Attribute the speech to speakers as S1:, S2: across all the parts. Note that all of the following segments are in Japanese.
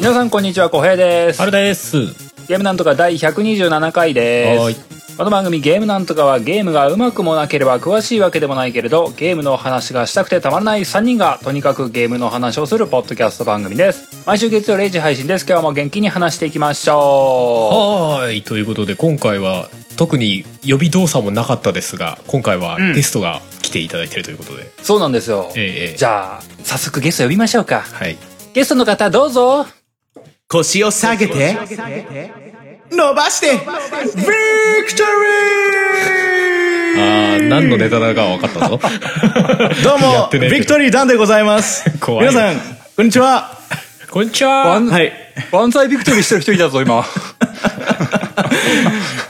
S1: 皆さんこんにちは、小平です
S2: あ。れです。
S1: ゲームなんとか第127回
S2: は
S1: で
S2: ーい
S1: す。この番組ゲームなんとかはゲームがうまくもなければ詳しいわけでもないけれど、ゲームの話がしたくてたまらない3人がとにかくゲームの話をするポッドキャスト番組です。毎週月曜0時配信です。今日も元気に話していきましょ
S2: はーい。ということで、今回は特に予備動作もなかったですが、今回は
S1: うん
S2: ゲストが来ていただいているということで。
S1: う。そうなんですよ。
S2: ええええ
S1: じゃあ、早速ゲスト呼びましょうか。
S2: はい。
S1: ゲストの方どうぞ。
S3: 腰を下げて、伸ばして、ビクトリ
S2: あー、何のネタだか分かったぞ。
S3: ー どう
S2: やっ
S3: も、
S2: てねえけど
S3: ビクトリーダンでございます。
S2: 怖い
S3: 皆さん、こんにちは。
S2: こんにちは。
S3: はい。
S1: 万歳ビクトリーしてる人いたぞ、今。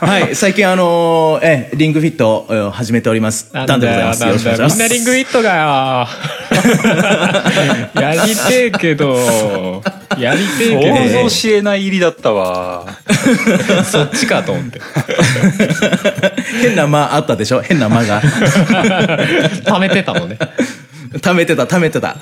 S3: はい、最近あのー、ええ、リングフィットを始めております。ダンでございます。よろしくお願いします。
S2: みんなリングフィット がよ。やりてえけど、やりて えけ
S1: 想
S2: ど
S1: 像、しえない入りだったわ。
S2: そっちかと思って。
S3: 変な間あったでしょ変な 間が。
S2: 溜めてたのね。
S3: 溜めてた、溜めてた。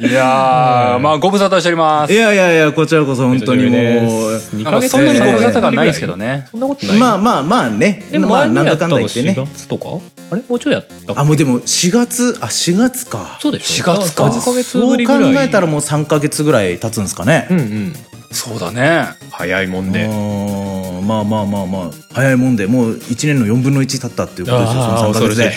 S1: い やー、まあご無沙汰しております
S3: い。やいやいや、こちらこそ本当にもう。
S2: 2
S1: なんかそんなにご無沙汰感ないですけどね。
S2: そんなことない。
S3: まあまあまあね。
S2: でも
S3: まあ、
S2: 前に
S3: なん
S2: や
S3: だ
S2: った
S3: かん
S2: の
S3: だ言って
S2: 4
S3: ね。
S2: 月とかあれもうちょいやった
S3: あ、もうでも4月、あ、4月か。
S2: そうでしょ
S1: 4月か
S2: 3ヶ月
S3: そ
S2: ぶ
S3: う
S2: り
S3: 考
S2: ぐらい
S3: えたらもう3ヶ月ぐらい経つんですかね
S2: う。んうん
S1: そうだね。
S2: 早いもんで
S3: あーまあまあまあまあ早いもんでもう1年の4分の1経ったっていうことですよ
S2: あ
S3: そ
S2: あ
S3: の3ヶ
S2: 恐れ
S3: 月
S2: て
S3: で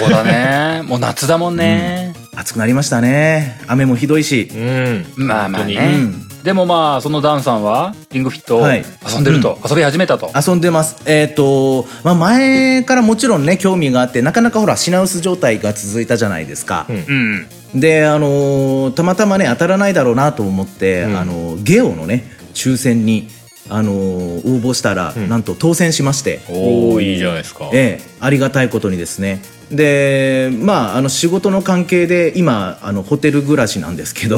S1: そうだね。もう夏だもんね。
S3: 暑くなりましたね雨もひどいし
S2: うん
S1: まあまあね
S2: 本
S3: う。
S1: でもまあ、そのダンさんは、リングフィットを
S3: はい
S1: 遊んでると。遊び始めたと。
S3: 遊んでますえっ、と、まあ、前からもちろんね興味があってなかなかほら品薄状態が続いたじゃないですか、
S1: うん。
S3: であのーたまたまね当たらないだろうなと思って、
S2: うん
S3: あのーゲオのね抽選にあのー応募したら、
S2: ん
S3: なんと当選しまして
S2: 当におおいいじゃないですか
S3: ええ、ありがたいことにですねでまああの仕事の関係で今あのホテル暮らしなんですけど、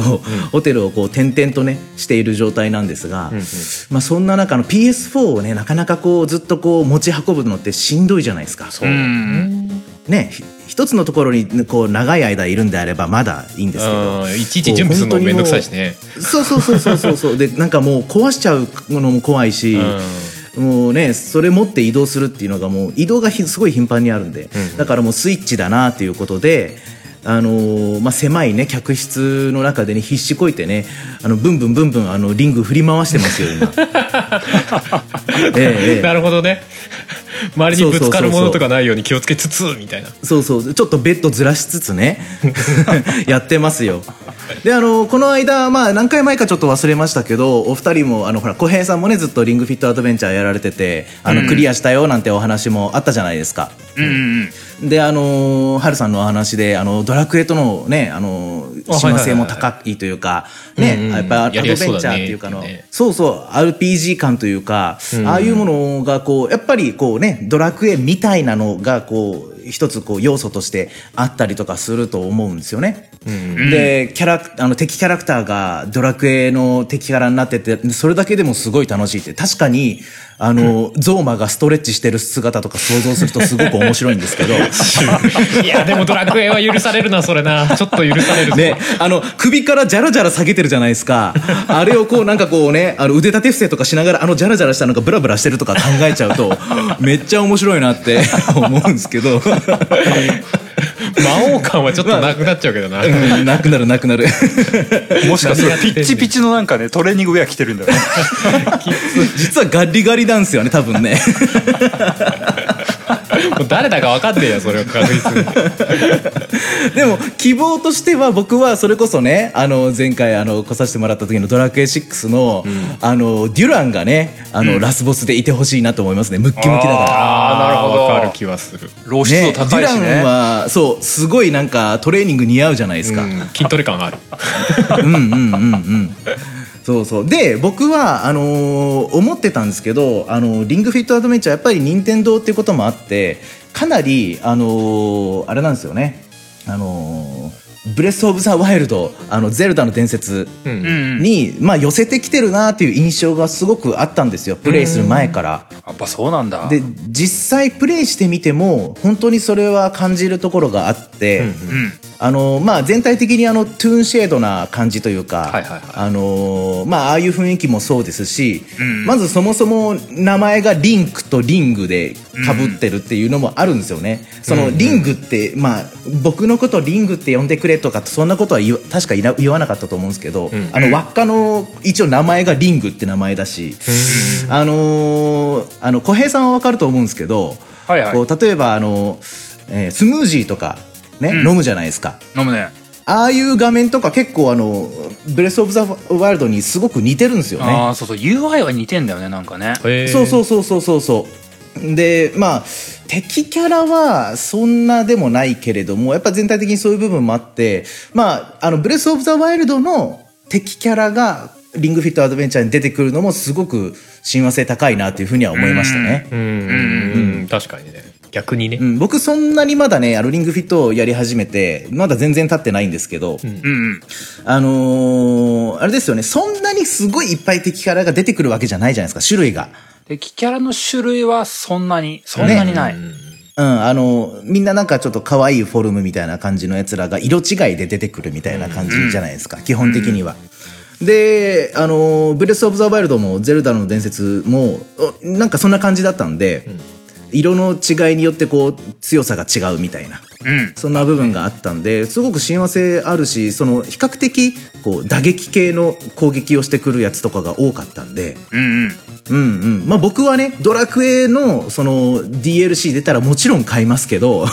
S3: ホテルをこう転々とねしている状態なんですが、
S2: うん
S3: まあ、そんな中の PS4 をねなかなかこうずっとこう持ち運ぶのってしんどいじゃないですか。
S2: そう
S1: う
S2: うん
S1: ん。
S3: ね、ひ一つのところにこう長い間いるんであればまだいいんですけど。
S2: いちいち準備するのもめんどくさいしね
S3: そうそうそうそうそうそうでなんかもう壊しちゃうのも怖いし、もうねそれ持って移動するっていうのがもう移動がひすごい頻繁にあるんで、だからもうスイッチだなっていうことで。あのーまあ、狭いね客室の中でね必死こいてねあのブンブンブンブンあのリング振り回してますよ 今えええ え
S2: なるほどね 周りにぶつかるものとかないように気をつけつつみたいな
S3: そうそうちょっとベッドずらしつつね やってますよであのこの間、まあ、何回前かちょっと忘れましたけどお二人もあのほら小平さんもねずっと「リングフィットアドベンチャー」やられててあの、クリアしたよなんてお話もあったじゃないですか
S1: うん。
S3: であのハルさんのお話であのドラクエとのねあの
S2: あはいはいはい
S3: 親和性も高いというか
S2: うんう
S3: ね
S2: ん
S3: やっぱり
S2: や
S3: ア
S2: り
S3: ドベン
S2: や
S3: チ
S2: すそう
S3: ャー
S2: だ
S3: っ
S2: ね
S3: ていうかの
S2: ってね
S3: そうそう RPG 感というかああいうものがこうやっぱりこうねドラクエみたいなのがこう一つこう要素としてあったりとかすると思うんですよね。でキャラクあの敵キャラクターがドラクエの敵キャラになっててそれだけでもすごい楽しいって確かにあの、ゾーマがストレッチしてる姿とか想像するとすごく面白いんですけ ど
S2: いやでもドラクエは許されるなそれなちょっと許されるぞ
S3: ね、あの首からジャラジャラ下げてるじゃないですかあれをこうなんかこうねあの腕立て伏せとかしながらあのジャラジャラしたのがブラブラしてるとか考えちゃうとめっちゃ面白いなって 思うんですけど
S2: 魔王感はちょっとなくなっちゃうけどな
S3: うんなくなるなくなる
S1: もしかしたら、ピ
S2: 何やってんね
S1: ッ
S2: ん
S1: チピチのなんかね、トレーニングウェア着てるんだよね。
S3: 実はガリガリなんですよね多分ね
S2: もう誰だか分かんねえやそれを確実 に
S3: でも希望としては僕はそれこそねあの前回あの来させてもらった時の「ドラクエ6の」あのデュランがねあの、ラスボスでいてほしいなと思いますねムッキムキだから。
S1: あーなるほど
S2: 分かる気はする
S1: 露出度高いし
S3: デュラン
S1: ね。
S3: はそうすごいなんかトレーニング似合うじゃないですか、
S2: うん筋トレ感ある
S3: うん、うんうんうんそうそうで僕はあのー思ってたんですけど、あのーリングフィットアドベンチャーやっぱり任天堂っていうこともあってかなり、あのーあれなんですよね、あのーブレス・オブ・ザ・ワイルドあのゼルダの伝説
S2: うん
S1: うん。
S3: に、まあ、寄せてきてるなっていう印象がすごくあったんですよプレイする前から。
S1: やっぱそうなんだ。
S3: で実際プレイしてみても本当にそれは感じるところがあって、
S2: うん
S1: うん。
S3: あのまあ、全体的にあのトゥーンシェードな感じというか、
S1: はいはいはい
S3: あのまあ、ああいう雰囲気もそうですし、まずそもそも名前がリンクとリングでかぶってるっていうのもあるんですよね、そのリングって、まあ、僕のことリングって呼んでくれとかそんなことは言わ確か言わ言わなかったと思うんですけど、あの輪っかの一応名前がリングって名前だし、あのあの小平さんは分かると思うんですけど、
S1: はいはい
S3: こう例えばあの、えースムージーとか、ね
S1: うん
S3: 飲むじゃないですか
S1: 飲むね
S3: ああいう画面とか結構あのブレス・オブ・ザ・ワイルドにすごく似てるんですよね
S1: ああそうそう UI は似てんだよねなんかね
S2: へー
S3: そうそうそうそうそうそうでまあ敵キャラはそんなでもないけれどもやっぱ全体的にそういう部分もあってまああのブレス・オブ・ザ・ワイルドの敵キャラがリングフィットアドベンチャーに出てくるのもすごく親和性高いなというふうには思いましたね。
S2: うんうんうん確かにね逆にね
S3: うん、僕そんなにまだね、あのリングフィットをやり始めて、まだ全然経ってないんですけど、
S1: うんうん
S3: あのーあれですよね、そんなにすごいいっぱい敵キャラが出てくるわけじゃないじゃないですか、種類が。
S1: 敵キャラの種類はそんなにそんなにない、
S3: うん、あのーみんななんかちょっと可愛いフォルムみたいな感じのやつらが色違いで出てくるみたいな感じじゃないですか、基本的には。で、あのーブレス・オブ・ザ・ワイルドも、ゼルダの伝説も、おなんかそんな感じだったんで、色の違いによってこう、強さが違うみたいな。
S1: うん
S3: そんな部分があったんですごく親和性あるしその比較的こう打撃系の攻撃をしてくるやつとかが多かったんで、
S1: うんうん
S3: うんうんまあ、僕はねドラクエのその DLC 出たらもちろん買いますけど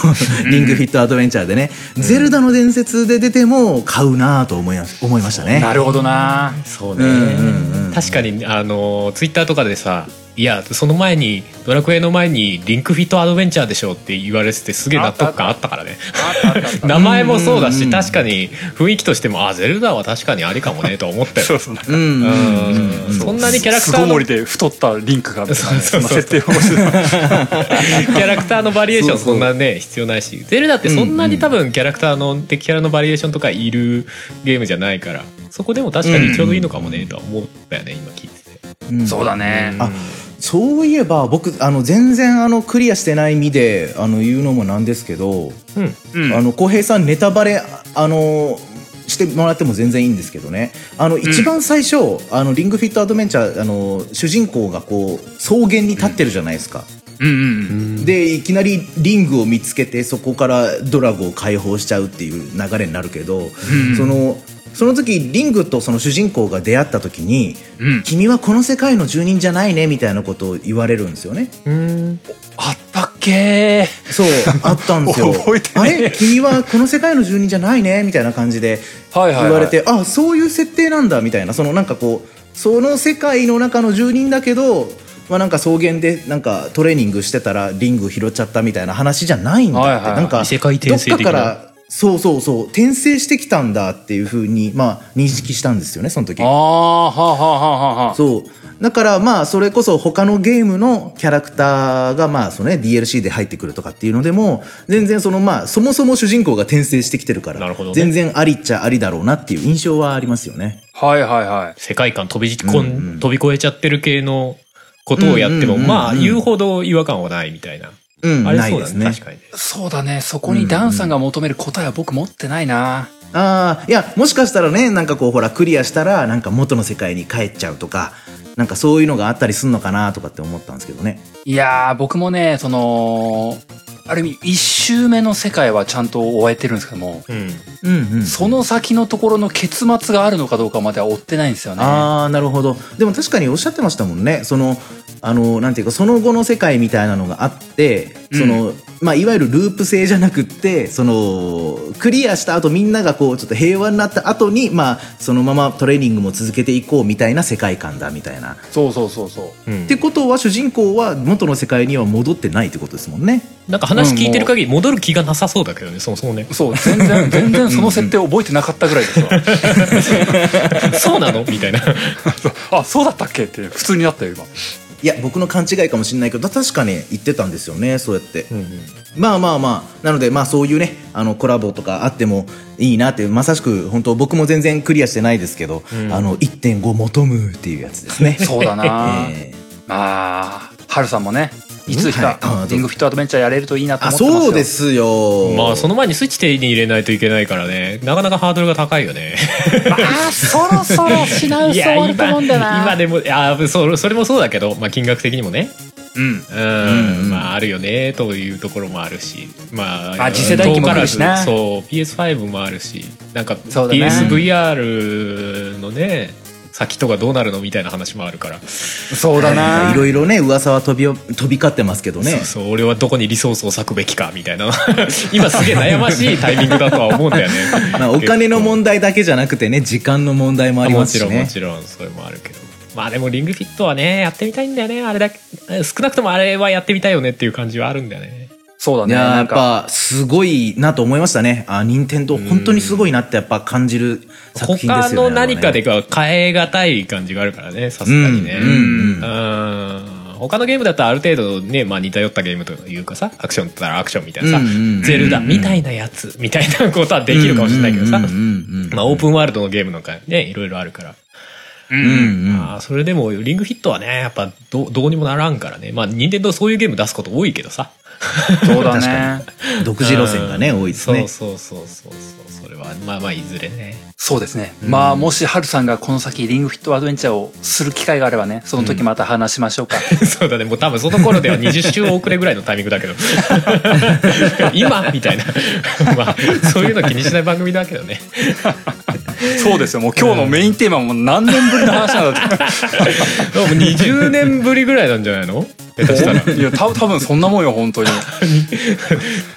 S3: リングフィットアドベンチャーでね、ゼルダの伝説で出ても買うなぁと思いま思いましたね。
S1: なるほどな
S2: そう
S3: う
S2: ね、
S3: んうんうん
S2: 確かにあのツイッターとかでさ「いやその前にドラクエの前にリンクフィットアドベンチャーでしょ」って言われててすげえ納得感あったからね
S1: あったあったあ った
S2: 名前もそうだ
S3: うんうんう
S2: し
S3: ん
S2: 確かに雰囲気としても「あゼルダは確かにありかもね」と思ったよ
S1: そうそう
S3: うんうんうん
S2: うんそんなにキャラクタ
S1: 巣
S2: ー
S1: ごも
S2: の
S1: りで太ったリンクがみたいなね
S2: そうそうそう
S1: そんな設定をしてた
S2: キャラクターのバリエーションそんなね必要ないしゼルダってそんなに多分キャラクターの敵キャラのバリエーションとかいるゲームじゃないからそこでも確かにちょうどいいのかもねとは思ったよね今聞いてて。
S3: う ん
S1: そうだね
S3: あそういえば僕あの全然あのクリアしてない身であの言うのもなんですけど
S2: うん
S1: うん
S3: あの浩平さんネタバレああのしてもらっても全然いいんですけどねあの一番最初、あのリングフィットアドベンチャーあの主人公がこう草原に立ってるじゃないですか、
S1: うんうん
S3: でいきなりリングを見つけてそこからドラゴを解放しちゃうっていう流れになるけど、そのその時リングとその主人公が出会った時に、
S1: うん
S3: 君はこの世界の住人じゃないねみたいなことを言われるんですよね。
S2: うん
S1: あったっけ
S3: そう、あったんですよ。
S1: 覚えてねえ
S3: あれ君はこの世界の住人じゃないねみたいな感じで
S1: はいはいはい
S3: 言われて、あ、そういう設定なんだみたいな、そのなんかこう、その世界の中の住人だけど、まあなんか草原でなんかトレーニングしてたらリング拾っちゃったみたいな話じゃないんだって、
S1: はいはいはい
S3: なんか
S2: 異世界転生
S3: どっかか
S2: 的
S3: ら、そうそうそう、転生してきたんだっていうふうに、まあ認識したんですよね、その時
S1: あ。あはあはあはあはあ
S3: そう。だからまあそれこそ他のゲームのキャラクターがまあそのね DLC で入ってくるとかっていうのでも全然そのまあそもそも主人公が転生してきてるから
S2: なるほどね
S3: 全然ありっちゃありだろうなっていう印象はありますよね。
S1: はいはいはい
S2: 世界観飛びこん、
S3: うんうん
S2: 飛び越えちゃってる系のことをやっても、
S3: うんうんうんうん
S2: まあ言うほど違和感はないみたいな、
S3: うん、
S2: あれ
S3: な
S2: そ
S3: いうで
S2: だ
S3: す
S2: ね
S3: ね。
S2: 確かにね
S1: そうだねそこにダンさんが求める答えは僕持ってないな
S3: ああ、いや、もしかしたらね、なんかこうほらクリアしたらなんか元の世界に帰っちゃうとか、なんかそういうのがあったりすんのかなとかって思ったんですけどね。
S1: いやー僕もねそのある意味一周目の世界はちゃんと終えてるんですけども
S2: うん
S3: うんうん。
S1: その先のところの結末があるのかどうかまでは追ってないんですよね
S3: ああなるほどでも確かにおっしゃってましたもんねそのあのなんていうかその後の世界みたいなのがあってその、まあ、いわゆるループ制じゃなくってそのクリアした後みんながこうちょっと平和になった後にまあそのままトレーニングも続けていこうみたいな世界観だみたいな。っ
S1: そうそうそうそう
S2: うん
S3: てことは主人公は元の世界には戻ってないってことですもんね。
S2: なんか話聞いてる限り戻る気がなさそうだけどねそもそもね
S1: そう全然全然その設定覚えてなかったぐらいですわ
S2: そうなのみたいな
S1: あそうだったっけって普通になったよ今
S3: いや僕の勘違いかもしれないけど確かね言ってたんですよねそうやって。
S2: うん
S3: まあまあまあ、なのでまあそういうね、あのコラボとかあってもいいなって、まさしく本当僕も全然クリアしてないですけど、あの1.5求むっていうやつですね。
S1: そうだな、
S3: えー
S1: まあ、ハルさんもね、いつしか
S3: うんはいあ
S1: リングフィットアドベンチャーやれるといいなと
S3: あ
S1: 思ってますよ
S3: そうですよ
S2: まあその前にスイッチ手に入れないといけないからねなかなかハードルが高いよね
S1: あーそろそろ品
S2: い
S1: 薄終わると
S2: 今
S1: 思うんだよな
S2: 今でもいやそそれもそうだけど、まあ、金額的にもね
S1: うん
S2: うん、
S3: うん
S2: まああるよねというところもあるしまあ
S1: あ次世代機も来るしな
S2: 遠からずそう PS5 もあるしなんか
S1: そうだね
S2: PSVR のね先とかどうなるのみたいな話もあるから、
S1: そうだな、
S3: いろいろね噂は飛びよ飛び交ってますけどね
S2: そうそう俺はどこにリソースを割くべきかみたいな 今すげえ悩ましいタイミングだとは思うんだよね
S3: まあ、お金の問題だけじゃなくてね時間の問題もありますし
S2: もちろんも
S3: ね
S2: ちろんそれもあるけどまあでもリングフィットはねやってみたいんだよねあれだけ少なくともあれはやってみたいよねっていう感じはあるんだよね
S1: そうだ
S3: い
S1: ね
S3: やー
S1: な
S3: や
S1: ん
S3: っ
S1: か
S3: ぱすごいなと思いましたねあ任天堂本当にすごいなってやっぱ感じる作品で
S2: 他
S3: すよね
S2: の何かで
S3: あれはね
S2: か変え難い感じがあるからねさすがにね
S3: うんうんうん
S2: うん他のゲームだったらある程度ね、まあ、似たよったゲームというかさアクションだったらアクションみたいなさ、
S3: うんうんうんうん
S2: ゼルダみたいなやつみたいなことはできるかもしれないけどさ、
S3: うんうんうん
S2: まあ、オープンワールドのゲームなんかねいろいろあるから
S3: うんうんうん
S2: あーそれでもリングフィットはねやっぱどうどうにもならんからねまあ任天堂そういうゲーム出すこと多いけどさ
S1: そうだね
S3: 独自路線がね
S2: うん
S3: 多いですね
S2: そうそうそうそうそうそれはまあまあいずれね
S1: そうですね、まあもしハルさんがこの先リングフィットアドベンチャーをする機会があればねその時また話しましょうか、
S2: そうだねもう多分その頃では20週遅れぐらいのタイミングだけど 今みたいな まあそういうの気にしない番組だけどね
S1: そうですよもう今日のメインテーマも何年ぶりの話なんだっ
S2: でも20年ぶりぐらいなんじゃないの下手したら
S1: ていやた多分そんなもんよ本当に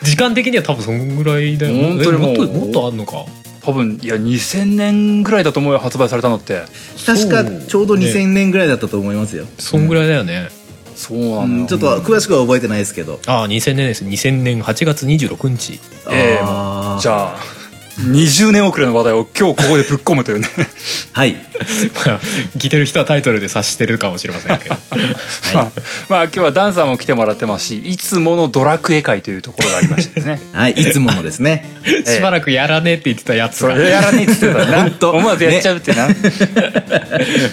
S2: 時間的には多分そんぐらいだよね
S1: 本当にもう
S2: えもっともっとあんのか
S1: 多分いや2000年ぐらいだと思うよ発売されたのって
S3: 確か
S2: そう
S3: ちょうど2000年ぐらいだったと思いますよ、
S2: そんぐらいだよね、
S1: そうな
S3: う
S1: のよ、
S3: んちょっと詳しくは覚えてないですけど
S2: ああ2000年です2000年8月26日
S1: ええ
S3: あー
S1: じゃあ20年遅れの話題を今日ここでぶっ込むというね
S3: はい
S2: まあ聞いてる人はタイトルで察してるかもしれま せんけど
S1: まあ、まあ今日はダンさんも来てもらってますしいつものドラクエ会というところがありましてですね
S3: はいいつものです ね
S2: しばらくやらねえって言ってたやつ
S1: そ
S2: が
S1: れやらねえって言ってたな
S3: 本当
S1: 思わずやっちゃうってな、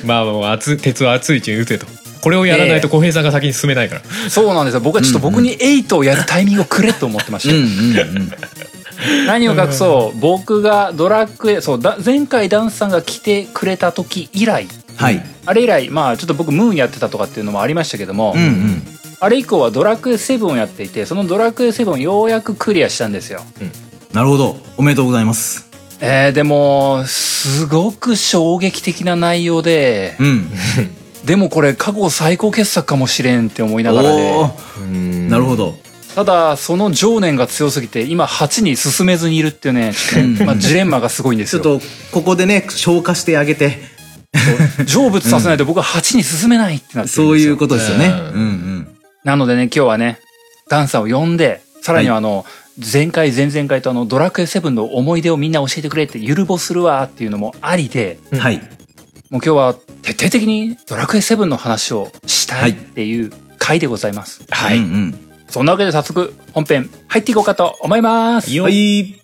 S2: まあもう熱鉄は熱いうちに打てとこれをやらないと浩平さんが先に進めないから、
S1: そうなんですよ僕はちょっと僕に8をやるタイミングをくれと思ってまし
S3: うん
S1: た、
S3: うんうん
S1: 何を隠そう僕がドラクエそうだ前回ダンさんが来てくれた時以来
S3: はい
S1: あれ以来まあちょっと僕ムーンやってたとかっていうのもありましたけども、
S3: うんうん
S1: あれ以降はドラクエ7をやっていてそのドラクエ7をようやくクリアしたんですよ
S3: なるほどおめでとうございます
S1: えー、でもすごく衝撃的な内容で
S3: うん
S1: でもこれ過去最高傑作かもしれんって思いながらで
S3: おーなるほど
S1: ただその情念が強すぎて今8に進めずにいるって いうねちょっとねまあ、ジレンマがすごいんです
S3: ちょ
S1: よ
S3: っとここでね消化してあげて
S1: 成仏させないと僕は8に進めないってなってるんですよ
S3: そういうことですよね
S2: うん
S3: うんうん
S1: なのでね今日はねダンさんを呼んでさらにはあの、前回前々回とあの「ドラクエ7」の思い出をみんな教えてくれって「ゆるぼするわ」っていうのもありで
S2: うん
S3: はい
S1: もう今日は徹底的に「ドラクエ7」の話をしたいっていう回でございます、
S2: は
S3: うんうん
S1: そんなわけで早速本編入っていこうかと思います
S2: よ
S3: はい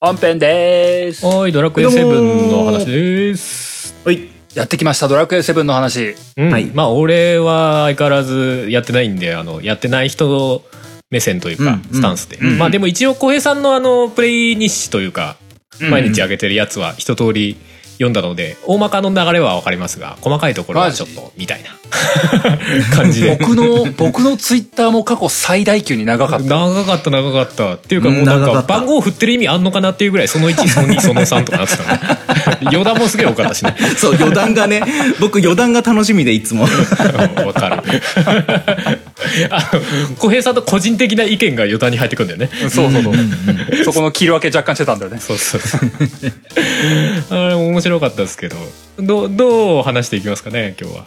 S1: 本編です
S2: おーいドラクエ7の話です
S3: はい
S1: やってきました「ドラクエ7」の話
S2: うん
S3: はい
S2: まあ俺は相変わらずやってないんであのやってない人目線という
S3: う
S2: か
S3: ん
S2: スタンスで、
S1: うん
S2: まあでも一応浩平さんのあのプレイ日誌というか
S1: うん
S2: 毎日上げてるやつは一通り読んだので大まかの流れは分かりますが細かいところはちょっとみたいな 感じで
S1: 僕の僕のツイッターも過去最大級に長かった
S2: 長かった長かったっていうかもうなん
S3: 長か
S2: か
S3: った
S2: 番号振ってる意味あんのかなっていうぐらいその1その2その3とかなってた の余談もすげえ多かったしね
S3: そう余談がね僕余談が楽しみでいつも
S2: わかるあの小平さんと個人的な意見が余談に入ってくるんだよね
S1: そうそうそうそこの切り分け若干してたんだよね
S2: そう そうそうあれ面白かったですけどどうどう話していきますかね今日は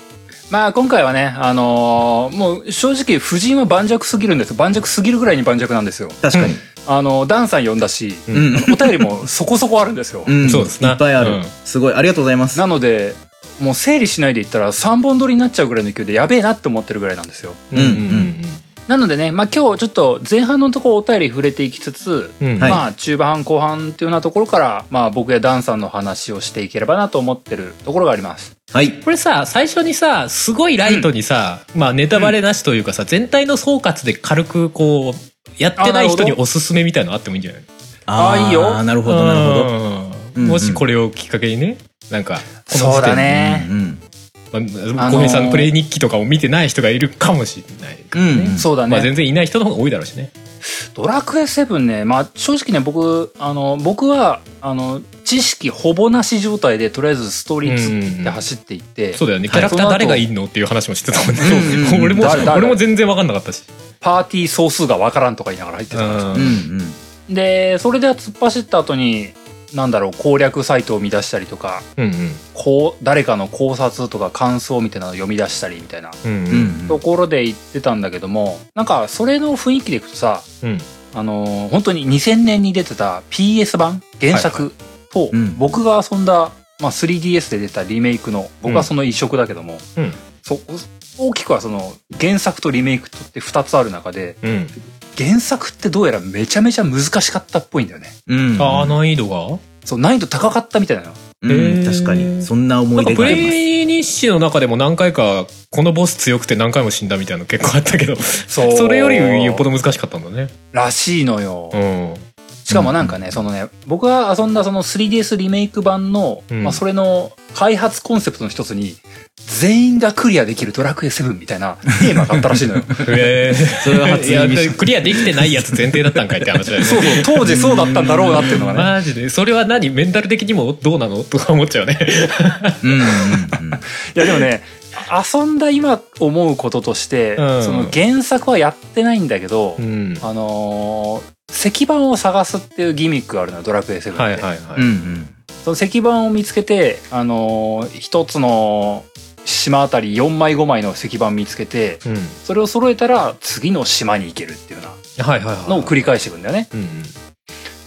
S1: まあ今回はね、あのーもう正直、夫人は盤石すぎるんです。盤石すぎるぐらいに盤石なんですよ。
S3: 確かに
S1: あのダンさん呼んだし、
S3: うん
S1: あのお便りもそこそこあるんですよ、
S3: ん
S2: そうですない
S3: っぱいある、
S2: うん
S3: すごいありがとうございます
S1: なのでもう整理しないでいったら3本撮りになっちゃうぐらいの勢いでやべえなって思ってるぐらいなんですよ
S2: うんうん
S1: なのでね、まあ、今日ちょっと前半のところお便り触れていきつつ、
S2: うんうん
S3: はい
S1: まあ中盤後半っていうようなところから、まあ、僕やダンさんの話をしていければなと思ってるところがあります
S3: はい
S2: これさ最初にさすごいライトにさ、まあネタバレなしというかさ全体の総括で軽くこうやってない人におすすめみたいのあってもいいんじゃない
S1: あーいいよ
S3: なるほどなるほど
S2: うんもしこれをきっかけにねなんかこの時点で
S1: そうだね
S3: うん
S2: まあ、小林さんのプレイ日記とかを見てない人がいるかもしれないからね、
S3: うん
S1: そうだね、
S2: まあ、全然いない人の方が多いだろうしね
S1: ドラクエ7ね、まあ、正直ね僕あの僕はあの知識ほぼなし状態でとりあえずストーリー作って走っていって、
S2: そうだよねキ
S1: はい
S2: ャラクター誰がい
S1: その後
S2: るのっていう話もしてたもんね、
S3: うんうんう ん
S2: 俺も
S1: 誰誰
S2: 俺も全然分かんなかったし、
S1: パーティー総数がわからんとか言いながら入ってたから、
S3: うんうん
S1: でそれで突っ走った後になんだろう攻略サイトを見出したりとか
S2: うん
S1: こう誰かの考察とか感想みたいなのを読み出したりみたいな
S2: うん
S3: う
S2: うん
S3: ん
S1: ところで言ってたんだけどもなんかそれの雰囲気でいくとさ
S2: うん
S1: あのー本当に2000年に出てた PS 版原作と、
S3: うん
S1: 僕が遊んだ、まあ、3DS で出たリメイクの僕はその一色だけども、
S2: うん
S1: そ大きくはその原作とリメイクとって2つある中で
S2: うん
S1: 原作ってどうやらめちゃめちゃ難しかったっぽいんだよね。
S3: うん
S2: ああ難易度が
S1: そう難易度高かったみたいなの
S3: うん
S2: へー
S3: 確かにそんな思
S2: ないんか
S3: 出
S2: プ
S3: があり
S2: レイ日誌の中でも何回かこのボス強くて何回も死んだみたいなの結構あったけど
S1: そ
S2: それよりよっぽ
S1: ど
S2: ど難しかったんだね
S1: らしいのよ、
S2: うん
S1: しかもなんかねそのね僕が遊んだその 3DS リメイク版の、
S2: うん
S1: まあ、それの開発コンセプトの一つに全員がクリアできるドラクエ7みたいなテーマがあったらしいの よ
S2: ええ
S3: それは初耳した
S2: いやクリアできてないやつ前提だったんかいって話だよ ね
S1: そうそう当時そうだったんだろうなっていうのがね
S2: マジでそれは何メンタル的にもどうなのとか思っちゃうね
S3: ますうんうんうん
S1: いやでもねあ遊んだ今思うこととして、
S2: うん
S1: その原作はやってないんだけど、
S2: ん
S1: あのー石板を探すっていうギミックがあるのよドラクエ7って、
S2: はいはいはい、
S3: うん
S1: その石板を見つけて、あのー一つの島あたり4枚5枚の石板見つけて
S2: うん
S1: それを揃えたら次の島に行けるっていうよう
S2: はいはいは
S1: ないのを繰り返していくんだよね
S2: うんうん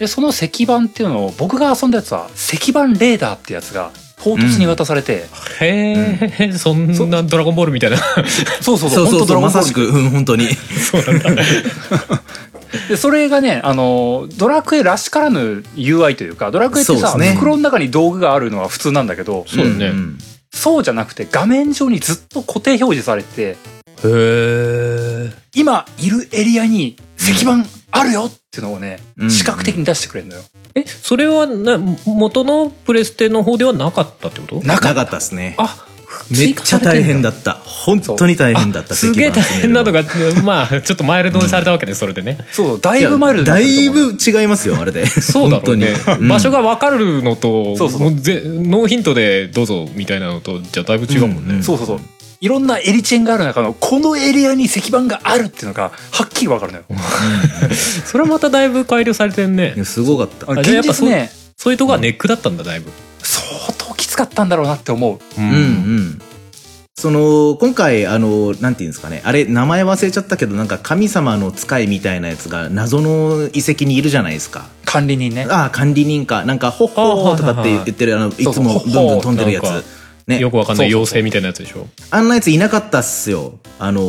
S1: でその石板っていうのを僕が遊んだやつは石板レーダーってやつが唐突に渡されて、
S2: へえ、そんなドラゴンボールみたいな
S1: そうそう
S3: そ
S1: そうう本当ド
S3: そうそう
S1: ラゴ
S3: ま
S1: ンボ
S3: さ
S1: ール
S3: しくうん本当に
S2: そうなんだ
S1: でそれがね、あのドラクエらしからぬ UI というかドラクエって
S3: そう
S1: さ、
S3: ですね
S1: 袋の中に道具があるのは普通なんだけど
S2: そうだね
S3: ん
S1: そうじゃなくて画面上にずっと固定表示されて
S2: へえ
S1: 今いるエリアに石板あるよっていうのをね、
S3: うん
S1: 視覚的に出してくれるのよ。
S2: えそれはな元のプレステの方ではなかったってこと
S1: な
S3: な
S1: かっ
S3: か
S1: た
S3: ったですね
S2: あ
S3: めっちゃ大変だ
S2: っ
S3: った本当に大変だった
S2: すげえ大変なの
S3: が
S2: がまあちょっとマイルドにされたわけでそれでね
S1: そうだいぶマイルドにな
S3: だ
S1: ってると思
S3: いうぶ違いますよあれで
S2: そうだろうね
S3: 本当にうん
S2: 場所が分かるのと
S1: そうそうそう
S2: もうぜノーヒントでどうぞみたいなのとじゃだいぶ違うもんね、
S3: うん
S1: そうそうそう。いろんなエリチェンがある中の、このエリアに石板があるっていうのが、はっきりわかるのよ。
S2: それはまただいぶ改良されてんね
S3: すごかった
S1: あの
S2: あじゃあや
S1: 現
S2: っぱ
S1: 実ね、
S2: そういうとこがネックだったんだだいぶ
S1: 相当きつかったんだろうなって思う。
S2: う
S3: うんうんその今回あのなんていうんですかねあれ名前忘れちゃったけどなんか神様の使いみたいなやつが謎の遺跡にいるじゃないですか
S1: 管理人ね。
S3: ああ管理人かなんか「ほっほー」とかって言ってるあのい
S1: いはい
S3: つ
S1: そ
S3: も
S1: う
S3: ブ
S1: そう
S3: ンブン飛んでるや
S2: ほっほー
S3: つね
S2: よくわかんない
S1: そうそうそう
S2: 妖精みたいなやつでしょ
S3: あんなやついなかったっすよあの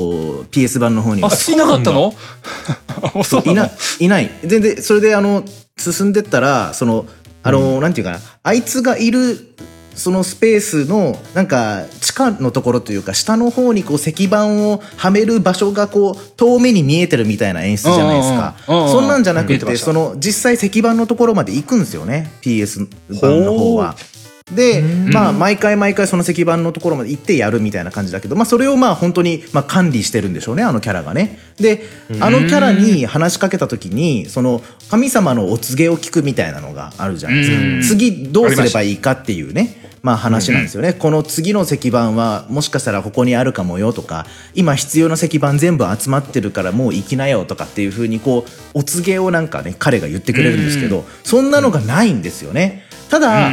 S3: PS 版の方には
S2: あ
S1: いなかったのあそう
S3: い
S1: な
S3: な
S1: の、
S3: いない。全然、それで、あの、進んでったら、その、あの、なんていうかな、あいつがいる、そのスペースの、なんか、地下のところというか、下の方にこう、石板をはめる場所がこう、遠目に見えてるみたいな演出じゃないですか。
S1: うんうんうんうんうん
S3: そんなんじゃな
S1: 見
S3: く
S1: えてま
S3: て、
S1: した
S3: その、実際石板のところまで行くんですよね、PS 版の方は。で、まあ、毎回毎回その石板のところまで行ってやるみたいな感じだけど、まあ、それをまあ、本当に、まあ、管理してるんでしょうね、あのキャラがね。で、あのキャラに話しかけた時に、その、神様のお告げを聞くみたいなのがあるじゃない
S1: うん
S3: ですか。次、どうすればいいかっていうね。まあ話なんですよね、この次の石板はもしかしたらここにあるかもよとか今必要な石板全部集まってるからもう行きなよとかっていうふうにこうお告げをなんかね彼が言ってくれるんですけど、そんなのがないんですよね。ただ、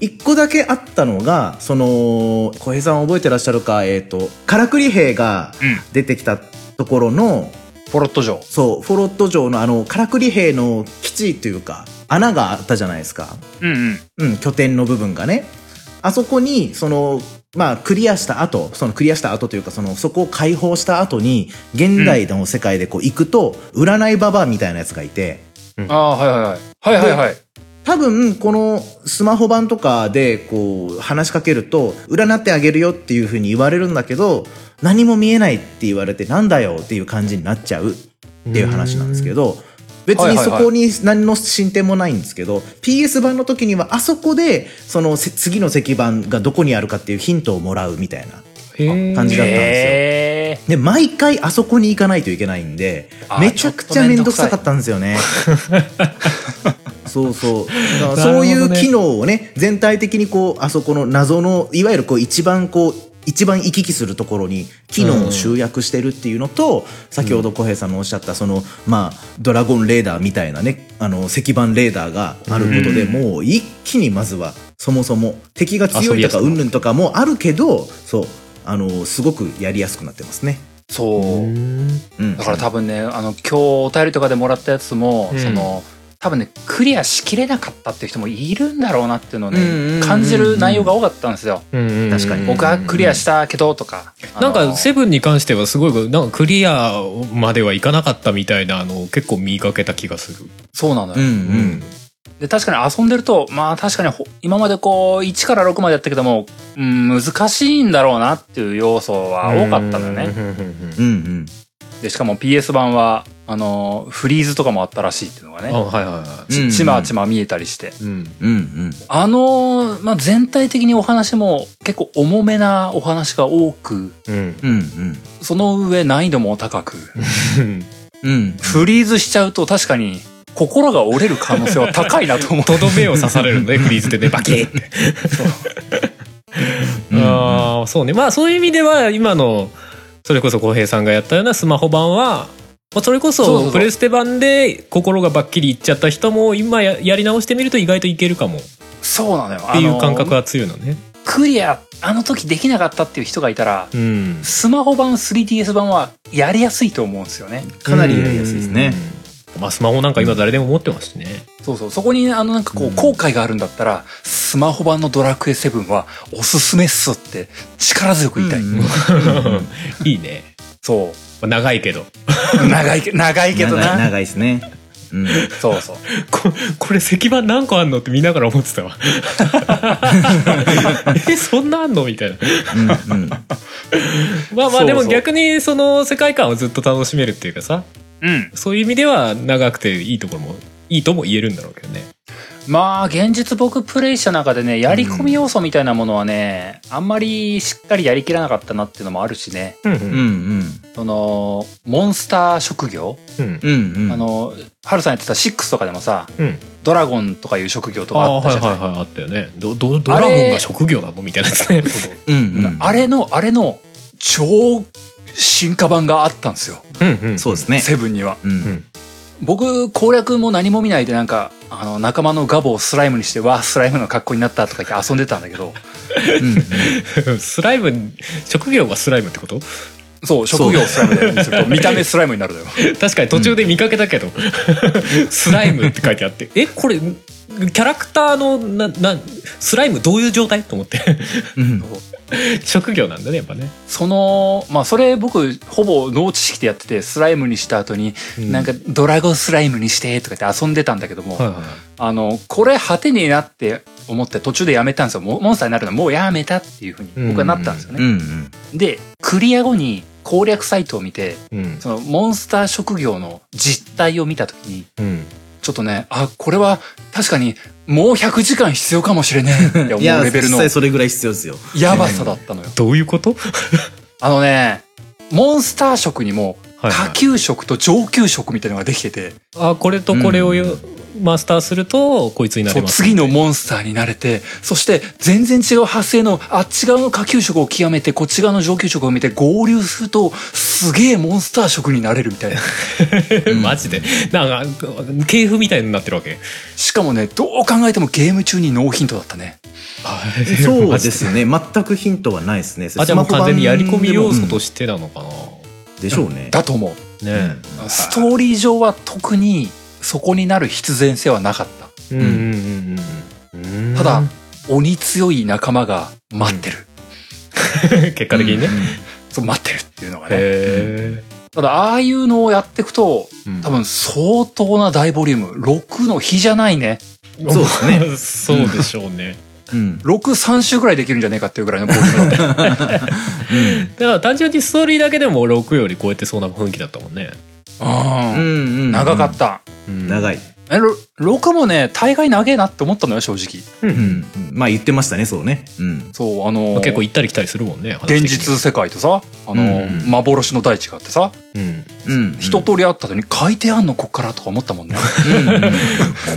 S3: 一個だけあったのが、その、小平さん覚えてらっしゃるか、えっ、と、からくり兵が出てきたところの、
S1: ポロット城
S3: そう、フォロット城のあの、カラクリ兵の基地というか、穴があったじゃないですか。
S1: うんうん
S3: うん、拠点の部分がね。あそこに、その、まあ、クリアした後、そのクリアした後というか、その、そこを解放した後に、現代の世界でこう行くと、占いババアみたいなやつがいて、
S1: ああはいはいはいはいはいはい
S3: 多分、このスマホ版とかで、こう、話しかけると、占ってあげるよっていう風に言われるんだけど、何も見えないって言われて、なんだよっていう感じになっちゃうっていう話なんですけど、別にそこに何の進展もないんですけど、PS 版の時にはあそこで、そのせ次の石版がどこにあるかっていうヒントをもらうみたいな。
S2: へえ
S3: 感じだったん
S1: へえ
S3: で、毎回あそこに行かないといけないんで
S1: あ、ー
S3: めちゃくちゃめんどくさかったんですよね。そうそう。だからそうい
S2: なるほ
S3: う
S2: どね
S3: 機能をね、全体的にこう、あそこの謎の、いわゆるこう、一番こう、一番行き来するところに機能を集約してるっていうのと、先ほど小平さんのおっしゃった、その、まあ、ドラゴンレーダーみたいなね、あの、石板レーダーがあることで、
S1: うん
S3: もう一気にまずは、そもそも敵が強
S2: 遊び
S3: いと
S2: やす
S3: か
S2: くなる
S3: うんぬんとかもあるけど、そう、あの、すごくやりやすくなってますね。
S1: そう
S3: うん。
S1: だから多分ねあの今日お便りとかでもらったやつも、
S2: うん
S1: その多分ねクリアしきれなかったっていう人もいるんだろうなっていうのをね、
S3: うんうんうんうん
S1: 感じる内容が多かったんですよ、
S2: 確
S3: 確かに
S1: 僕はクリアしたけどとか、
S2: なん
S1: あ
S2: か
S1: の
S2: セブンに関してはすごいなんかクリアまではいかなかったみたいなのを結構見かけた気がする。
S1: そうなの
S3: うん
S1: よ、
S3: うん。
S1: で確かに遊んでるとまあ確かにほ今までこう1から6までやったけども、うん、難しいんだろうなっていう要素は多かったのよね、
S3: うんうん。
S1: でしかも PS 版はあのフリーズとかもあったらしいっていうのが
S2: あ
S1: ね
S2: はいはいは
S3: うんうん
S1: ちちまちま見えたりして
S2: い。うん
S3: うんうん。
S1: あのーまあ、全体的にお話も結構重めなお話が多く、
S2: うん
S3: うんうん。
S1: その上難易度も高く、
S3: うん。
S1: フリーズしちゃうと確かに心が折れる可能性は高いなと思う。
S2: とどめを刺されるのねフリーズでねバキッて。ああそうねまあそういう意味では今のそれこそ浩平さんがやったようなスマホ版は。まあそれこ
S1: そうそうそ
S2: そうプレステ版で心がばっきりいっちゃった人も今ややり直してみると意外といけるかもっ
S1: そうなのよ。
S2: ていう感覚
S1: あの
S2: は強いのね。
S1: クリア、あの時できなかったっていう人がいたら、
S2: うん、
S1: スマホ版 3DS 版はやりやすいと思うんですよね。
S3: かなりやりやすいですね。
S2: うん。まあスマホなんか今誰でも持ってますしね。
S1: そうそう。そこにあのなんかこう後悔があるんだったら、スマホ版のドラクエ7はおすすめっすって力強く言いたい。
S3: うんうん
S2: いいね。
S1: そ
S2: まあ長いけど。
S1: う。長いけ、長いけど
S3: 長い
S1: な。
S3: 長いですね。うん。
S1: そうそう。
S2: ここれ石板何個あんのって見ながら思ってた わ。えそんなあんのみたいな。
S3: うんうん。
S2: まあま
S1: そうそ
S2: あ
S1: う
S2: でも逆にその世界観をずっと楽しめるっていうかさ
S1: うん。
S2: そういう意味では長くていいところもいいとも言えるんだろうけどね。
S1: まあ現実僕プレイした中でねやり込み要素みたいなものはね、あんまりしっかりやりきらなかったなっていうのもあるしね
S2: うんう
S3: うん
S2: ん
S3: うん。
S1: そのモンスター職業、
S2: うん
S3: うんうん。
S1: あのハルさんやってた6とかでもさ
S2: うん、
S1: ドラゴンとかいう職業とか
S2: あ
S1: あ
S2: あ
S1: った
S2: は
S1: じゃ
S2: い
S1: な
S2: はいいはいあったよね。どどドラゴンが職業なのみたいなやつね。
S3: うんうん。
S1: あれのあれの超進化版があったんですよ
S2: うんうん
S3: そうですね。
S1: セブンには
S3: うん。
S1: 僕攻略も何も見ないでなんかあの仲間のガボをスライムにしてわあスライムの格好になったとか言って遊んでたんだけど
S2: スライム職業がスライムってこと
S1: そう職業スライムだよねちょっと見た目スライムになるだよ
S2: 確かに途中で見かけたけど、スライムって書いてあって えこれキャラクターのななスライムどういう状態と思って
S3: うん。
S2: 職業なんだねやっぱね
S1: そのまあそれ僕ほぼ農知識でやっててスライムにした後に、
S2: うん
S1: なんかドラゴンスライムにしてとか言って遊んでたんだけども、
S2: はいはい
S1: あのこれ果てねえなって思って途中でやめたんですよモモンスターになるのもうやめたっていうふうに僕はなったんですよ
S3: う
S1: ね、
S3: ん
S1: でクリア後に攻略サイトを見て
S2: うん
S1: そのモンスター職業の実態を見た時に
S2: うん
S1: ちょっとねあこれは確かにもう100時間必要かもしれねえって
S3: うん。
S1: 思
S3: いうや、
S1: レベ
S3: 実
S1: ルの
S3: 際それぐらい必要ですよ。
S1: やばさだったのよ
S2: どういうこと、
S1: あのねモンスター職にも
S2: はいは
S1: 下
S2: い
S1: 級職と上級職みたいなのができてて、
S2: あこれとこれをよ、マスターするとこいつにな
S1: そ
S2: り
S1: う
S2: ます
S1: 次のモンスターになれてそして全然違う発生のあっち側の下級職を極めてこっち側の上級職を見て合流するとすげえモンスター職になれるみたい な
S2: マジでなんか系譜みたいになってるわけ
S1: しかもねどう考えてもゲーム中にノーヒントだったね
S3: そう
S2: マ
S3: で
S2: ジ
S3: すよね。全くヒントはないですね。
S2: あじゃあもう完全にやり込み要素と
S3: し
S2: してなのかな、
S3: でしょうね。
S1: だと思う
S2: ね
S1: ストーリー上は特にそこになる必然性はなかった
S2: えうんうんうんうんうん
S1: ただ、鬼強い仲間が待ってる、
S2: 結果的にね、
S3: うん
S1: そう待ってるっていうのがね
S2: へえ
S1: ただああいうのをやっていくと
S2: うん
S1: 多分相当な大ボリューム6の比じゃないね
S3: そうですね
S2: そうでしょうね
S3: うん
S1: 63週くらいできるんじゃねえかっていうぐらいのボリュー ムだった
S2: だから単純にストーリーだけでも6より超えてそうな雰囲気だったもんね、
S1: うん
S3: うんうんうん
S1: 長かった、
S2: うん
S3: 長い、
S1: えろ6もね大概長えなって思ったのよ正直
S2: うん
S3: うんうんまあ言ってましたねそうねうん
S1: そうあのー
S2: まあ結構行ったり来たりするもんね
S1: 現実、世界とさあのー、
S2: うん
S1: 幻の大地があってさ
S2: 話的にうん、こ
S3: うん
S1: 一通りあったのに書いてあんのこっからとか思った もんね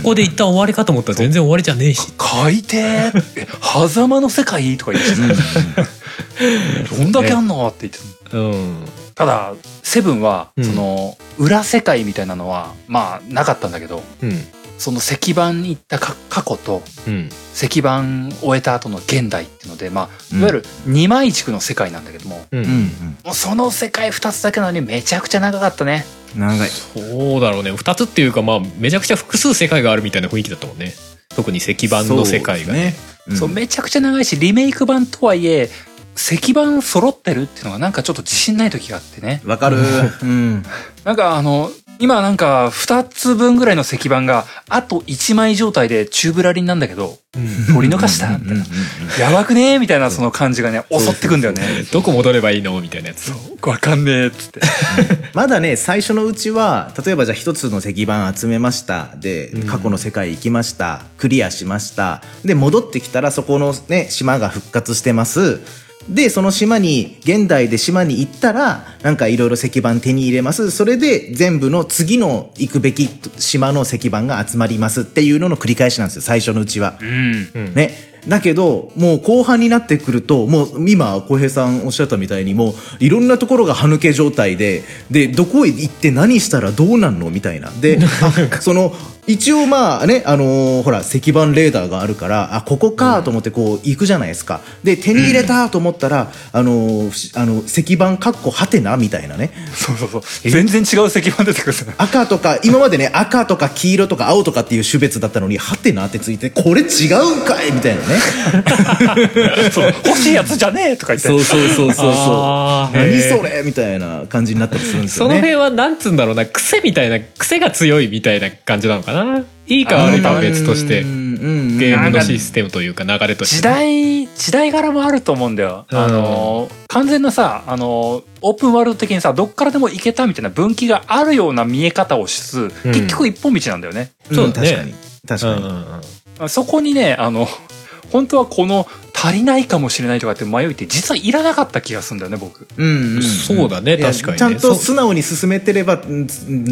S2: こで一旦終わりかと思ったら全然終わりじゃねえし
S1: 書いて え狭間の世界とか言ってたどんだけあんのって言ってた
S2: うん
S1: ただセブンは、
S2: うん
S1: その裏世界みたいなのはまあなかったんだけど
S2: うん
S1: その石板に行ったか過去と
S2: うん
S1: 石板を終えた後の現代っていうので、ま
S3: う
S1: あ、
S3: ん
S1: いわゆる二枚軸の世界なんだけども、
S2: うん、
S3: うん
S1: もうその世界2つだけなのにめちゃくちゃ長かったね
S3: うん長い
S2: そうだろうね2つっていうかまあめちゃくちゃ複数世界があるみたいな雰囲気だったもんね特に石板の世界がね
S3: そうですね
S1: そうめちゃくちゃ長いしリメイク版とはいえ石板揃ってるっていうのがなんかちょっと自信ない時があってね
S3: わかるうん
S1: なんかあの今なんか2つ分ぐらいの石板があと1枚状態でチューブラリンなんだけど取り逃したみたいなやばくねみたいなその感じがね襲ってくんだよね
S2: どこ戻ればいいのみたいなやつ
S1: わかんねえっつって
S3: まだね最初のうちは例えばじゃあ一つの石板集めましたで
S2: うん
S3: 過去の世界行きましたクリアしましたで戻ってきたらそこのね島が復活してますでその島に現代で島に行ったらなんかいろいろ石板手に入れますそれで全部の次の行くべき島の石板が集まりますっていうのの繰り返しなんですよ最初のうちは。
S1: うん
S2: うん
S3: ね。だけど、もう後半になってくると、もう今、浩平さんおっしゃったみたいに、もういろんなところが歯抜け状態で、で、どこへ行って何したらどうなんのみたい な。で、あその、一応まあね、あのーほら、石板レーダーがあるから、あ、ここかと思ってこう行くじゃないですか。で、手に入れたと思ったら、あのーふしあの、石板かっこはてなみたいなね。
S1: そうそうそう全然違う石板出てくる
S3: 赤とか、今までね、赤とか黄色とか青とかっていう種別だったのに、はてなってついて、これ違うんかいみたいなね。
S1: そう欲しいやつじゃねえとか言って
S3: そうそうそうそう
S2: あ
S3: そ
S2: ー
S3: う。何
S2: へー
S3: それみたいな感じになったりするんです
S2: そ
S3: よ
S2: の
S3: ね。
S2: 辺はなんつうんだろうな癖みたいな癖が強いみたいな感じなのかないいか悪いかは別として
S3: うんうん
S2: ゲームのシステムというか流れとし
S1: 時
S2: てね、
S1: 代時代柄もあると思うんだよ、
S2: うん
S1: あの完全なさあのオープンワールド的にさどっからでも行けたみたいな分岐があるような見え方をしつつ、
S2: うん
S1: 結局一本道なんだよね
S3: うん
S2: そうだね
S3: 確かに。確かに。
S2: うんうんうん
S1: そこにねあの本当はこの足りないかもしれないとかって迷いって実はいらなかった気がするんだよね僕
S3: うんん
S2: そうだね
S3: いや
S2: 確かにね
S3: ちゃん
S2: そ
S3: と素直に進めてれば、うん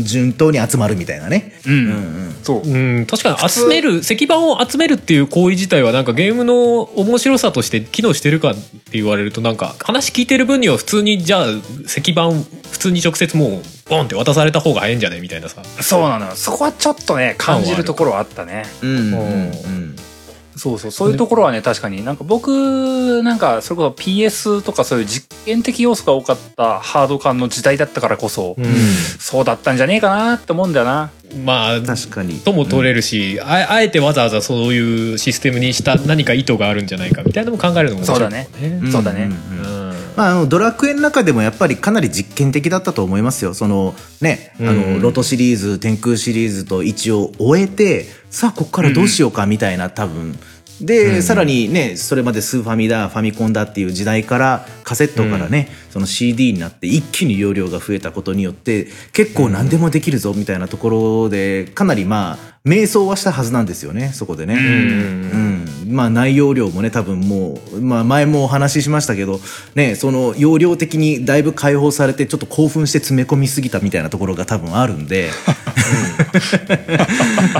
S3: 順当に集まるみたいなね。
S1: うん、
S3: うんうん。
S1: そう
S2: うん、確かに集める石板を集めるっていう行為自体はなんかゲームの面白さとして機能してるかって言われるとなんか話聞いてる分には普通にじゃあ石板普通に直接もうボンって渡された方が早いんじゃねみたいなさ
S1: そうなのよそこはちょっとね感じるところはあったね
S3: うんうん
S1: そうそうそういうところはね確かになんか僕なんかそれこそ PS とかそういう実験的要素が多かったハード感の時代だったからこそ、そうだったんじゃねえかなって思うんだよな
S2: まあ
S3: うん確かに。
S2: とも取れるし、ああえてわざわざそういうシステムにした何か意図があるんじゃないかみたいなのも考えるのも面白いかも
S3: う
S2: ね
S3: ん
S1: そうだね
S3: んん
S2: うん
S3: まあ、あのドラクエの中でもやっぱりかなり実験的だったと思いますよ。そのね、あ
S2: うんうん
S3: の、ロトシリーズ、天空シリーズと一応終えて、さあ、ここからどうしようかみたいな、多分。で、さらにね、それまでスーファミだ、ファミコンだっていう時代から、カセットからね、その CD になって一気に容量が増えたことによって、結構何でもできるぞみたいなところで、かなりまあ、迷走はしたはずなんですよね、そこでね。うん、まあ内容量もね多分もう、まあ、前もお話ししましたけど、ね、その容量的にだいぶ解放されてちょっと興奮して詰め込みすぎたみたいなところが多分ある んで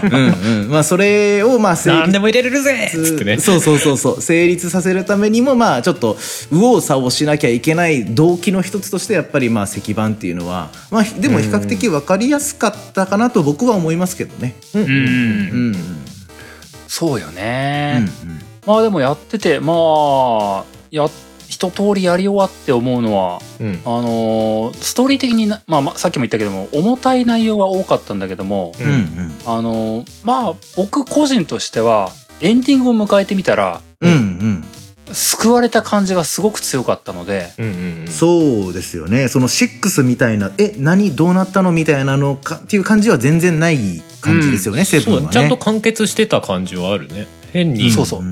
S3: うん、うんまあ、それをまあ成
S2: 何
S3: 立
S2: でも入れれるぜっつってね
S3: そうそうそうそう成立させるためにもまあちょっと右往左往しなきゃいけない動機の一つとしてやっぱりまあ石板っていうのは、まあ、でも比較的分かりやすかったかなと僕は思いますけどね。
S1: うん、
S3: うんうん
S1: そうよ
S3: う
S1: ね、
S3: ん
S1: まあでもやっててまあや一通りやり終わって思うのは
S2: うん
S1: あのーストーリー的にな、まあまあ、さっきも言ったけども重たい内容は多かったんだけども、
S2: う
S3: うんうんん
S1: あのーまあ僕個人としてはエンディングを迎えてみたら
S3: うんうん
S1: 救われた感じがすごく強かったので
S2: うんうん
S3: そうですよねその6みたいなえ何どうなったのみたいなのかっていう感じは全然ない感じですよね、セブン
S2: そ
S3: は
S2: う
S3: ね
S2: ちゃんと完結してた感じはあるね変に
S1: そうそうん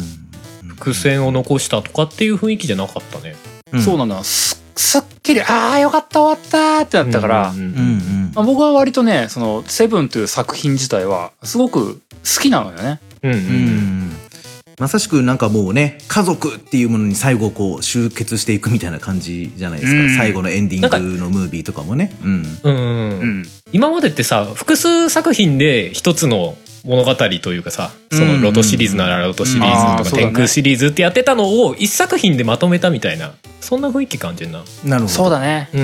S2: 伏線を残したとかっていう雰囲気じゃなかったね
S3: うん
S1: そうなのよすすっきりああよかった終わったーってなったから、
S2: うんうん
S3: うんうん
S1: まあ、僕は割とね「そのセブンという作品自体はすごく好きなのよね。
S2: うんう
S3: うんんまさしくなんかもうね家族っていうものに最後こう集結していくみたいな感じじゃないですか、
S1: うん
S3: 最後のエンディングのムービーとかもねうん
S2: うんうん
S1: うん
S2: 今までってさ複数作品で一つの物語というかさそのロトシリーズならロトシリーズ
S1: うん
S2: と
S1: そ
S2: か
S1: うだね
S2: 天空シリーズってやってたのを一作品でまとめたみたいなそんな雰囲気感じるな、
S3: なるほど
S1: そうだね、
S2: うん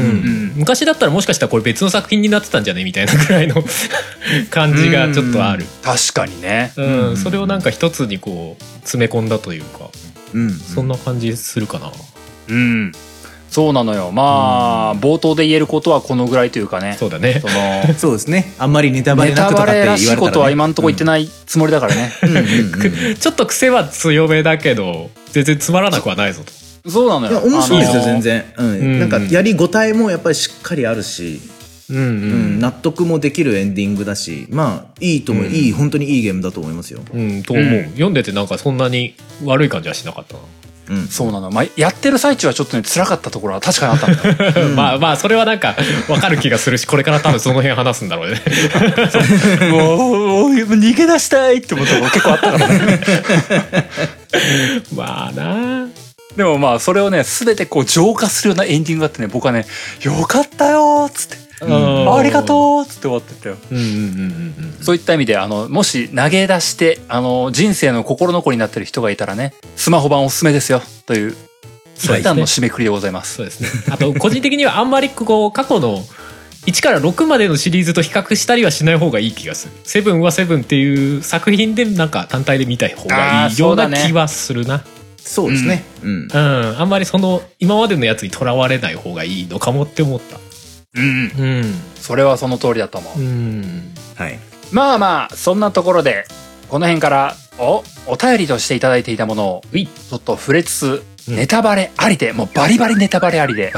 S1: ん
S2: 昔だったらもしかしたらこれ別の作品になってたんじゃねみたいなぐらいの 感じがちょっとある
S1: うん、確かにね
S2: うん
S3: うん
S2: それをなんか一つにこう詰め込んだというか
S3: うん
S2: そんな感じするかな、
S1: うんそうなのよまあ、冒頭で言えることはこのぐらいというかね
S2: そうだね
S1: その
S3: そうですね あんまりネタバレ
S1: ネ
S3: な
S1: タ
S3: くとか
S1: バ
S3: っ
S1: レ
S3: て言わ
S1: ら
S3: れ
S1: したい
S3: ら、ね、
S1: ことは今んとこ言って
S3: い、
S1: ないつもりだからね、
S3: うんうんうん
S2: ちょっと癖は強めだけど全然つまらなくはないぞと
S1: そうなの
S3: いや
S1: よ
S3: 面白いですよ
S1: あの
S3: 全然、うん
S2: ん
S3: なんかやりごたえもやっぱりしっかりあるし、
S2: うんう
S3: うん
S2: ん
S3: 納得もできるエンディングだしまあいいと思う、
S2: うん
S3: いい本当にいいゲームだと思いますよ、
S2: うん、と思う、
S1: うん
S2: 読んでてなんかそんなに悪い感じはしなかった
S3: うん、
S1: そうなの、まあ、やってる最中はちょっとね辛かったところは確かにあったんだよ
S2: な、 まあまあそれはなんか分かる気がするしこれから多分その辺話すんだろうね
S1: もうもう逃げ出したいって思ったこと結構あったからね
S2: まあな
S1: でもまあそれをね全てこう浄化するようなエンディングがあってね僕はね「よかったよ」っつって「
S2: あ
S1: ありがとう」っつって終わってったよ
S2: ううんうんうんうん
S1: そういった意味で、あの、もし投げ出して、あの、人生の心残りになってる人がいたらね、スマホ版おすすめですよ、という、
S2: そうですね
S1: 一旦の締めくくりでございます。
S2: そうですねあと個人的にはあんまりこう過去の1から6までのシリーズと比較したりはしない方がいい気がする「セブンは「セブンっていう作品でなんか単体で見た方が
S1: あー
S2: いいよ
S1: そう
S2: う
S1: だ
S2: な
S1: ね
S2: 気はするな
S3: そうですね、うん
S2: う,、んあんまりその今までのやつにとらわれない方がいいのかもって思った
S1: うん。
S2: うん
S1: それはその通りだと思う。
S2: うん
S3: はい
S1: まあまあ、そんなところで、この辺から、お、お便りとしていただいていたものを、
S2: うい
S1: ちょっと触れつつ、
S2: うん
S1: ネタバレありで、もうバリバリネタバレありで、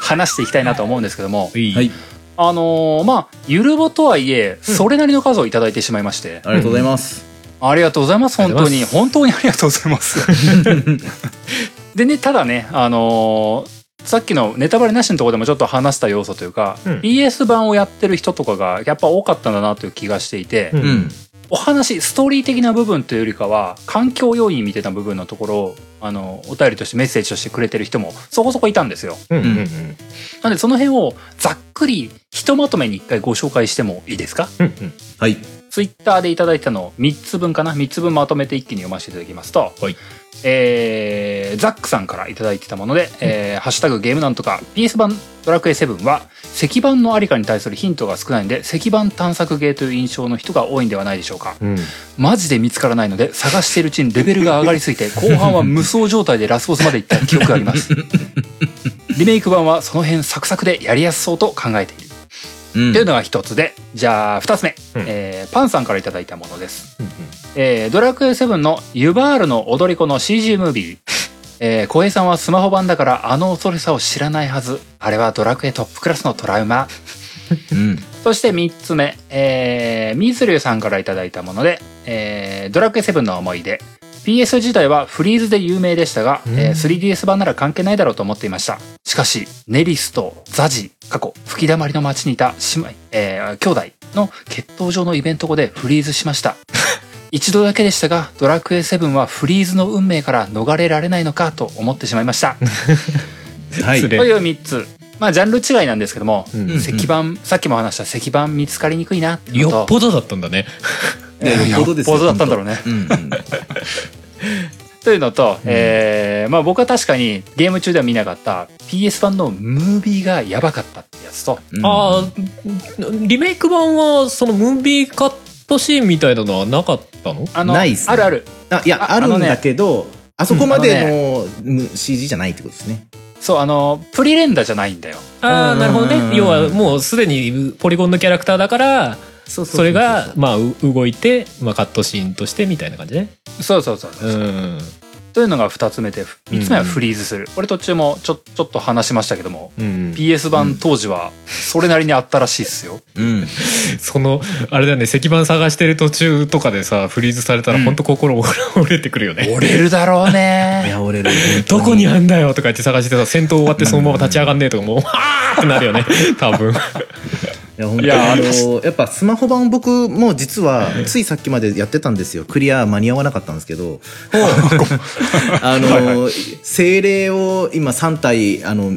S1: 話していきたいなと思うんですけども、
S2: い
S3: はい
S1: あのーまあ、ゆるぼとはいえ、それなりの数をいただいてしまいまして、
S3: ありがとうございます、
S1: ありがとうございます
S2: あり
S1: 本当
S2: がとうござい
S1: に
S2: ます
S1: 本当にありがとうございます でねただねあのーさっきのネタバレなしのところでもちょっと話した要素というか、
S2: うん
S1: BS 版をやってる人とかがやっぱ多かったんだなという気がしていて、
S2: うん
S3: うん
S1: お話ストーリー的な部分というよりかは環境要因みたいな部分のところをあのお便りとしてメッセージとしてくれてる人もそこそこいたんですよ
S2: うんうんうん
S1: なんでその辺をざっくりひとまとめに一回ご紹介してもいいですか
S2: うんうん
S3: はい
S1: ツイッターでいただいたのを3つ分かな3つ分まとめて一気に読ませていただきますと、
S2: はい
S1: えーザックさんからいただいてたもので「えーハッシュタグゲームなんとか PS 版ドラクエ7」は石板のありかに対するヒントが少ないんで石板探索ゲーという印象の人が多いんではないでしょうか
S2: うん
S1: マジで見つからないので探しているうちにレベルが上がりすぎて後半は無双状態でラスボスまで行った記憶がありますリメイク版はその辺サクサクでやりやすそうと考えている
S3: うん
S1: というのが一つで、じゃあ二つ目、
S2: うん
S1: えーパンさんからいただいたものです。
S2: うん
S1: えードラクエ7のユバールの踊り子の CG ムービー。えー、小平さんはスマホ版だからあの恐ろしさを知らないはず。あれはドラクエトップクラスのトラウマ。
S3: うん
S1: そして三つ目、えー、ミズリュウさんからいただいたもので、えードラクエ7の思い出。PS 時代はフリーズで有名でしたが、
S2: うん
S1: えー 3DS 版なら関係ないだろうと思っていました。しかし、ネリスとザジ、過去、吹き溜まりの街にいた姉妹、えー兄弟の決闘場のイベント後でフリーズしま した。一度だけでしたが、ドラクエ7はフリーズの運命から逃れられないのかと思ってしまいました。
S3: はい
S2: 失礼
S1: という3つ。まあ、ジャンル違いなんですけども、
S2: うん
S3: うん
S1: 石板、さっきも話した石板見つかりにくいなってのと
S2: よっぽどだったんだね
S3: いやよっぽどですよ
S1: よっぽどだったんだろうね
S3: うんうん
S1: というのと、えーまあ、僕は確かにゲーム中では見なかった PS 版のムービーがやばかったってやつと
S3: うん
S2: ああリメイク版はそのムービーカットシーンみたいなのはなかったの
S1: あの
S3: ないっすね
S1: あるある
S3: あいや
S1: あ
S3: ある
S1: あの
S3: ん
S1: ね
S3: だけどあ,、あそこまでのうん CG じゃないってことですね。
S1: そうあのプリレンダじゃないんだよ
S2: ああなるほど
S3: うんうんうん
S2: ね要はもうすでにポリゴンのキャラクターだから
S3: そう
S2: それがまあう動いて、まあ、カットシーンとしてみたいな感じね
S1: そうそうそうそううんというのが2つ目で3つ目はフリーズする、これ途中もちょちょっと話しましたけども
S2: うん
S1: PS 版当時はそれなりにあったらしいっすよ、
S3: うん。
S2: そのあれだよね石板探してる途中とかでさフリーズされたら本当心折れてくるよね、
S1: 折れるだろう
S3: い
S1: ね
S3: や、俺ら本当
S2: ど
S3: に
S2: こにあんだよとか言って探してさ戦闘終わってそのまま立ち上がんねえとかもうわーってなるよね多分
S3: いや本当
S1: い
S3: に
S1: や
S3: あのやっぱスマホ版僕も実はついさっきまでやってたんですよクリア間に合わなかったんですけど あの精霊を今3体あの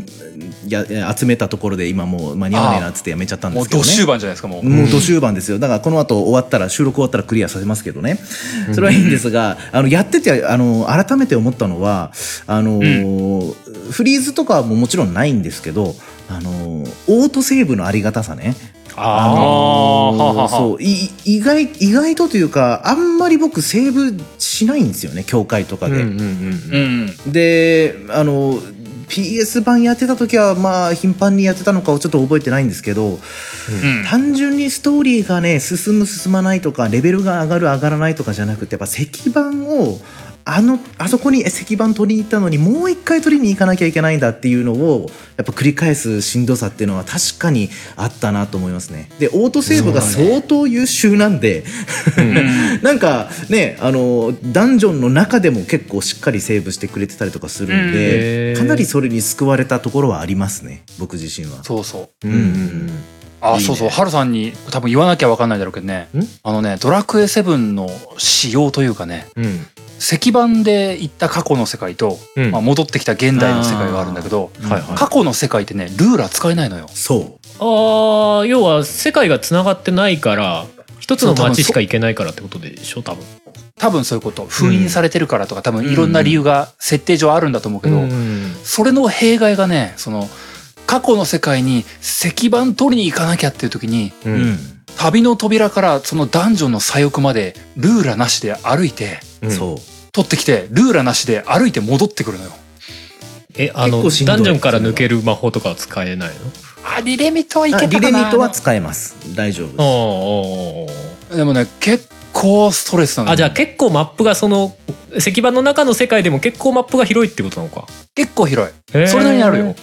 S3: や集めたところで今もう間に合わねえなっつってやめちゃったんで
S1: もう
S3: すけど
S1: ド
S3: ね
S1: 終盤じゃないですかもう、
S3: もう土終盤ですよ。だからこの後終わったら、収録終わったらクリアさせますけどね。それはいいんですが、あの、やってて、あの、改めて思ったのは、あのー、フリーズとかももちろんないんですけど、あのー、オートセーブのありがたさね。
S1: あー
S3: のー
S1: はあはあ
S3: そうい意外、意外とというか、あんまり僕セーブしないんですよね、教会とかで。
S1: うんうん
S3: であの PS 版やってた時はまあ頻繁にやってたのかをちょっと覚えてないんですけど、単純にストーリーがね進む進まないとかレベルが上がる上がらないとかじゃなくてやっぱ石版をあのあそこに石板取りに行ったのにもう一回取りに行かなきゃいけないんだっていうのをやっぱ繰り返すしんどさっていうのは確かにあったなと思いますねでオートセーブが相当優秀なんで、 なんかねあのダンジョンの中でも結構しっかりセーブしてくれてたりとかするんで、
S2: うん
S3: かなりそれに救われたところはありますね僕自身は。
S1: そうそう
S2: うんうん
S1: あ
S3: いいね
S1: そうそうハルさんに多分言わなきゃ分かんないだろうけどね
S2: ん
S1: あのね「ドラクエ7」の仕様というかね
S2: うんうん
S1: 石版で行った過去の世界と、
S2: うん
S1: まあ、戻ってきた現代の世界があるんだけど
S2: はいはい
S1: 過去の世界ってねルーラー使えないのよ
S3: そう
S2: ああ要は世界がつながってないから一つの街しか行けないからってことでしょ多分
S1: 多分そういうこと封印されてるからとか多分いろんな理由が設定上あるんだと思うけど、それの弊害がねその過去の世界に石版取りに行かなきゃっていう時に
S2: う
S3: うんん、
S1: 旅の扉からそのダンジョンの左翼までルーラーなしで歩いて
S2: うん
S3: そう
S1: 取ってきてルーラーなしで歩いて戻ってくるのよ。
S2: えあの
S3: 結構しんど
S2: ダ
S3: い
S2: ンジョンから抜ける魔法とかは使えないの
S1: あリレミットはいけ
S3: あ
S1: たかな
S3: リレミットは使えます大丈夫
S2: あ
S3: で
S2: あ
S1: でもね結構ストレスなのよ
S2: あじゃあ結構マップがその石板の中の世界でも結構マップが広いってことなのか
S1: 結構広い
S2: へー
S1: それなりにあるよ
S2: へ
S3: う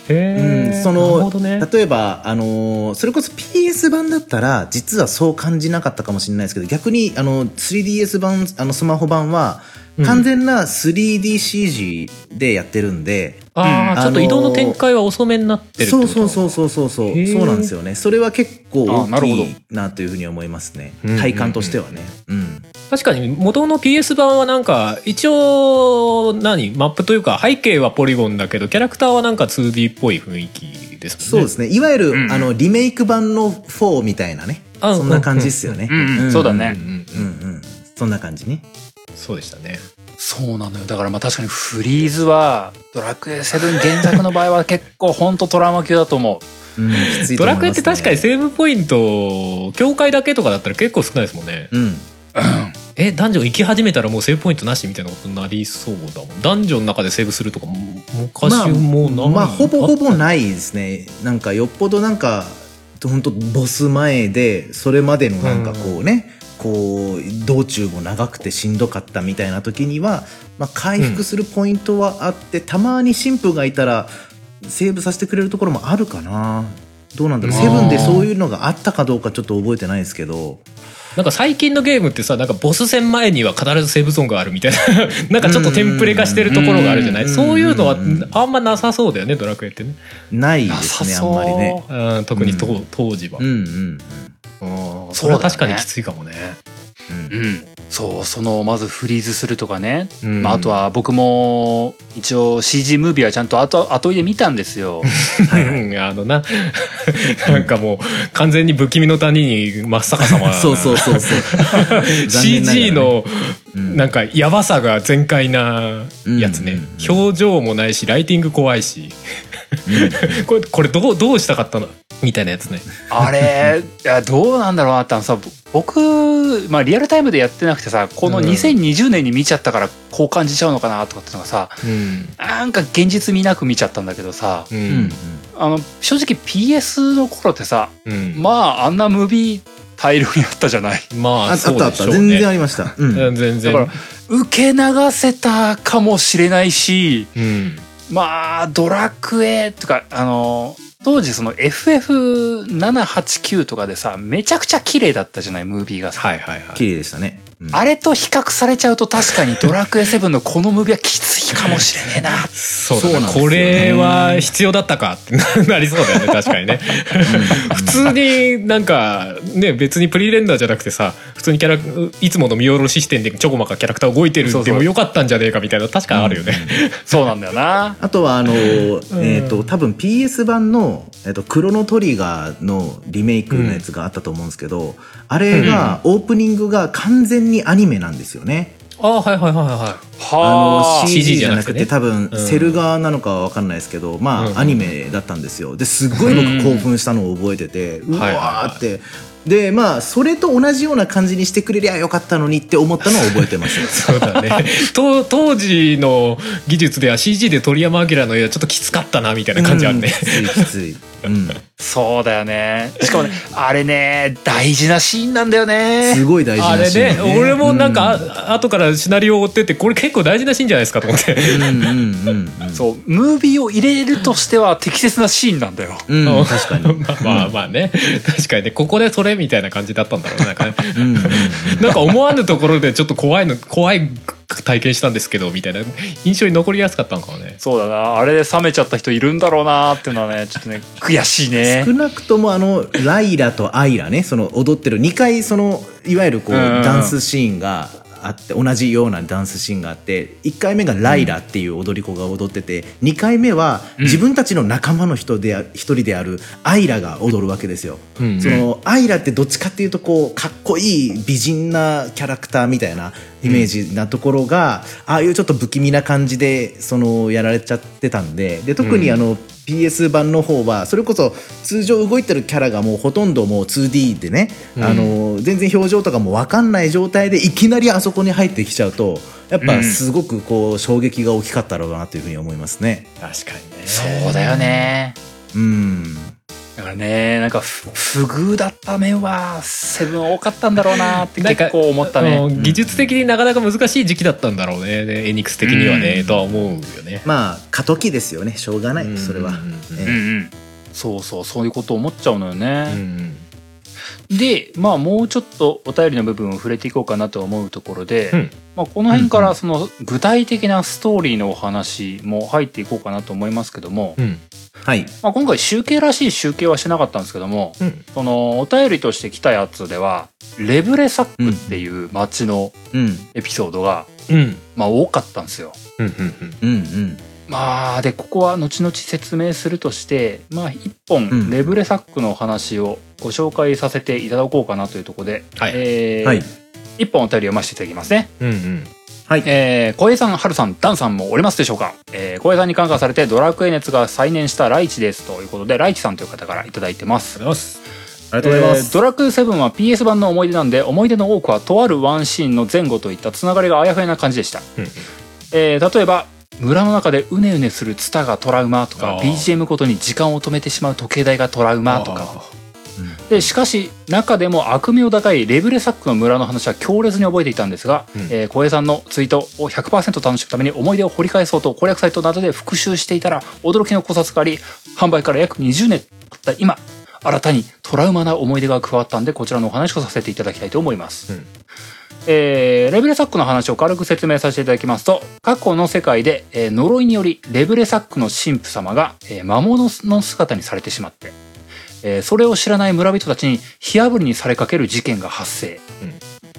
S2: ー
S3: んその
S2: なるほどね
S3: す例えば、あのーそれこそ PS 版だったら実はそう感じなかったかもしれないですけど逆にあの 3DS 版あのスマホ版は
S2: うん
S3: 完全な 3DCG でやってるんで、
S2: あ
S1: うん
S2: あちょっと移動の展開は遅めになってるってこ
S3: そう
S2: と
S3: そうそうそうそうそ
S2: へ
S3: う
S2: ー
S3: そうなんですよねそれは結構
S1: あな
S3: 大
S1: るほど
S3: きいなというふうに思いますね
S2: うんうんうん
S3: 体感としてはねうん
S2: 確かに元の PS 版はなんか一応何マップというか背景はポリゴンだけどキャラクターはなんか 2D っぽい雰囲気ですもんね
S3: そうですねいわゆる、
S1: うん
S3: あのリメイク版の4みたいなね
S2: あ
S3: そんな感じですよね
S1: うんうんそうだね
S2: うんうん
S3: うんうんそんな感じね
S2: そうでしたね
S1: そうなのよだからまあ確かにフリーズは「ドラクエ7」原作の場合は結構ほんとトラウマ級だと思
S3: うんきついと
S2: ドラ
S3: 思いますね
S2: クエって確かにセーブポイント境界だけとかだったら結構少ないですもんね
S3: うん
S2: えダンジョン行き始めたらもうセーブポイントなしみたいなことになりそうだもんダンジョンの中でセーブするとかも昔もない、
S3: まあほぼほぼないですねなんかよっぽどなんか本当ボス前でそれまでのなんかこうね、こう道中も長くてしんどかったみたいな時には、まあ、回復するポイントはあって、たまに神父がいたらセーブさせてくれるところもあるかなどうなんだろう
S2: あ
S3: セ
S2: ー
S3: ブンでそういうのがあったかどうかちょっと覚えてないですけど
S2: なんか最近のゲームってさなんかボス戦前には必ずセーブゾーンがあるみたいな なんかちょっとテンプレ化してるところがあるじゃな
S3: う
S2: い
S3: ん
S2: そういうのは
S3: うん
S2: あんまなさそうだよねドラクエってね、
S3: ないですね
S1: なさ
S3: あ
S1: そうん
S3: まりね。
S2: うん、特にと、
S3: う
S2: 当時は
S3: うん、うんうん
S2: うん
S1: そ
S2: そうれ
S1: だね
S2: は確かにきついかもね
S3: うん
S1: う、うん、そうそのまずフリーズするとかね、
S2: うん
S1: まあ、あとは僕も一応 CG ムービーはちゃんと後後追いで見たんです よ
S2: うんあのな なんかもう完全に不気味の谷に真っ逆さま
S3: そうそうそうそう 残念ながらね
S2: CG の
S3: うん
S2: なんかやばさが全開なやつね、
S3: うんうんうん
S2: 表情もないしライティング怖いしこれこれどうどうしたかったのみたいなやつね
S1: あれいやどうなんだろうなってあのさ僕、まあ、リアルタイムでやってなくてさこの
S2: うん
S1: 2020年に見ちゃったからこう感じちゃうのかなとかっていうのがさ
S2: うん
S1: なんか現実見なく見ちゃったんだけどさ
S2: う
S3: うん
S2: ん
S1: あの正直 PS の頃ってさ
S2: うん
S1: まああんなムービー大量にあったじゃない
S2: ま
S3: あ
S2: あ
S3: あった
S2: そう
S3: あっ
S2: でしたょう
S3: 全然あ
S2: ね
S3: りました、うん
S2: うん全
S1: だから
S2: 然
S1: 受け流せたかもしれないし
S2: うん
S1: まあドラクエとかあの当時その FF789 とかでさめちゃくちゃ綺麗だったじゃないムービーがさ
S2: はいはいはい
S3: 綺麗でしたね、うん
S1: あれと比較されちゃうと確かにドラクエ7のこのムービーはきついかもしれねえな。
S2: そう
S3: そうな
S2: だね
S3: んですよね
S2: これは必要だったかって なりそうだよね確かにね普通になんかね別にプリレンダーじゃなくてさ普通にキャラいつもの見下ろし視点でちょこまかキャラクター動いてる
S1: そう
S2: で
S1: そう
S2: もよかったんじゃねえかみたいな確かあるよね、
S1: そうなんだよな。
S3: あとはあの、えっ、と、多分 PS 版の、えっ、と、クロノトリガーのリメイクのやつがあったと思うんですけど、あれが、オープニングが完全にアニメなんですよね。
S2: ああはいはいはいは
S3: あの、
S2: ー
S3: CG じゃな
S2: CG
S3: くて、多分、
S2: うん
S3: セル側なのかはわかんないですけど、まあ、
S2: うん
S3: アニメだったんですよ。で、すっごい僕興奮したのを覚えてて、う
S2: はいはい
S3: わ
S2: はい
S3: ーって。で、まあ、それと同じような感じにしてくれりゃよかったのにって思ったのは覚えてます。
S2: そうだねと当時の技術では CG で鳥山明の絵はちょっときつかったなみたいな 感じあるね、
S3: うんきつい、きつい。うん。
S1: そうだよね。しかもね、あれね、大事なシーンなんだよね
S3: す。ごい大事
S2: あ
S3: な
S2: れ
S3: シーン
S2: ね、俺もなんか、あ後からシナリオを追っててこれ結構大事なシーンじゃないですかと思って
S3: うんうんうんうんうん。
S1: そう、ムービーを入れるとしては適切なシーンなんだよ。
S3: うん、確かに。
S2: まあ まあまあね確かにねここでそれみたいな感じだったんだろうねなんかね
S3: うんうん
S2: なんか思わぬところでちょっと怖いの怖い体験したんですけどみたいな印象に残りやすかったのかもね
S1: そうだな。あれで冷めちゃった人いるんだろうなっていうのはね、ちょっとね、悔しいね
S3: 少。なくともあのライラとアイラねその踊ってる2回そのいわゆるこう
S1: うんうん
S3: ダンスシーンがあって同じようなダンスシーンがあって1回目がライラっていう踊り子が踊ってて2回目は自分たちの仲間の人であ一人であるアイラが踊るわけですよ。
S2: うん
S3: そのアイラってどっちかっていうとこうかっこいい美人なキャラクターみたいなイメージなところが、ああいうちょっと不気味な感じでそのやられちゃってたんでで特にあの、PS 版の方はそれこそ通常動いてるキャラがもうほとんどもう 2D でね、あの全然表情とかも分かんない状態でいきなりあそこに入ってきちゃうとやっぱすごくこう衝撃が大きかったろうなというふうに思いますね。
S2: 確かにね
S1: そうだよね。
S3: うん
S1: だからね、なんかふ、不遇だった面は、セブン多かったんだろうなって結構思った
S2: あの
S1: ね。
S2: 技術的になかなか難しい時期だったんだろうねねエニックス的にはね、
S1: うん
S2: とは思うよね
S3: まあ過渡期ですよねしょうがないそれは。
S2: うん
S1: うんうん。そうそう、そういうこと思っちゃうのよね。
S2: うん
S1: で、まあ、もうちょっとお便りの部分を触れていこうかなと思うところで、
S2: うん
S1: まあ、この辺からその具体的なストーリーのお話も入っていこうかなと思いますけども、
S2: うん
S3: はい
S1: まあ、今回集計らしい集計はしなかったんですけども
S2: うん
S1: そのお便りとして来たやつではレブレサックっていう街の
S3: うん
S1: エピソードが、
S2: うん
S1: まあ、多かったんですよ。
S2: うんうん
S3: うんうん
S1: まあでここは後々説明するとしてまあ一
S3: うん
S1: 本レブレサックのお話をご紹介させていただこうかなというところで、
S2: はい
S1: えー
S3: はい
S1: 一本お便り読ませていただきますね。
S2: うんうん
S3: はい
S1: えー、小江さん、春さん、ダンさんもおりますでしょうか、えー、小江さんに感化されてドラクエ熱が再燃したライチですということで、ライチさんという方からいただいてます。
S2: ありがとうございます
S3: ありがとうございま
S1: えー
S3: す。
S1: ドラクエ7は PS 版の思い出なんで思い出の多くはとあるワンシーンの前後といったつながりがあやふやな感じでした、
S2: うん
S1: えー例えば村の中でうねうねするツタがトラウマとか
S2: あー
S1: BGM ごとに時間を止めてしまう時計台がトラウマとか
S2: あ
S1: でしかし中でも悪名高いレブレサックの村の話は強烈に覚えていたんですが、
S2: うん
S1: えー小江さんのツイートを100%楽しむために思い出を掘り返そうと攻略サイトなどで復習していたら驚きの考察があり販売から約20年経った今新たにトラウマな思い出が加わったんでこちらのお話をさせていただきたいと思います。
S2: うん
S1: えーレブレサックの話を軽く説明させていただきますと過去の世界で、えー呪いによりレブレサックの神父様が、えー魔物の姿にされてしまって、えーそれを知らない村人たちに火あぶりにされかける事件が発生、
S2: うん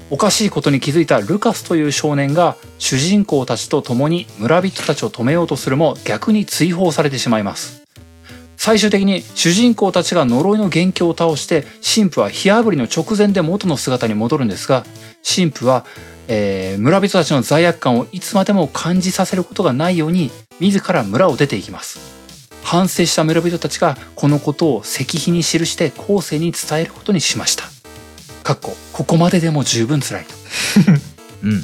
S1: おかしいことに気づいたルカスという少年が主人公たちと共に村人たちを止めようとするも逆に追放されてしまいます最終的に主人公たちが呪いの元凶を倒して神父は火あぶりの直前で元の姿に戻るんですが神父は、えー村人たちの罪悪感をいつまでも感じさせることがないように自ら村を出ていきます完成したメロビトたちがこのことを石碑に記して後世に伝えることにしました。かっこここまででも十分辛いと。
S3: うん。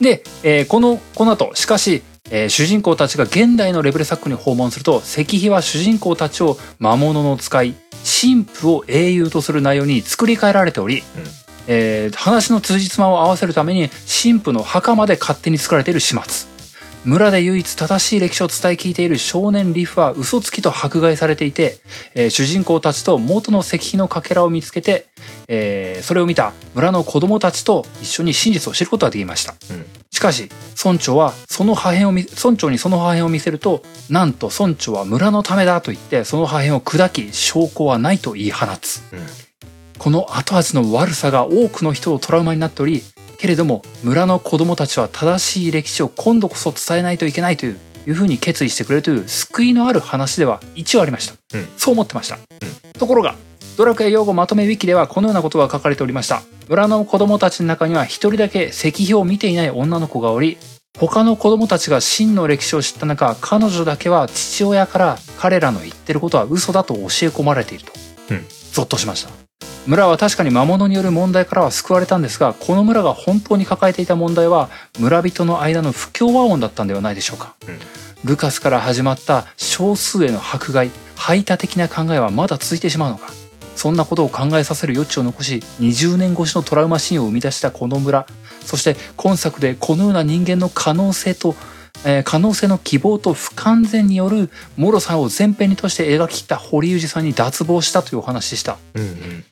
S1: で、えーこのこの後しかし、えー主人公たちが現代のレベルサックに訪問すると石碑は主人公たちを魔物の使い神父を英雄とする内容に作り変えられており、
S2: うん
S1: えー話の通じつまを合わせるために神父の墓まで勝手に作られている始末村で唯一正しい歴史を伝え聞いている少年リフは嘘つきと迫害されていて、えー主人公たちと元の石碑のかけらを見つけて、えーそれを見た村の子供たちと一緒に真実を知ることができました、
S2: うん
S1: しかし村長はその破片を見村長にその破片を見せるとなんと村長は村のためだと言ってその破片を砕き証拠はないと言い放つ、
S2: うん
S1: この後味の悪さが多くの人をトラウマになっておりけれども村の子供たちは正しい歴史を今度こそ伝えないといけないといういうふうに決意してくれるという救いのある話では一応ありました、
S2: うん
S1: そう思ってました、ところがドラクエ用語まとめウィキではこのようなことが書かれておりました村の子供たちの中には一人だけ石碑を見ていない女の子がおり他の子供たちが真の歴史を知った中彼女だけは父親から彼らの言ってることは嘘だと教え込まれていると、
S2: うん
S1: ゾッとしました村は確かに魔物による問題からは救われたんですがこの村が本当に抱えていた問題は村人の間の不協和音だったんではないでしょうか、
S2: うん
S1: ルカスから始まった少数への迫害排他的な考えはまだ続いてしまうのかそんなことを考えさせる余地を残し20年越しのトラウマシーンを生み出したこの村そして今作でこのような人間の可能性と、えー可能性の希望と不完全による脆さを前編にとして描き切った堀裕二さんに脱帽したというお話でした
S2: うんうん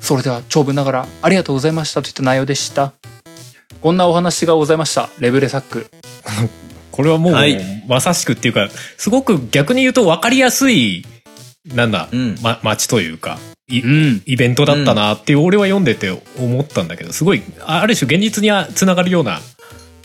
S1: それでは長文ながらありがとうございましたといった内容でしたこんなお話がございましたレブレサック
S2: これはもう、
S4: はい
S2: まさしくっていうか、すごく逆に言うと分かりやすい、なんだ、
S3: うん
S2: ま、街というか、い
S1: うん
S2: イベントだったなって、俺は読んでて思ったんだけど、すごい、あある種現実にはつながるような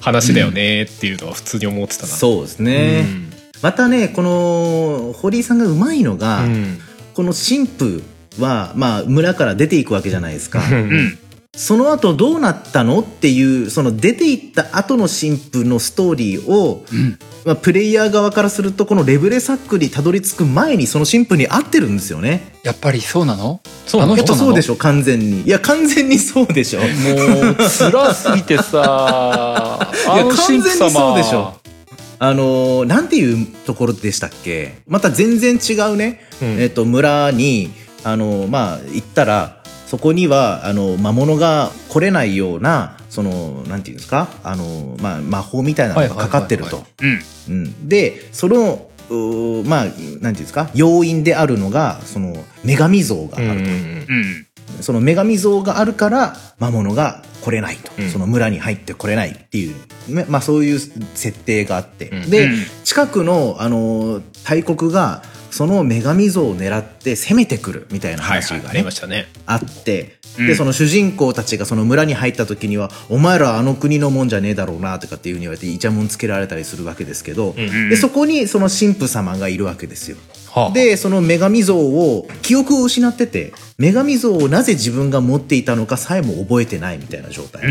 S2: 話だよねっていうのは普通に思ってたな。
S3: そうです
S2: う
S3: ね。
S2: ん。
S3: またね、この、堀井さんがうまいのが、
S2: うん。
S3: この神父は、まあ、村から出ていくわけじゃないですか。
S2: うん
S1: うん
S3: その後どうなったのっていう、その出ていった後の神父のストーリーを、
S1: うん
S3: まあ、プレイヤー側からすると、このレブレサックにたどり着く前にその神父に合ってるんですよね。
S1: やっぱりそうなの
S2: そうな
S1: あの
S2: の
S3: や
S1: 人
S3: っぱ
S1: なの
S3: そうでしょ、完全に。いや、完全にそうでしょ。
S1: もう辛すぎて さあ
S3: いや
S1: の神父
S3: 完全
S1: 様
S3: にそうでしょあのーなんていうところでしたっけまた全然違うね、
S2: うん
S3: えっと村に、あのーまあ、行ったらそこにはあの魔物が来れないようなそのなんていうんですか、あのーまあ、魔法みたいなのがかかってる
S2: はい
S3: と。
S1: うん
S3: うんでそのうーまあなんていうんですか要因であるのがその女神像があ
S2: う
S3: る
S2: ん
S3: と。
S2: うん
S1: うん
S3: その女神像があるから魔物が来れないと、
S2: うん
S3: その村に入って来れないっていう、ねまあ、そういう設定があって、
S2: うん
S3: で、
S1: うん
S3: 近くの、あのー大国がその女神像を狙って攻めてくるみたいな
S2: はい
S3: 話
S2: はい、
S3: が
S2: あ
S3: ね、
S2: りましたね。
S3: あって、
S1: う
S3: で
S1: ん
S3: その主人公たちがその村に入った時には「お前らあの国のもんじゃねえだろうな」とかっていうふうに言われてイチャモンつけられたりするわけですけど、
S2: うん
S1: うん
S3: でそこにその神父様がいるわけですよ。
S2: はあ、
S3: で、その女神像を、記憶を失ってて、女神像をなぜ自分が持っていたのかさえも覚えてないみたいな状態。
S2: うー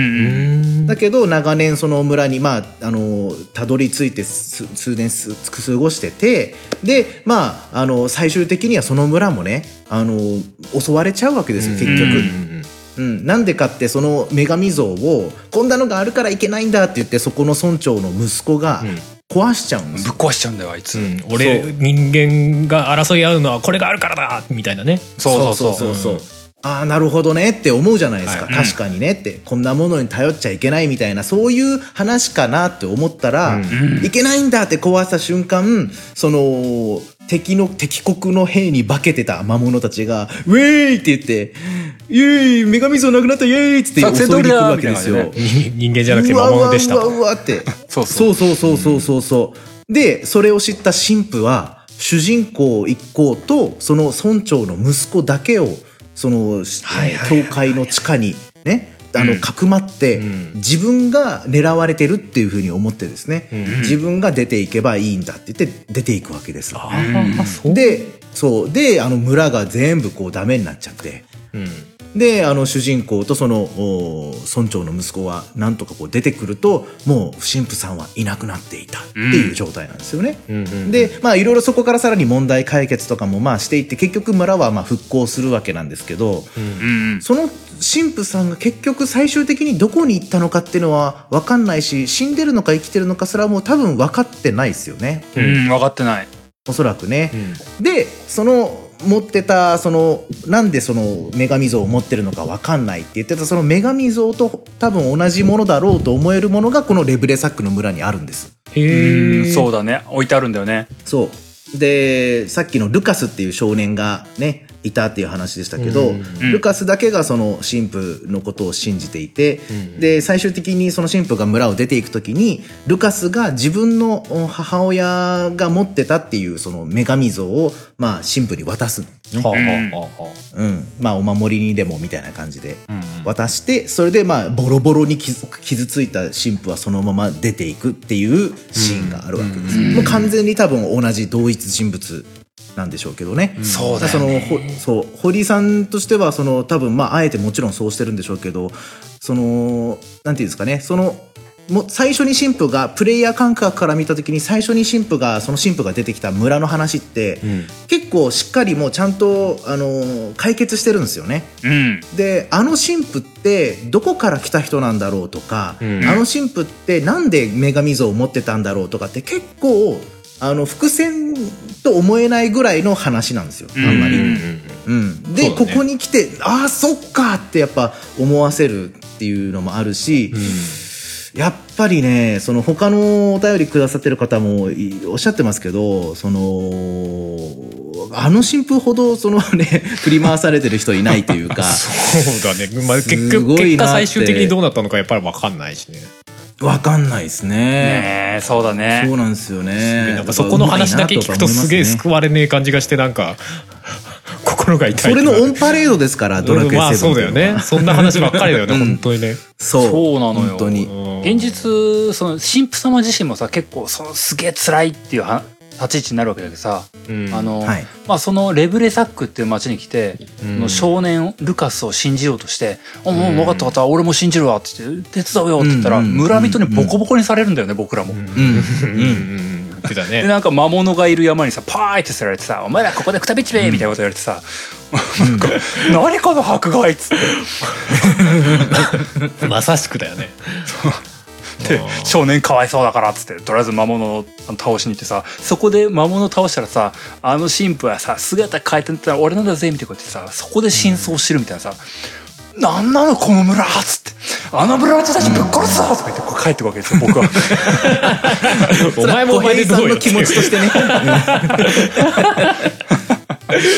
S2: ん
S3: だけど、長年その村に、まあ、あの、たどり着いて数、数年す過ごしてて、で、まあ、あの、最終的にはその村もね、あの、襲われちゃうわけですよ、結
S2: うん
S3: 局。
S2: うん
S3: うん、なんでかってその女神像をこんなのがあるからいけないんだって言ってそこの村長の息子が
S2: うん
S3: 壊しちゃうんです
S1: ぶっ
S3: よ、
S1: 壊しちゃうんだよあいつ、
S2: うん俺
S3: そう
S2: 人間が争い合うのはこれがあるからだみたいなね
S1: そうそうそう
S3: そうそうそうああなるほどねって思うじゃないですか、
S2: は
S3: 確かにねってこんなものに頼っちゃいけないみたいなそういう話かなって思ったら、
S2: うん
S3: いけないんだって壊した瞬間その敵の敵国の兵に化けてた魔物たちが「ウェーイ!」って言って「イェーイ女神像なくなったイェーイ!」っつって襲いに来るわけですよ。
S1: 作戦通りだみたいな感じ
S2: 人人間じゃなくて魔物でした
S3: うわうわうわうわって。
S1: そう
S3: そうそうそうそうそうそう。で、それを知った神父は、主人公一行と、その村長の息子だけを、その、
S1: はいはいはい
S3: 教会の地下に、ね、あ
S1: う
S3: の、
S1: ん
S3: かくまって、
S2: うん
S3: 自分が狙われてるっていうふうに思ってですね、
S2: うん
S3: 自分が出ていけばいいんだって言って、出ていくわけです。
S2: あーそう
S3: で、そう。で、あの、村が全部こうダメになっちゃって、
S2: うん
S3: であの主人公とそのお村長の息子はなんとかこう出てくるともう神父さんはいなくなっていたっていう状態なんですよね。
S2: うんうん
S3: でまあいろいろそこからさらに問題解決とかもまあしていって結局村はまあ復興するわけなんですけど、
S1: うん
S3: その神父さんが結局最終的にどこに行ったのかっていうのは分かんないし死んでるのか生きてるのかすらもう多分分かってないですよね
S1: うん、うん、分かってない
S3: おそらくね
S2: う。ん
S3: でその持ってたそのなんでその女神像を持ってるのか分かんないって言ってたその女神像と多分同じものだろうと思えるものがこのレブレサックの村にあるんです。
S2: へ
S1: うん
S2: え
S1: そうだね置いてあるんだよね
S3: そう。で、さっきのルカスっていう少年がね、いたっていう話でしたけど、
S2: う
S1: う
S2: ん
S1: ん
S3: ルカスだけがその神父のことを信じていて、
S2: うん
S3: で、最終的にその神父が村を出ていくときに、ルカスが自分のお母親が持ってたっていうその女神像を、まあ神父に渡すのね、
S2: はあはあはあは
S3: うん。まあお守りにでもみたいな感じで。
S2: あうん
S3: 渡して、それでまあボロボロに傷傷ついた神父はそのまま出ていくっていうシーンがあるわけです。
S1: うん
S3: もう完全に多分同じ同一人物なんでしょうけどね。
S1: そうだ
S3: そ
S1: よ
S3: の
S1: ね
S3: ほそう堀井さんとしてはその多分まああえてもちろんそうしてるんでしょうけどそのなんていうんですかねそのもう最初に神父がプレイヤー感覚から見た時に最初に神父がその神父が出てきた村の話って、
S2: うん
S3: 結構しっかりもうちゃんとあの解決してるんですよね。
S1: うん
S3: であの神父ってどこから来た人なんだろうとか、
S2: うん
S3: あの神父ってなんで女神像を持ってたんだろうとかって結構あの伏線と思えないぐらいの話なんですよあんまり。
S1: う
S2: うんん
S3: うん、で、
S2: そうだ
S3: こ
S2: ね
S3: こに来てああそっかってやっぱ思わせるっていうのもあるし、やっぱりねその他のお便りくださってる方もいおっしゃってますけどそのあの新婦ほどそのね 振り回されてる人いないというか
S2: そうだね、まあ、結
S3: す
S2: 局
S3: ごいなって
S2: 結果最終的にどうなったのかやっぱり分かんないしね
S3: わかんないですね
S1: ねえそうだね
S3: そうなんですよね
S2: なんかそこの話だけ聞くとすげえ救われねえ感じがしてなんか心が痛い
S3: そ
S2: って
S3: れ
S2: いうか
S3: のオンパレードですからドラク
S2: うん
S3: エ7
S2: まあそうだよねそんな話ばっかりだよね、
S3: うん
S2: 本当にね
S3: そう
S1: そうなのよ
S3: 本当に
S2: うん
S1: 現実その神父様自身もさ結構そのすげえ辛いっていうは立ち位置になるわけだけどさ、
S2: うん
S1: あの、
S3: はい
S1: まあ、そのレブレサックっていう町に来て、
S2: うん
S1: その少年ルカスを信じようとして「うんうん
S2: う
S1: 分
S2: ん
S1: かった分かった俺も信じるわ」って言って「手伝うよ」って言ったら、
S3: うんうんうん
S1: 村人にボコボコにされるんだよね、僕らも。
S3: うん
S2: うんうんうん言ってた
S1: で
S2: ね
S1: なんか魔物がいる山にさパーイって捨てられてさ「お前らここでくたびちべ」みたいなこと言われてさ「 なんか何この迫害」っつっ
S2: まさしくだよね
S1: て「少年かわいそうだから」っつってとりあえず魔物を倒しに行ってさそこで魔物を倒したらさあの神父はさ姿変えてったら俺なんだぜみたいなこと言ってさそこで真相を知るみたいなさ「なんなのこの村」っつって「あの村人たちぶっ殺すぞ」とか言ってこう帰ってくわけですよ 僕は。
S2: お前もお
S3: 小
S2: 前で
S3: 林
S2: ど
S3: さん
S2: うよ
S3: の
S2: って
S3: 気
S2: いう
S3: 持ち としてね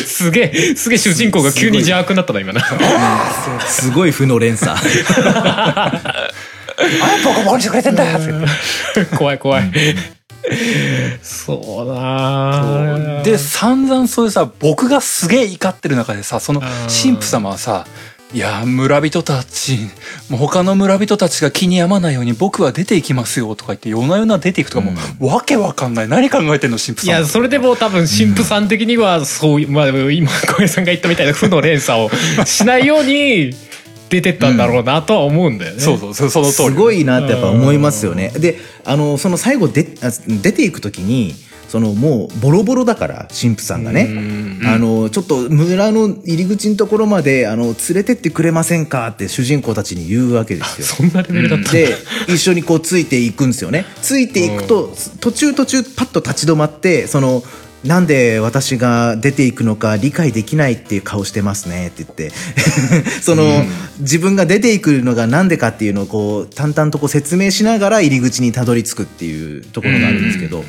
S2: すげえすげえ主人公が急に邪悪になったな今な
S3: すごい負の連鎖
S1: あれボコボコにしてくれてんだよって言って
S2: 怖い怖いそうだ
S1: で散々そういうさ僕がすげえ怒ってる中でさその
S2: ん
S1: 神父様はさ「いやー村人たちもう他の村人たちが気に病まないように僕は出ていきますよ」とか言って夜な夜な出ていくとかもう、わけわかんない何考えてんの神父
S2: い
S1: 様
S2: やそれでも多分神父さん的にはそういう、まあ、今小林さんが言ったみたいな負の連鎖をしないように出てったんだろうなとは思うんだよね。
S1: そうそうそその通り
S3: すごいなってやっぱ思いますよね。であのその最後であ出ていく時にそのもうボロボロだから神父さんがねあのちょっと村の入り口のところまであの連れてってくれませんかって主人公たちに言うわけですよ。
S2: そんなレベルだった、
S3: で一緒にこうついていくんですよねついていくと途中途中パッと立ち止まってそのなんで私が出ていくのか理解できないっていう顔してますねって言って その、自分が出ていくのがなんでかっていうのをこう淡々とこう説明しながら入り口にたどり着くっていうところがあるんですけど、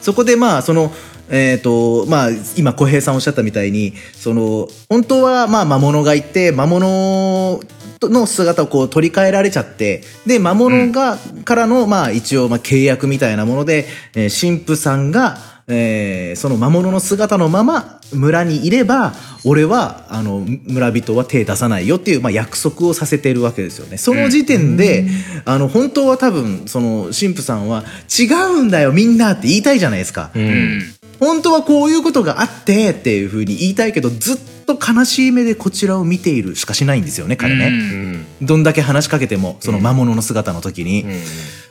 S3: そこでまあそのえーとまあ、今小平さんおっしゃったみたいにその本当はまあ魔物がいて魔物の姿をこう取り替えられちゃってで魔物が、からの、まあ、一応まあ契約みたいなもので、えー神父さんが、えーその魔物の姿のまま村にいれば俺はあの村人は手出さないよっていう、まあ、約束をさせてるわけですよね。その時点で、あの本当は多分その神父さんは違うんだよみんなって言いたいじゃないですか。
S2: うん
S3: 本当はこういうことがあってっていうふうに言いたいけどずっと悲しい目でこちらを見ているしかしないんですよね彼ね、
S2: うん
S3: どんだけ話しかけてもその魔物の姿の時に、
S2: うん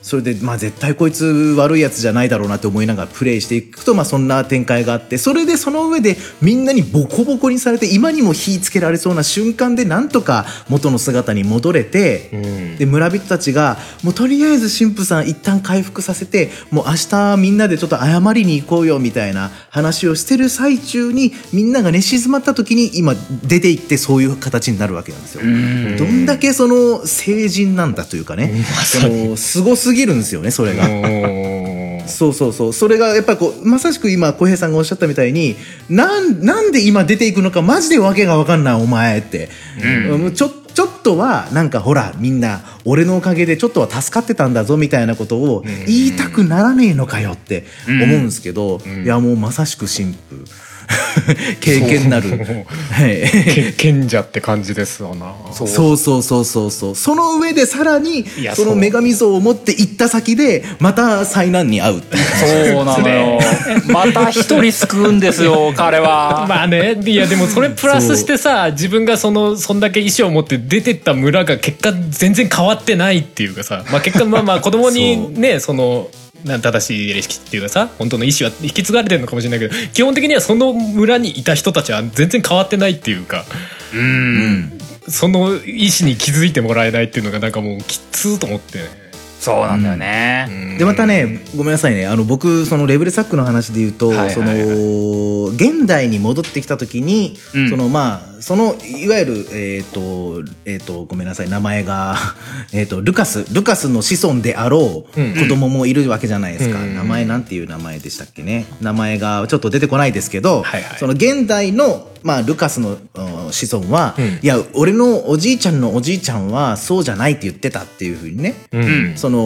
S3: それでまあ絶対こいつ悪いやつじゃないだろうなって思いながらプレイしていくとまあそんな展開があってそれでその上でみんなにボコボコにされて今にも火つけられそうな瞬間でなんとか元の姿に戻れて、
S2: うん
S3: で村人たちがもうとりあえず神父さん一旦回復させてもう明日みんなでちょっと謝りに行こうよみたいな話をしてる最中にみんなが寝静まった時に今出て行ってそういう形になるわけなんですよ。どんだけその成人なんだというかね、そのすごすぎるんですよねそれが。
S2: おー
S3: そうそうそうそれがやっぱりこうまさしく今浩平さんがおっしゃったみたいになんなんで今出ていくのかマジで訳が分かんないお前って、うんちょちょっとはなんかほらみんな俺のおかげでちょっとは助かってたんだぞみたいなことを言いたくならねえのかよって思うんですけど、いやもうまさしく神父 経験なる
S2: そう
S3: はい
S2: け賢者って感じですわなそう
S3: そうそうそうそうそうその上でさらに
S2: や
S3: その
S2: そう
S3: 女神像を持って行った先でまた災難に遭うっていう
S1: そうなのよ。また一人救うんですよ、彼は。
S2: まあねいやでもそれプラスしてさ自分がそのそんだけ意思を持って出てった村が結果全然変わってないっていうかさ、まあ、結果まあまあ子供にねそのなん正しいレシピっていうかさ本当の意思は引き継がれてるのかもしれないけど基本的にはその村にいた人たちは全然変わってないっていうかその意思に気づいてもらえないっていうのがなんかもうきつーと思ってね。
S1: そうなんだよね。
S3: でまたねごめんなさいねあの僕そのレベルサックの話で言うと、
S1: はいはい
S3: その現代に戻ってきた時に、
S1: うん
S3: そのまあそのいわゆるえっ、とえっ、とごめんなさい名前が えっとルカスルカスの子孫であろう子供もいるわけじゃないですか、
S2: うん
S3: 名前なんていう名前でしたっけね名前がちょっと出てこないですけど、
S2: はいはい
S3: その現代のまあ、ルカスのうん子孫は、
S2: ん
S3: いや俺のおじいちゃんのおじいちゃんはそうじゃないって言ってたっていうふうにね、
S2: うん
S3: その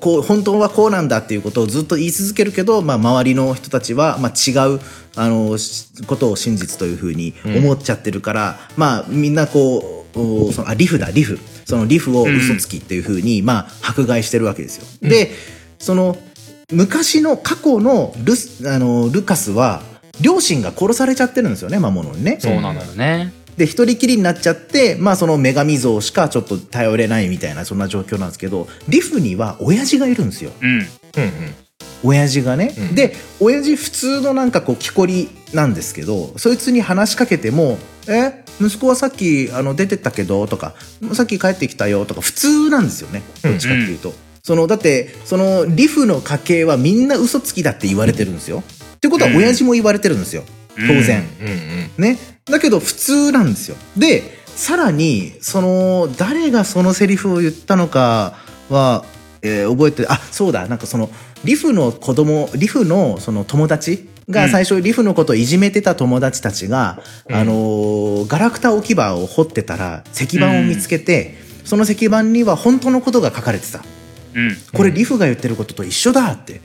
S3: こう本当はこうなんだっていうことをずっと言い続けるけど、まあ、周りの人たちは、まあ、違うあのしことを真実というふうに思っちゃってるから、まあ、みんなこうおそのあリフだリフそのリフを嘘つきっていうふうに、まあ、迫害してるわけですよ。でその昔の過去のルスあのルカスは両親が殺されちゃってるんですよね魔物にね。
S1: そうなんだよね。
S3: で一人きりになっちゃって、まあ、その女神像しかちょっと頼れないみたいなそんな状況なんですけどリフには親父がいるんですよ
S1: うん。
S2: うん
S3: 親父がね、
S2: うん
S3: で親父普通のなんかこう木こりなんですけどそいつに話しかけても「え息子はさっきあの出てったけど」とか「さっき帰ってきたよ」とか普通なんですよねどっちかっていうと、そのだってそのリフの家系はみんな嘘つきだって言われてるんですよってことは親父も言われてるんですよ当然、
S2: うんうん
S3: ね。だけど普通なんですよ。で、さらに、その、誰がそのセリフを言ったのかは、えー覚えて、あ、そうだ、なんかその、リフの子供、リフのその友達
S1: う
S3: が
S1: ん
S3: 最初リフのことをいじめてた友達たちが、あのーガラクタ置き場を掘ってたら石板を見つけて、その石板には本当のことが書かれてた。
S1: うん。
S3: これリフが言ってることと一緒だって。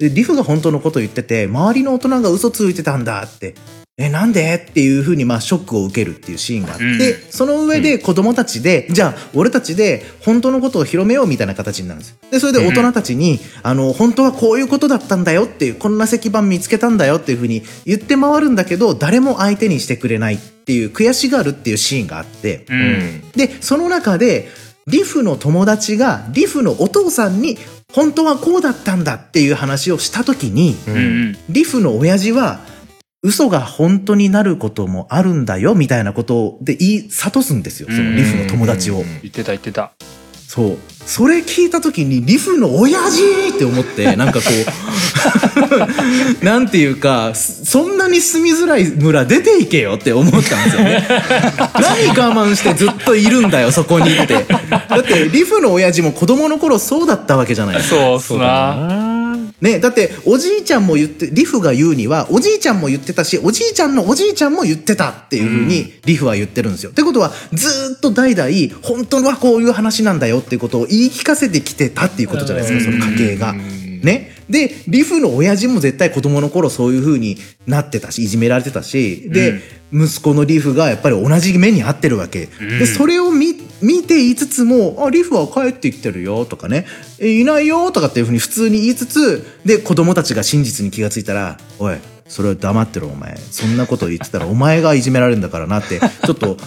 S3: で、リフが本当のこと言ってて、周りの大人が嘘ついてたんだって。え、なんでっていうふうに、まあ、ショックを受けるっていうシーンがあって、
S1: うん
S3: その上で子供たちで、じゃあ、俺たちで本当のことを広めようみたいな形になるんですよ。で、それで大人たちに、あの、本当はこういうことだったんだよっていう、こんな石板見つけたんだよっていうふうに言って回るんだけど、誰も相手にしてくれないっていう、悔しがるっていうシーンがあって、
S1: うん。
S3: で、その中で、リフの友達が、リフのお父さんに、本当はこうだったんだっていう話をしたときに、
S1: うん。うん。
S3: リフの親父は、嘘が本当になることもあるんだよ、みたいなことを、で、言い、諭すんですよ、そのリフの友達を。
S1: 言ってた言ってた。
S3: そう。それ聞いたときに、リフの親父って思って、なんかこ う、なんていうか、そんなに住みづらい村出ていけよって思ったんですよね。何我慢してずっといるんだよ、そこにって。だって、リフの親父も子供の頃そうだったわけじゃないですか。
S1: そうっすな。
S2: あー
S3: ね、だって、おじいちゃんも言って、リフが言うには、おじいちゃんも言ってたし、おじいちゃんのおじいちゃんも言ってたっていうふうに、リフは言ってるんですよ。ってことは、ずーっと代々、本当はこういう話なんだよっていうことを言い聞かせてきてたっていうことじゃないですか、その家系が。ね。で、リフの親父も絶対子供の頃そういうふうになってたし、いじめられてたし、で、息子のリフがやっぱり同じ目に遭ってるわけ。で、それを見、見ていつつも、あ、リフは帰ってきてるよとかね、えいないよとかっていうふうに普通に言いつつ、で、子供たちが真実に気がついたら、おい、それは黙ってろお前そんなこと 言ってたらお前がいじめられるんだからなってちょっと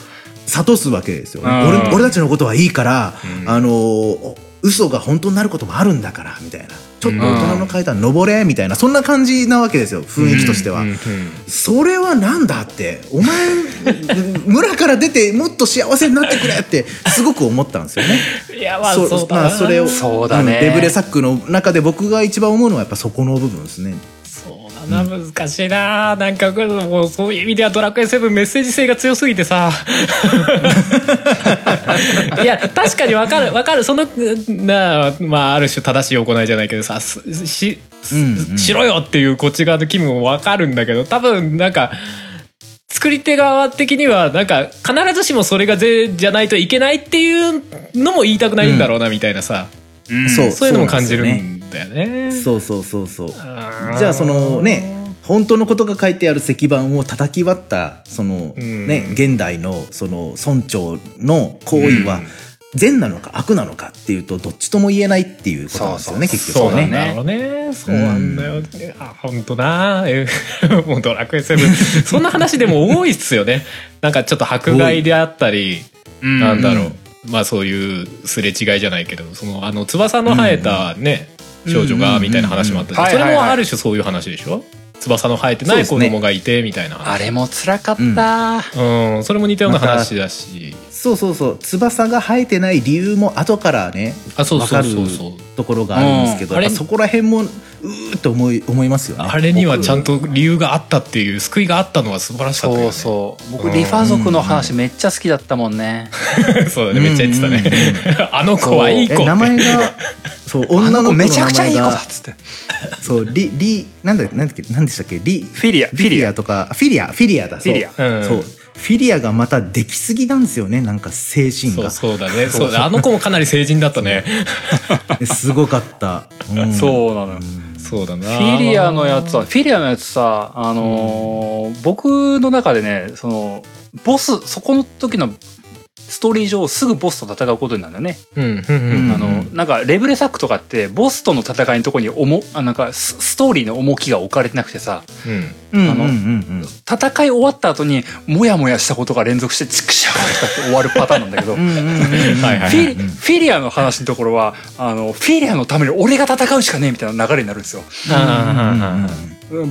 S3: 諭すわけですよ、ね、
S1: うん
S3: 俺俺たちのことはいいから、あのお嘘が本当になることもあるんだからみたいなちょっと大人の階段登れみたいなそんな感じなわけですよ雰囲気としては、
S2: うんうん
S3: それはなんだってお前 村から出てもっと幸せになってくれってすごく思ったんですよね。
S2: いやまあ
S3: そ
S2: そうだな
S3: まあ、それを
S1: そうだね
S3: んデブレサックの中で僕が一番思うのはやっぱそこの部分ですね。
S2: そうだな難しいななんかもうそういう意味では「ドラクエ7」メッセージ性が強すぎてさ いや確かにわかるわかるそのなあまあある種正しい行いじゃないけどさすし,す、
S3: うんうん
S2: しろよっていうこっち側の気分もわかるんだけど多分なんか作り手側的にはなんか必ずしもそれがぜじゃないといけないっていうのも言いたくないんだろうなみたいなさ、
S1: うん
S3: そう
S2: そういうのも感じる
S3: そうなん
S2: んだよね。
S3: そうそうそうそう。
S2: あー
S3: じゃあそのね本当のことが書いてある石板を叩き割ったその
S2: うん
S3: ね現代のその村長の行為は
S2: うん
S3: 善なのか悪なのかっていうとどっちとも言えないっていうことなんですよね
S1: そう
S3: 結
S1: そ
S3: 局
S1: う
S3: はね。
S2: なんだろうね。そうなんだよね。あ、本当な。え もうドラクエセブン。 そんな話でも多いっすよね。なんかちょっと迫害であったり、
S1: うん
S2: なんだろう。まあそういうすれ違いじゃないけど、そのあの翼の生えたね、
S3: うん
S2: 少女がみたいな話もあった
S1: うんうん
S2: し、それ
S1: はいはい
S2: も
S1: はい
S2: ある種そういう話でしょ翼の生えてない
S3: そ
S2: 子
S3: うですね
S2: 供がいてみたいな
S1: あ
S2: 話。
S1: れも辛かった、
S3: うん
S2: うん、それも似たような話だし。
S3: そうそうそう翼が生えてない理由も後からね
S2: あ、そう
S3: 分
S2: そ
S3: か
S2: う
S3: る
S2: そうそう。
S3: ところがあるんですけど、
S2: うん
S3: やっぱそこら辺もうーって思い思いますよね。
S2: あれにはちゃん
S3: と
S2: と理由があったっていう、救いがあったのは素晴らしかった
S1: そ
S2: よね。
S1: うそう僕リファ族の話めっちゃ好きだったもんね、
S2: そうだね、めっちゃ言ってたね。 あの子はいい子って。
S3: 名 前がそう女の
S1: あ
S3: 子の名前が
S1: めちゃくちゃいい子だっつって
S3: そうリリなんだなんだっけなんでしたっけリ
S1: フィリア
S3: フィリアとかあフィリアフィリアだそ
S1: フ
S3: う
S1: ィリア
S2: うん
S3: そうフィリアがまたできすぎなんですよねなんか精神
S2: そ
S3: が
S2: うそうだね。そうだ。あの子もかなり成人だったね。
S3: すごかった、うん
S1: そうなのよ
S2: そうだな。
S1: フィリアのやつはフィリアのやつさあのー僕の中でねそのボスそこの時のストーリー上すぐボスと戦うことになるんだよね、
S2: うん、うん、うん。
S3: うん
S1: あのなんかレブレサックとかってボスとの戦いのとこに重あなんかスストーリーの重きが置かれてなくてさ
S2: うん
S3: うん
S1: あの
S3: うんうん
S1: 戦い終わった後にモヤモヤしたことが連続してチクシャーとかって終わるパターンなんだけど
S3: うんうんうんうん
S2: はいは
S1: フ
S2: い。
S1: ィリフィリアの話のところはあのフィリアのために俺が戦うしかねえみたいな流れになるんですよ
S2: あ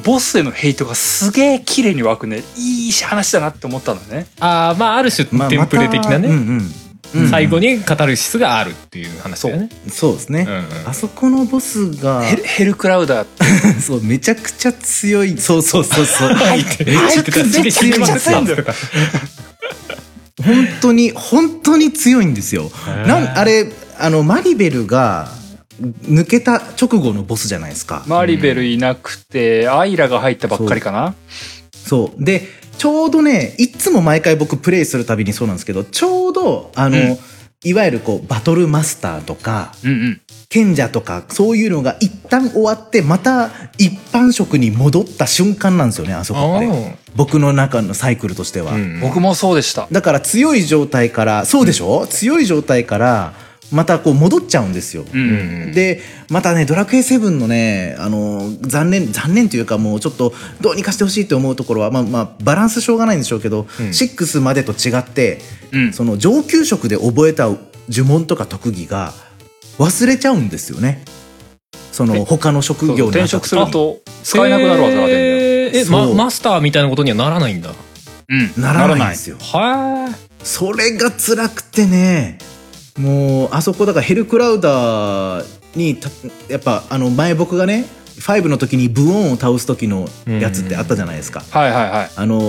S1: ボスへのヘイトがすげえ綺麗に湧くねいい話だなって思ったのね
S2: あー、まあ、ある種、
S3: まあ
S2: テンプレ的な
S3: また
S2: ね。
S3: うんうんうん
S2: 最後に語る質があるっていう話だよね。
S3: そうですね、
S2: うんうん
S3: あそこのボスが
S1: ヘルヘルクラウダーって
S3: そうめちゃくちゃ強いそうそうそう そう
S2: 入ってめちゃくちゃ
S1: めちゃくちゃ強いんだよ
S3: 本当に本当に強いんですよ
S2: ー
S3: なんあれあのマリベルが抜けた直後のボスじゃないですか、
S1: マリベルいなくてアイラが入ったばっかりかな
S3: そう。で、ちょうどね、いつも毎回僕プレイするたびにそうなんですけど、ちょうど、あの、
S1: うん
S3: いわゆるこう、バトルマスターとか、
S1: うんうん
S3: 賢者とか、そういうのが一旦終わって、また一般職に戻った瞬間なんですよね、あそこって。
S2: あ
S3: 僕の中のサイクルとしては。
S2: あ。うん
S1: 僕もそうでした
S3: だから強い状態から、そうでしょ、強い状態から、またこう戻っちゃうんですよ。
S1: うん
S2: う
S1: うん
S2: ん。
S3: でまたね「ドラクエ7」のねあの残念残念というかもうちょっとどうにかしてほしいと思うところは、まあまあ、バランスしょうがないんでしょうけど、
S2: うん
S3: 6までと違って、
S1: うん
S3: その上級職で覚えた呪文とか特技が忘れちゃうんですよね。その他の職
S1: そ
S3: 業
S1: う
S3: に
S1: 転職すると使えなくなる技が出るんだよ、
S2: えーえ、
S3: そう
S2: まマスターみたいなことにはならないんだ。
S1: うん
S3: ならないんですよ。
S2: は
S3: それが辛くてねもうあそこだからヘルクラウダーにたやっぱあの前僕がね5の時にブオンを倒す時のやつってあったじゃないですか。
S1: はいはいはい
S3: あの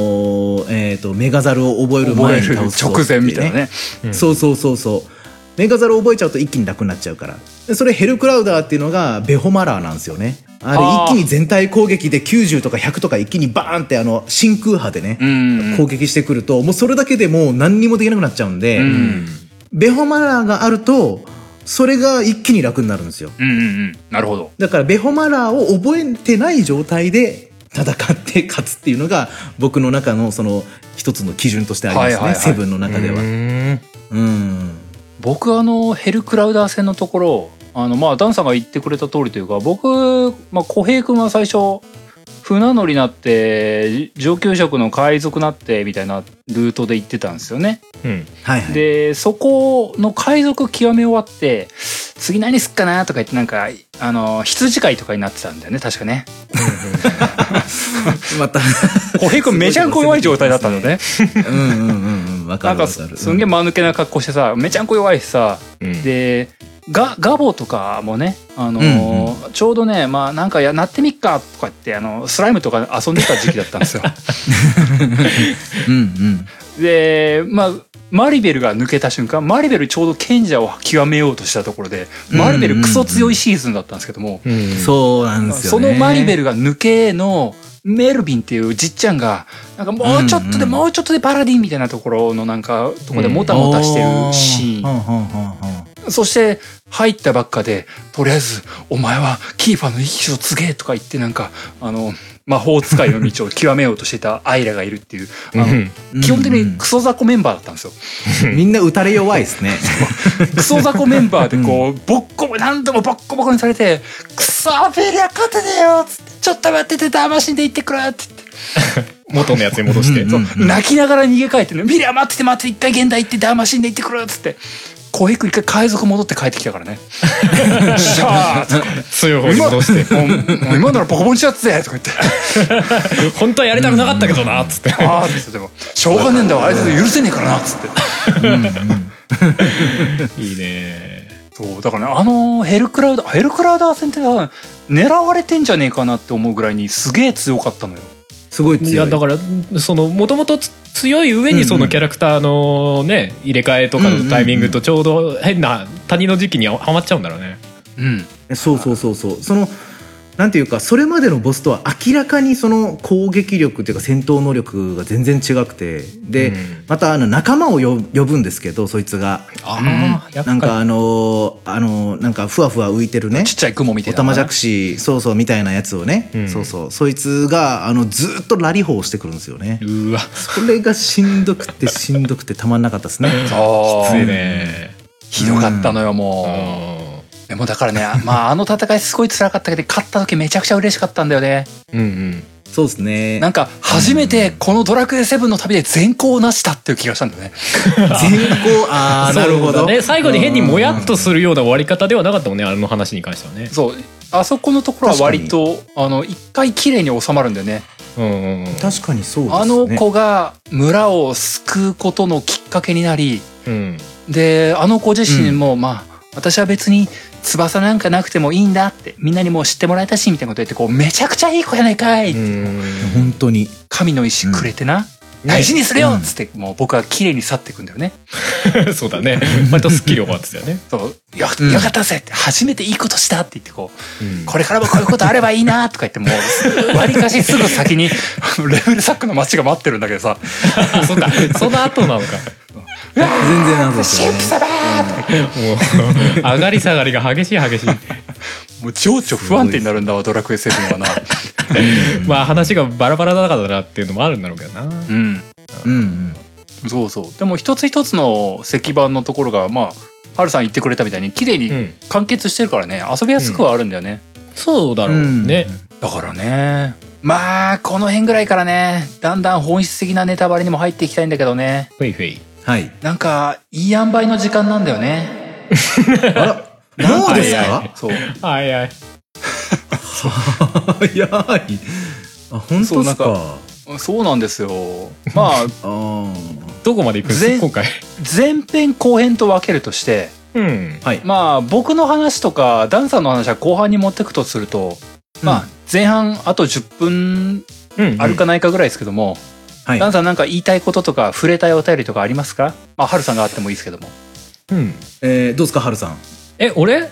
S3: ーえっ、とメガザルを覚える
S1: 覚
S3: 前
S1: え
S3: に
S1: る
S3: 倒すぞ
S1: 直前みたいなね
S2: うん
S3: そうそうそうそうメガザルを覚えちゃうと一気に楽になっちゃうからでそれヘルクラウダーっていうのがベホマラーなんですよねあれ
S1: あー
S3: 一気に全体攻撃で90とか100とか一気にバーンってあの真空波でね、
S1: うん
S3: 攻撃してくるともうそれだけでもう何にもできなくなっちゃうんで、
S1: う
S2: い。
S1: ん
S3: ベホマラーがあるとそれが一気に楽になるんですよ
S1: うんうんうんなるほど
S3: だからベホマラーを覚えてない状態で戦って勝つっていうのが僕の中のその一つの基準としてありますね、
S1: はいはいはい
S3: セブンの中では。
S2: は。
S3: うん
S1: 僕あのヘルクラウダー戦のところあのまあダンさんが言ってくれた通りというか僕、まあ、小平君は最初船乗りなって上級職の海賊なってみたいなルートで行ってたんですよね。
S2: うん
S3: はいはい。
S1: でそこの海賊極め終わって次何すっかなとか言ってなんかあの羊飼いとかになってたんだよね確か ね。
S3: また、
S1: これめちゃんこ弱い状態だったんだよね。
S3: うんうんうんうん、わか
S1: なん
S3: るわ
S1: か
S3: かる。
S1: すんげえ間抜けな格好してさめちゃんこ弱いしさ
S2: うん
S1: でガガボとかもね、あのーちょうどねまあなんかやなってみっかとか言ってあのスライムとか遊んでた時期だったん ですよ。
S3: うんうん。
S1: でまあマリベルが抜けた瞬間マリベルちょうど賢者を極めようとしたところでマリベルクソ強いシーズンだったんですけども、
S2: うん
S3: そうなんですよ
S1: そ
S3: ね。
S1: のマリベ
S3: ル。
S1: ルが抜けのメルビンっていうじっちゃんがなんかもうちょっとで、
S3: うんうん
S1: もうちょっとでパラディンみたいなところのなんかところでもたもたしてるシーン、
S3: ほんほんほんほん
S1: そして入ったばっかで「とりあえずお前はキーパーの意を継げ」とか言ってなんかあの魔法使いの道を極めようとしてたアイラがいるっていうあの
S2: うん
S3: うん
S1: 基本的にクソ雑魚メンバーだったんですよ。
S3: みんな打たれ弱いですね。
S1: クソ雑魚メンバーでこう、ボッコ、何度もボッコボコにされて、クソ、ベリア勝てねえよつってちょっと待ってて、騙しんで行ってくれって言って
S2: 元のやつに戻して
S3: うん
S1: そうう、泣きながら逃げ帰ってね、ビリア待ってて待ってて、一回現代行って騙しんで行ってくれっつって、小平君一回海賊戻って帰ってきたから ね。シャーとか
S2: 強い方に戻して
S1: もうもう今ならボコボコにしちゃってたよとか言 って、
S2: 本当はやりたくなかったけどなっつって
S1: ああって言って、でも、しょうがねえんだわ、あいつ許せねえからなっつって。
S2: いいね
S1: そう、だからね、あのヘルクラウダー、ヘルクラウダー戦って多分狙われてんじゃねえかなって思うぐらいにすげえ強かったのよ。
S3: すごい
S2: い
S3: 強
S2: や
S3: い。
S2: だからそのもともと強い上
S3: うんう
S2: に
S3: ん
S2: そのキャラクターのね入れ替えとかのタイミングとちょうど変な谷の時期にはまっちゃうんだろうね
S1: うん。
S3: そうそうそうそう。そのなんていうかそれまでのボスとは明らかにその攻撃力っていうか戦闘能力が全然違くてで、
S2: うん
S3: またあの仲間を呼呼ぶんですけどそいつが
S2: ああやっ
S3: なんかあのーあのーなんかふわふわ浮いてるね
S1: ちっちゃい雲みたい
S3: お
S1: な。
S3: たまじゃくしそうそうみたいなやつをね、
S2: うん
S3: そうそうそいつがあのずーっとラリホーしてくるんですよね
S2: うわ
S3: それがしんどくてしんどくてたまんなかったですね
S1: あ
S2: きつい
S1: ー
S2: ね
S1: ひどかったのよ、
S2: う
S1: もう。でもだからね、 まああの戦いすごい辛かったけど、勝った時めちゃくちゃ嬉しかったんだよね。
S2: んうん
S3: そうですね
S1: なんか、初めてこのドラクエ7の旅で全行を成したっていう気がしたんだよね。
S3: 全校ああなるほ
S2: そう
S3: ど、
S2: だね最後に変にもやっとするような終わり方ではなかったもんねあの話に関してはね
S1: そう。あそこのところは割と、あの、一回綺麗に収まるんだよね。
S2: うんうんうん
S3: 確かにそうですね
S1: あの子が村を救うことのきっかけになり、
S2: うん
S1: であの子自身も、まあ私は別に翼なんかなくてもいいんだってみんなにもう知ってもらえたしみたいなこと言ってこうめちゃくちゃいい子やないかい、
S2: うん
S3: 本当に
S1: 神の石くれてな、
S2: うん
S1: 大事にするよ
S3: ね
S1: っつって、もう僕は綺麗に去っていくんだよね。
S2: そうだね割とスッキリ終わってたよね
S1: そう、よ、
S3: うん
S1: よかったぜって、初めていいことしたって言ってこう、
S2: うん
S1: これからもこういうことあればいいなとか言ってもう、割かしすぐ先に、あのレベルサックの街が待ってるんだけどさ、
S2: あそっかその後なのか
S3: 全然なんです
S1: シ
S3: よ
S1: ェ
S3: ね
S1: プ様ーとか言って
S2: もう 上がり下がりが激しい激しい
S1: もう情緒不安定になるんだわ、ドラクエ7はな。
S2: まあ話がバラバラだからなっていうのもあるんだろうけどな。
S1: うん。
S3: うんうん
S1: そうそう。でも一つ一つの石板のところが、まあ、ハルさん言ってくれたみたいに綺麗
S2: う
S1: に
S2: ん、
S1: 完結してるからね、遊びやすくはあるんだよね。
S2: そうだろうね。
S1: だからね。まあ、この辺ぐらいからね、だんだん本質的なネタバレにも入っていきたいんだけどね。
S2: ふいふい。
S3: はい
S1: なんか、いい塩梅の時間なんだよね。
S3: あらもうです
S2: 早
S3: か
S1: そう。
S2: はいはい。
S3: 早いあ本
S1: そ
S3: 当
S1: う
S3: で
S1: なん
S3: す
S1: か
S3: かあ
S1: そうなんですよ。まあ、
S3: あ
S2: どこまで行くんです
S1: 全
S2: か今回。
S1: 前編後編と分けるとして、
S2: うん。
S3: はい
S1: まあ、僕の話とか、ダンさんの話は後半に持ってくとすると、まあ、前半あと10分
S2: うん
S1: ある。かないかぐらいですけども、
S3: はい
S1: ダンさんなんか言いたいこととか触れたいお便りとかありますかまあ、ハルさんがあってもいいですけども。
S2: うん。
S3: えーどうですかハルさん
S2: え、俺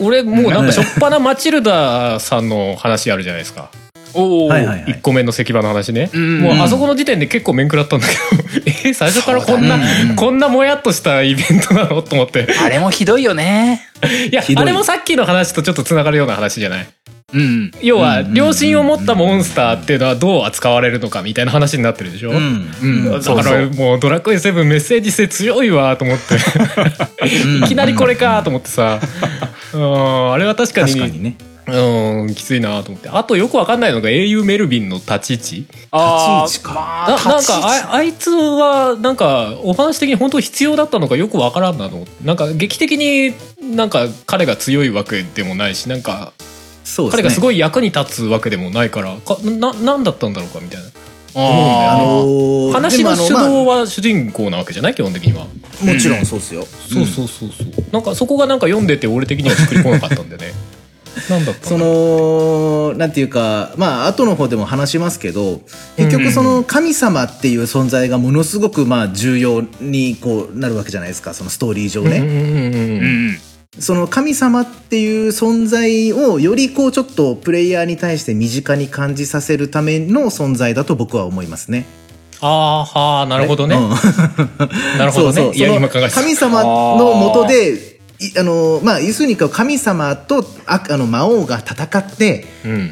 S2: 俺もうなんかしょっぱなマチルダさんの話あるじゃないですか。
S1: おお、
S3: はいはい
S2: 1個目の石場の話ね。
S1: うん
S2: もうあそこの時点で結構面食らったんだけど。え、 最初からこんな
S3: そうだね、
S2: こんなもやっとしたイベントなのと思って。
S1: あれもひどいよね。
S2: いや
S3: ひ、どい
S2: あれもさっきの話とちょっとつながるような話じゃない
S1: うん。
S2: 要は
S3: うん
S2: 良心を持ったモンスターっていうのはどう扱われるのかみたいな話になってるでしょ、
S3: うん
S1: うん
S2: だ
S1: そう
S2: か
S1: そう
S2: らもう「ドラクエ7」メッセージ性強いわと思って いきなりこれかと思ってさうんあれは確か
S3: 確
S2: に
S3: かにね
S2: うんきついなと思ってあとよくわかんないのが英雄メルビンの立ち位置
S1: あー
S3: 立ち位置か
S1: まあ
S2: ななん
S3: 立ち位
S2: か
S3: 置
S2: ああいつはなんかお話的に本当必要だったのかよくわからんなと思ってなんか劇的になんか彼が強いわけでもないしなんか
S3: そう
S2: 彼がす
S3: い
S2: ごい役に立つわけでもないからかななんだったんだろうかみたいな
S1: あー
S3: の
S2: 話の主
S3: は
S2: 導は主人公なわけじゃない基本的には
S3: もちろんそうですよ、
S2: そうそうそうそうなんかそこがなんか読んでて俺的にはしっくりこなかったんで ねなんだった
S3: そ
S2: んだろう
S3: のなんていうかまあ後の方でも話しますけど結
S2: うんうん
S3: 局その神様っていう存在がものすごくまあ重要にこうなるわけじゃないですかそのストーリー上ね、
S2: うんうんうん
S1: う
S2: うん
S1: んうん
S3: その神様っていう存在をよりこうちょっとプレイヤーに対して身近に感じさせるための存在だと僕は思いますね。
S2: あーはあなるほどね、
S3: うん
S2: なるほどね
S3: そうそう
S2: いや
S3: その
S2: 今考えてた
S3: 神様のもとでいあのまあ要するにこう神様とああの魔王が戦って、
S2: うん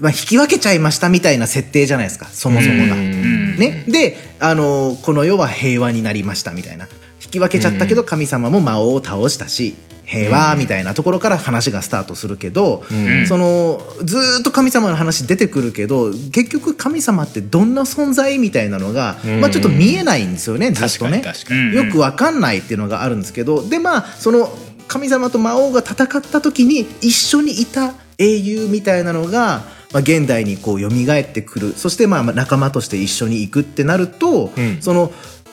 S3: まあ、引き分けちゃいましたみたいな設定じゃないですかそもそもが。
S2: うん
S3: ね、であのこの世は平和になりましたみたいな引き分けちゃったけど神様も魔王を倒したし平和みたいなところから話がスタートするけど、
S2: うん
S3: そのずーっと神様の話出てくるけど結局神様ってどんな存在みたいなのが、
S2: うん
S3: まあ、ちょっと見えないんですよねずっ
S2: 確
S3: と
S2: かに
S3: ね。
S2: 確か
S1: う
S2: に、
S1: ん
S3: よくわかんないっていうのがあるんですけどでまあその神様と魔王が戦った時に一緒にいた英雄みたいなのが、まあ、現代にこう蘇ってくるそしてまあ仲間として一緒に行くってなると、
S2: うん
S3: その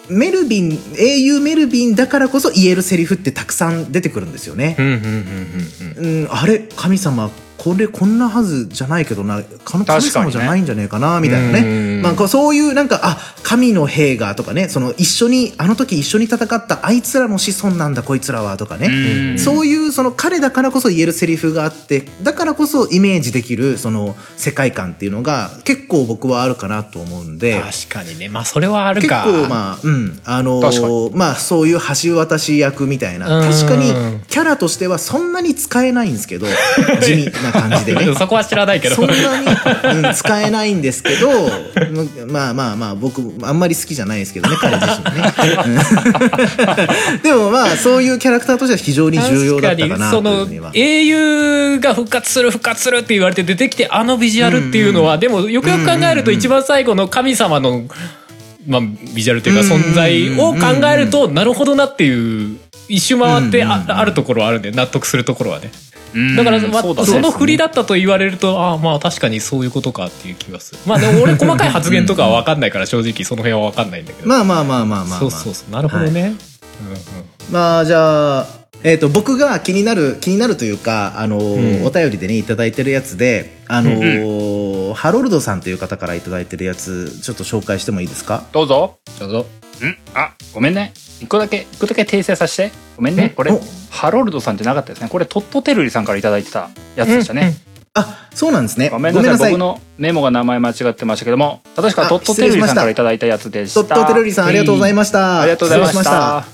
S3: メルビン英雄メルビンだからこそ言えるセリフってたくさん出てくるんですよね。
S2: うんうんうんうん
S3: うん、あれ神様これこんなはずじゃないけどなこの神
S1: 確かにね
S3: 様じゃないんじゃねえかなみたいな
S2: う
S3: ね
S2: ん
S3: まあ、こうそういうなんかあ神の兵がとかねその一緒にあの時一緒に戦ったあいつらの子孫なんだこいつらはとかね、
S1: うん
S3: そういうその彼だからこそ言えるセリフがあってだからこそイメージできるその世界観っていうのが結構僕はあるかなと思うん
S2: う
S3: で
S2: ん。確かにねまあそれはある
S3: 結
S2: か
S3: 構まあ、うん、あのー
S1: 確か
S3: まあそういう橋渡し役みたいな、
S2: うん。
S3: 確かにキャラとしてはそんなに使えないんですけど、地味な感じでね
S2: そこは知ら ないけど
S3: そんなに、うん、使えないんですけど、 まあまあまあ、僕、あんまり好きじゃないですけどね、彼自身 ね。うんでもまあ、そういうキャラクターとしては非常に重要だったかなと
S2: そ
S3: いう
S2: の
S3: のは。
S2: 英雄が復活する復活するって言われて出てきてあのビジュアルっていうのは、でもよくよく考えると一番最後の神様の、まあ、ビジュアルというか存在を考えるとなるほどなっていう一周回ってあ,、あるところはあるんで納得するところはね
S1: うん
S2: だから、まあ
S1: そうだ
S2: そ
S1: ね
S2: の振りだったと言われるとああまあ確かにそういうことかっていう気がするまあでも俺細かい発言とかは分かんないから正直その辺は分かんないんだけど、
S3: まあまあまあまあまあ、まあ。
S2: そうそうそうなるほどね、うんうん
S3: まあじゃあ、えっと僕が気になる気になるというか、あのー
S2: うん
S3: お便りでねいただいてるやつで、あのーハロルドさんという方からいただいてるやつちょっと紹介してもいいですか
S1: どうぞ
S2: どうぞ
S1: んあごめんね一個だけ一個だけ訂正させてごめんねこれ
S3: お
S1: ハロルドさんじゃなかったですねこれトットテルリさんから頂いいてたやつでしたね、
S3: あそうなんですね
S1: ごめんなさい僕のメモが名前間違ってましたけども正しくは
S3: あ
S1: トットテルリさんから
S3: 失礼しました
S1: 頂いいたやつでし
S3: ト
S1: た
S3: ットテルリさんありがとうございました、
S1: ありがとうございました
S3: 失礼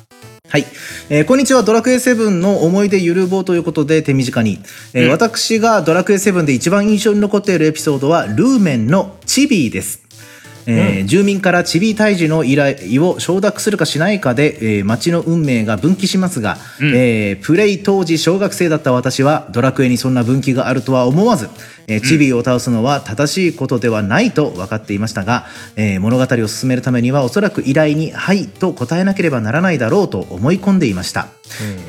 S3: はい、えーこんにちはドラクエ7の思い出ゆるぼうということで手短に、えー
S1: うん
S3: 私がドラクエ7で一番印象に残っているエピソードはルーメンのチビーですえー住民からチビ退治の依頼を承諾するかしないかで、えー町の運命が分岐しますが、えープレイ当時小学生だった私はドラクエにそんな分岐があるとは思わず、えーチビを倒すのは正しいことではないと分かっていましたが、えー物語を進めるためにはおそらく依頼に「はい」と答えなければならないだろうと思い込んでいました。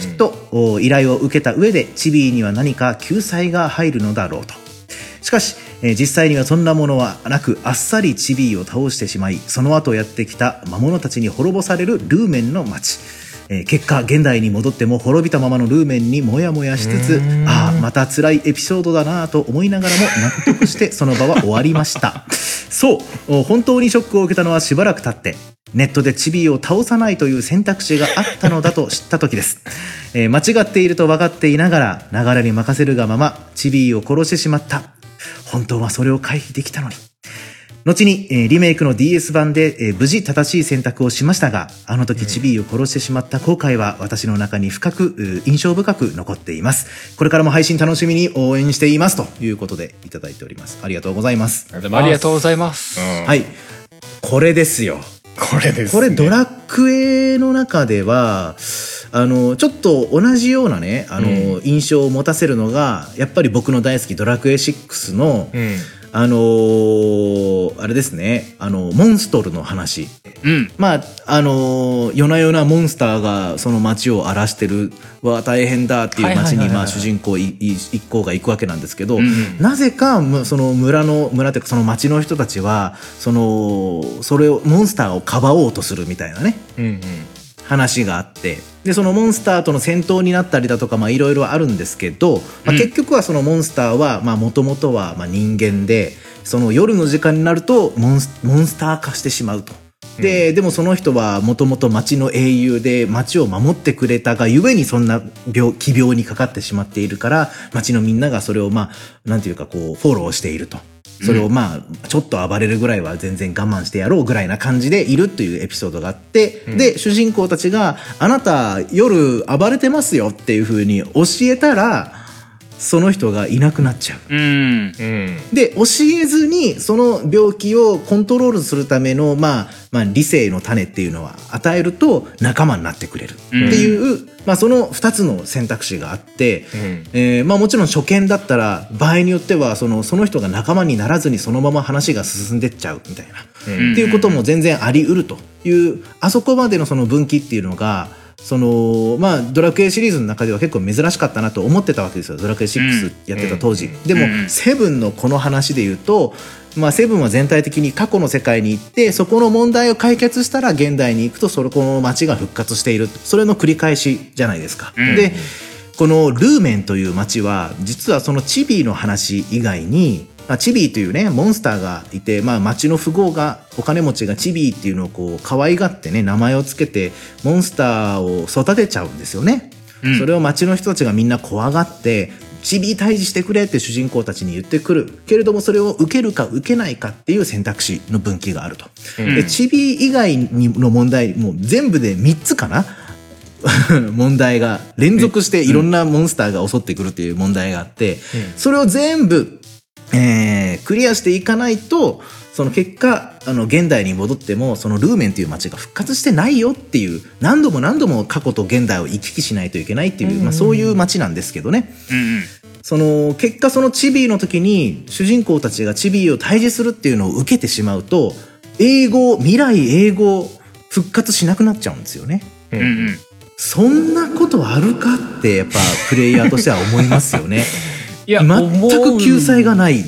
S3: きっとお依頼を受けた上でチビーには何か救済が入るのだろうとしかし、えー実際にはそんなものはなくあっさりチビーを倒してしまいその後やってきた魔物たちに滅ぼされるルーメンの町、えー結果現代に戻っても滅びたままのルーメンにモヤモヤしつつああまた辛いエピソードだなぁと思いながらも納得してその場は終わりましたそうお本当にショックを受けたのはしばらく経ってネットでチビを倒さないという選択肢があったのだと知った時です、えー間違っていると分かっていながら流れに任せるがままチビを殺してしまった本当はそれを回避できたのに後に、えーリメイクの DS 版で、えー無事正しい選択をしましたがあの時チビーを殺してしまった後悔は私の中に深くうー印象深く残っていますこれからも配信楽しみに応援していますということでいただいておりますありがとうございます
S2: ありがとうござい
S1: あ
S2: ます
S1: りがとうございます
S2: うん
S3: はいこれですよ
S2: これです、
S3: こ
S2: ね。
S3: れドラクエの中ではあのちょっと同じようなねあの、印象を持たせるのがやっぱり僕の大好きドラクエ6の、
S2: うん。
S3: あのーあれですねあのモンストルの話
S1: うん。
S3: まああのー夜な夜なモンスターがその街を荒らしてるは大変だっていう街
S2: はいはいはいはい
S3: にまあ主人公いい一行が行くわけなんですけど、
S1: うん
S3: なぜかむその村の村というかその街の人たちはそのそれをモンスターをかばおうとするみたいなね
S2: うんうん。
S3: 話があってでそのモンスターとの戦闘になったりだとかまあいろいろあるんですけど、まあ、
S1: うん
S3: 結局はそのモンスターはもともとはまあ人間でその夜の時間になるとモンスモンスター化してしまうと。ででもその人はもともと町の英雄で町を守ってくれたがゆえにそんな病奇病にかかってしまっているから町のみんながそれをまあなんていうかこうフォローしているとそれをまあちょっと暴れるぐらいは全然我慢してやろうぐらいな感じでいるというエピソードがあって、で主人公たちが「あなた夜暴れてますよ」っていうふうに教えたらその人がいなくなっちゃう。
S1: うん。
S2: うん。
S3: で教えずにその病気をコントロールするための、まあまあ、理性の種っていうのは与えると仲間になってくれるっていう、まあ、その2つの選択肢があって、
S2: ん
S3: えーまあ、もちろん初見だったら場合によってはそのその人が仲間にならずにそのまま話が進んでっちゃうみたいな、っていうことも全然あり得るというあそこまでのその分岐っていうのが。そのまあ、ドラクエシリーズの中では結構珍しかったなと思ってたわけですよドラクエ6やってた当時、
S2: うん
S3: でも、
S1: うん
S3: セブンのこの話で言うと、まあ、セブンは全体的に過去の世界に行ってそこの問題を解決したら現代に行くとそれこの街が復活しているそれの繰り返しじゃないですか。
S1: うん
S3: でこのルーメンという街は実はそのチビーの話以外にまあチビーというねモンスターがいて、まあ、街の富豪がお金持ちがチビーっていうのをこう可愛がってね名前をつけてモンスターを育てちゃうんですよね。
S1: うん
S3: それを町の人たちがみんな怖がって、ちび退治してくれって主人公たちに言ってくる。けれどもそれを受けるか受けないかっていう選択肢の分岐があると。
S2: うん
S3: で、ちび以外にの問題、もう全部で3つかな 問題が連続していろんなモンスターが襲ってくるっていう問題があって、それを全部、えークリアしていかないと、その結果、あの、現代に戻っても、そのルーメンという街が復活してないよっていう、何度も何度も過去と現代を行き来しないといけないっていう、まあそういう街なんですけどね。
S1: うん。
S3: その、結果そのチビーの時に、主人公たちがチビーを退治するっていうのを受けてしまうと、英語、未来英語、復活しなくなっちゃうんですよね。
S1: うん。うん。
S3: そんなことあるかって、やっぱ、プレイヤーとしては思いますよね。
S2: いや
S3: 全く救済がない。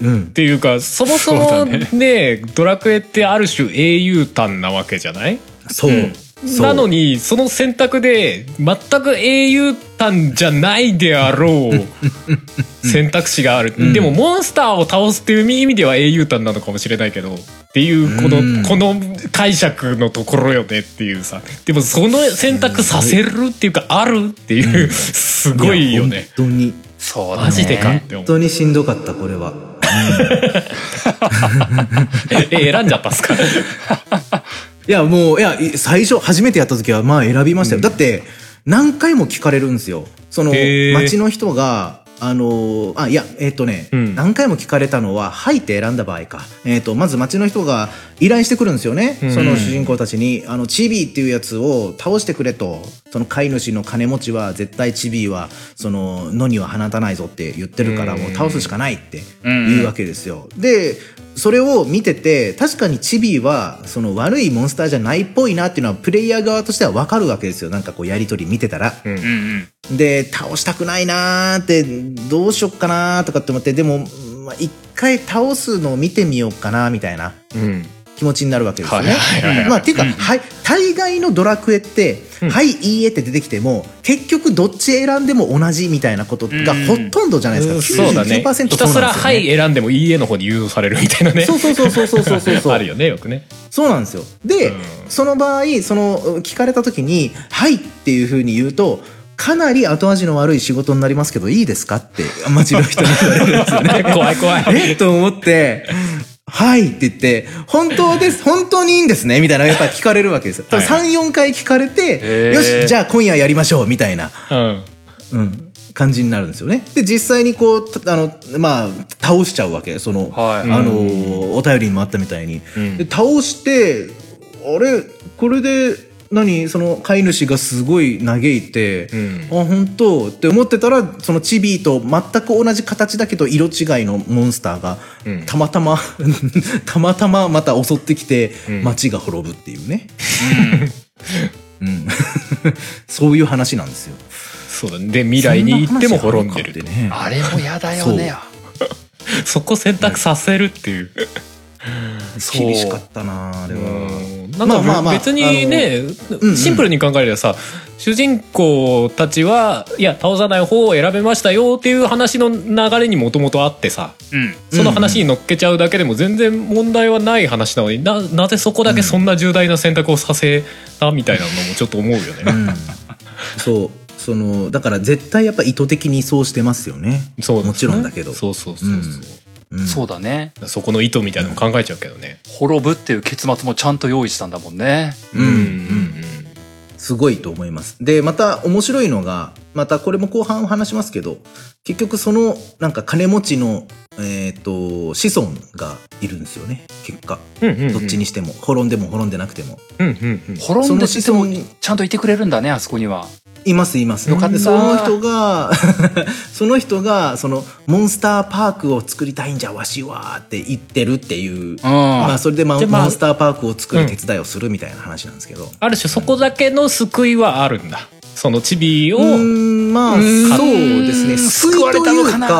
S3: うん
S2: っ。ていうかそもそ
S1: そう
S2: も
S1: だ
S2: ね
S1: ね
S2: ドラクエってある種英雄譚なわけじゃない
S3: そう。そう
S2: なのにその選択で全く英雄譚じゃないであろう 選択肢がある、
S3: うん
S2: でもモンスターを倒すっていう意味では英雄譚なのかもしれないけどっていうこの、
S3: うん
S2: この解釈のところよねっていうさでもその選択させるっていうかあるっていう、すごいよね
S3: や。本当に、
S1: そうだね。
S2: マジでかって思
S3: 本
S2: う。
S3: 当にしんどかった、これは。
S2: え、選んじゃったっ すか
S3: いや、もう、いや、い最初、初めてやった時は、まあ、選びましたよ。だって、何回も聞かれるんですよ。その、
S2: へー
S3: 街の人が、あのーあ、いや、えっ、とね、
S2: うん
S3: 何回も聞かれたのは、入って選んだ場合か。えっ、と、まず街の人が依頼してくるんですよね。
S2: ん
S3: その主人公たちに、あの、チビーっていうやつを倒してくれと、その飼い主の金持ちは、絶対チビーは、その、野には放たないぞって言ってるから、もう倒すしかないっていうわけですよ。で、それを見てて、確かにチビは、その悪いモンスターじゃないっぽいなっていうのは、プレイヤー側としてはわかるわけですよ。なんかこう、やりとり見てたら。
S1: うんうん。
S3: で、倒したくないなーって、どうしよっかなーとかって思って、でも、まあ、一回倒すのを見てみようかな、みたいな。
S2: うん。
S3: 気持ちになるわけですよね。
S2: はいはいはいはい
S3: まあ、ていうか、はい、大概のドラクエって、はい、いいえって出てきても、結局どっち選んでも同じみたいなことがほとんどじゃないですか。
S2: そうだね。
S3: 99%そうなんですよ、ね。
S2: ひたすら「はい」選んでも「いいえ」の方に誘導されるみたいなね。
S3: そうそうそうそうそうそうそうそう
S2: あるよねよくね。
S3: そうなんですよ。で、
S2: うん
S3: その場合、その、聞かれた時に、はいっていう風に言うと、かなり後味の悪い仕事になりますけど、いいですかって、街の人に言われ るんですよね。
S2: 怖い 怖い。
S3: えっと思って、はいって言って、本当です、本当にいいんですねみたいな、やっぱり聞かれるわけですよ。
S2: はい
S3: 3、4回聞かれて、
S1: へー
S3: よし、じゃあ今夜やりましょうみたいな、
S2: うん。
S3: うん、感じになるんですよね。で、実際にこう、たあの、まあ、倒しちゃうわけ。その、
S1: はい
S3: あの、お便りにもあったみたいに。
S2: うん
S3: で倒して、あれこれで何その飼い主がすごい嘆いて、
S2: うん
S3: あ本当って思ってたらそのチビーと全く同じ形だけど色違いのモンスターが、
S2: うん
S3: たまた またまたままた襲ってきて、
S2: うん
S3: 街が滅ぶっていうね、 うん、そういう話なんですよ
S2: そうだねで未来に行っても滅んでる
S3: そな話あかっ
S1: あれも嫌だよね
S2: そこ選択させるっていう、
S3: てね厳しかったなあれは、
S2: うんなん
S3: まあまあま
S2: か
S3: あ
S2: 別にね、
S3: うんうん
S2: シンプルに考えればさ、主人公たちはいや倒さない方を選べましたよっていう話の流れにもともとあってさ
S1: うん
S2: その話に乗っけちゃうだけでも全然問題はない話なのにななぜそこだけそんな重大な選択をさせたみたいなのもちょっと思うよ
S3: う
S2: ね。
S3: んそうそのだから絶対やっぱ意図的に そうしてますよね
S2: そう
S3: もちろんだけど
S2: そうそうそうそう
S3: うん
S1: そうだね
S2: そこの意図みたいなのも考えちゃうけどね。
S1: 滅ぶっていう結末もちゃんと用意したんだもんね
S3: うんすごいと思います。で、また面白いのが、またこれも後半話しますけど、結局その、なんか金持ちの、えっ、と、子孫がいるんですよね。結果。
S2: うんうんうん
S3: どっちにしても、滅んでも滅んでなくても。
S2: うんうんうん
S1: 滅んでて
S3: その
S1: も
S3: 子孫に
S1: ちゃんといてくれるんだねあそこにはい
S3: ますいます。
S2: よかった
S3: でその人が、 その人が、その、モンスターパークを作りたいんじゃ、わしはって言ってるっていう。
S1: うん
S3: まあ、それで、まあ、
S2: じゃあまあ
S3: モンスターパークを作る手伝いをするみたいな話なんですけど。
S2: ある種そこだけの救いはあるんだ。そのチビを、
S3: うーんまあ
S2: うーん
S3: そうですね救
S1: 救わ
S3: い
S1: れ
S3: と
S1: たの
S3: いう
S1: か
S3: か
S1: ない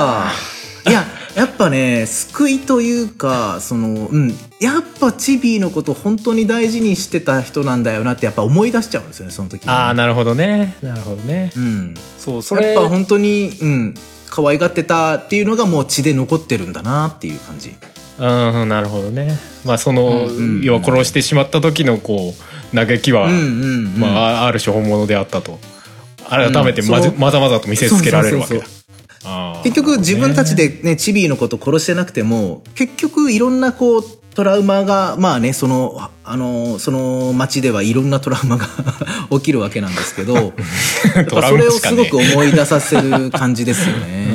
S3: ややっぱね救いというかそのうんやっぱチビーのこと本当に大事にしてた人なんだよなってやっぱ思い出しちゃうんですよねその時に
S2: ああ、なるほどね。なるほどね。
S3: うん、
S1: そうそ
S3: や
S1: れ
S3: っぱ本当にうん可愛がってたっていうのがもう血で残ってるんだなっていう感じ
S2: うん、なるほどね。まあ、その、
S3: うん
S2: 要は殺してしまった時の、こう、嘆きは、
S3: うんうん、うん、
S2: まあ、ある種本物であったと。改めて
S3: うん
S2: まず、
S3: その
S2: まざまざと見せつけられるわけだ
S3: そうそう。
S2: あー
S3: 結局自分たち、でねチビーのこと殺してなくても結局いろんなこうトラウマがまあねそのあのその町ではいろんなトラウマが 起きるわけなんですけ どだ
S2: ト
S3: か
S2: ラ
S3: らそ
S2: ウマ
S3: れを
S2: しか
S3: す
S2: ね
S3: ごく思い出させる感じですよね。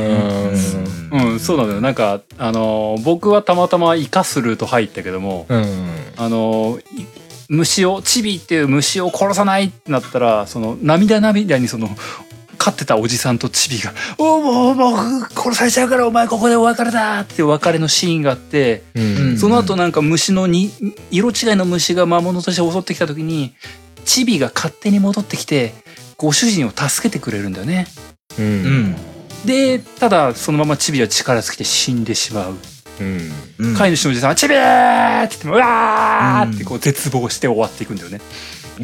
S1: うんそうなんだよなんかあのー僕はたまたまイカスルーと入ったけども
S2: うん。
S1: あのーい虫をチビっていう虫を殺さないってなったらその涙涙にその飼ってたおじさんとチビが「おおもう僕殺されちゃうからお前ここでお別れだ!」っていうお別れのシーンがあって
S2: うん。
S1: その後なんか虫のに色違いの虫が魔物として襲ってきた時にチビが勝手に戻ってきてご主人を助けてくれるんだよね。
S2: う。
S3: うんん
S1: でただそのままチビは力尽きて死んでしまう。
S2: うん。
S3: うん
S1: 飼い主のおじさんは「チビー!」って言っても「うわー!」ってこう絶望して終わっていくんだよね。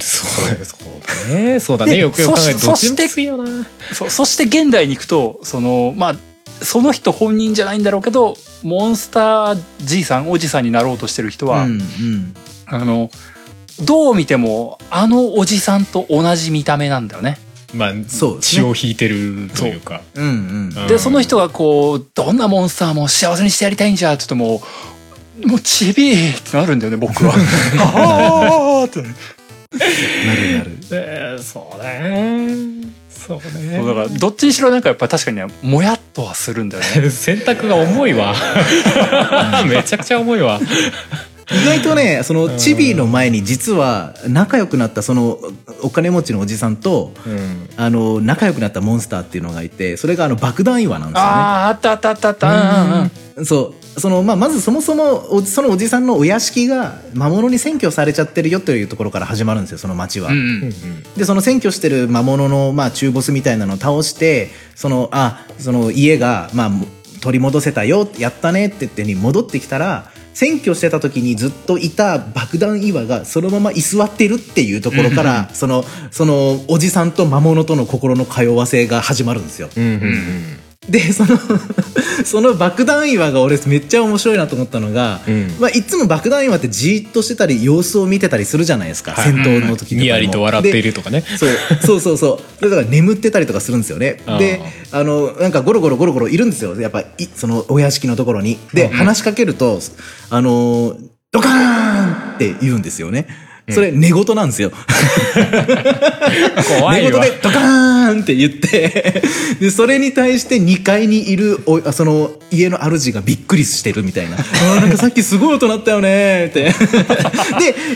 S2: そうそうだね。そうだね。
S1: で
S2: よくよく考えると、ど
S1: そ
S2: っ
S1: し
S2: ち
S1: そし
S2: も
S1: て
S2: きついよな。
S1: そそして現代に行くとそのまあその人本人じゃないんだろうけどモンスターじいさんおじさんになろうとしてる人は、
S3: うんうん
S1: あのどう見てもあのおじさんと同じ見た目なんだよね。
S2: まあ、
S3: そうです
S2: 血
S3: ね
S2: を引いてるというか。
S3: うんうん
S2: うん
S1: でその人がこうどんなモンスターも幸せにしてやりたいんじゃって言ってもうもうちびーってなるんだよね僕は。あーって
S3: なるなる
S2: えーそうねそう
S1: そうだ
S2: ね
S1: からどっちにしろなんかやっぱり確かにねもやっとはするんだよね。
S2: 選択が重い わめちゃくちゃ重いわ
S3: 意外とねそのチビの前に実は仲良くなったそのお金持ちのおじさんと
S2: うん
S3: あの仲良くなったモンスターっていうのがいてそれがあの爆弾岩なんですよね。
S1: あああったあったあったあった。うんうんうん
S3: そうそのまあ、まずそもそもおそのおじさんのお屋敷が魔物に占拠されちゃってるよというところから始まるんですよその町は。
S1: うんうん
S3: でその占拠してる魔物の、まあ、中ボスみたいなのを倒してそのあその家が、まあ、取り戻せたよやったねって言ってに戻ってきたら占拠してた時にずっといた爆弾岩がそのまま居座ってるっていうところからそのそのおじさんと魔物との心の通わせが始まるんですよ。
S2: うんうん
S3: でその その爆弾岩が俺めっちゃ面白いなと思ったのが、
S2: うん
S3: まあ、いつも爆弾岩ってじーっとしてたり様子を見てたりするじゃないですか、戦闘の時とか
S2: うん
S3: も
S2: にやりと笑っているとかね
S3: でそうそうそうそうそれだから眠ってたりとかするんですよね
S2: あー
S3: であのなんかゴロゴロゴロゴロいるんですよやっぱいそのお屋敷のところにで話しかけるとあのドカーンって言うんですよねそれ寝言なんですよ。
S2: 怖い
S3: 寝言
S2: わ
S3: でドカーンって言って でそれに対して2階にいるおあその家の主がびっくりしてるみたいな「あーなんかさっきすごい音鳴ったよね」って で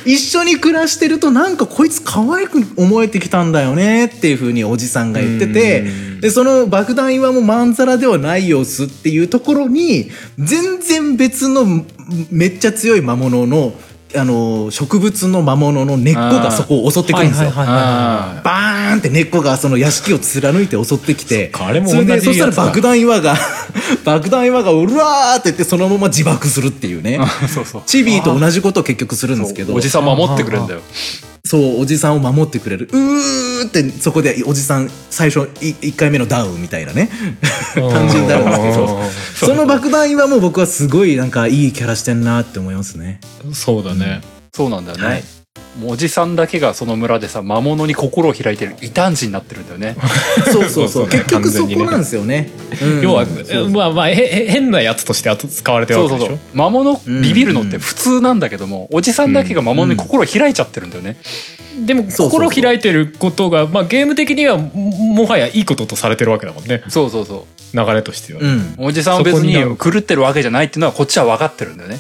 S3: 一緒に暮らしてるとなんかこいつ可愛く思えてきたんだよねっていうふうにおじさんが言っててでその爆弾岩もまんざらではない様子っていうところに全然別のんめっちゃ強い魔物のあの植物の魔物の根っこがそこを襲ってくるんです
S2: は
S3: よ。
S2: いはいはい
S1: あ
S3: バーンって根っこがその屋敷を貫いて襲ってきて、
S2: そっかあれも
S3: それで
S2: 同じ
S3: そ
S2: や
S3: し
S2: つ
S3: た
S2: だ
S3: ら爆弾岩が、 爆弾岩がうわーって言ってそのまま自爆するっていうね。
S1: そうそう
S3: チビーと同じことを結局するんですけど、
S1: おじさん守ってくれるんだよ
S3: そう、おじさんを守ってくれる。うーってそこでおじさん最初1回目のダウンみたいなね、感じになるんですけ
S2: うん
S3: ど、その爆弾岩も僕はすごいなんかいいキャラしてんなって思いますね。
S2: そうだね。
S1: そうなんだよね、
S3: はい
S1: もうおじさんだけがその村でさ魔物に心を開いてる異端児になってるんだよね
S3: そうそうそう。
S2: そうそう
S3: 結局そ
S2: 完全にね
S3: こなんですよね。
S2: 要は、まあまあへへ変なやつとして扱われてる
S1: そう
S2: わけ
S1: そう
S2: でしょ
S1: そう魔物ビビるのって普通なんだけども、おじさんだけが魔物に心を開いちゃってるんだよね、
S2: でも
S3: そうそう
S2: 心を開いてることが、まあ、ゲーム的にはももはやいいこととされてるわけだもんね
S1: そうそうそ
S2: 流れとしては、
S3: うん。うん
S1: うおじさんは別
S2: そこ
S1: に
S2: になん
S1: 狂ってるわけじゃないっていうのはこっちは分かってるんだよね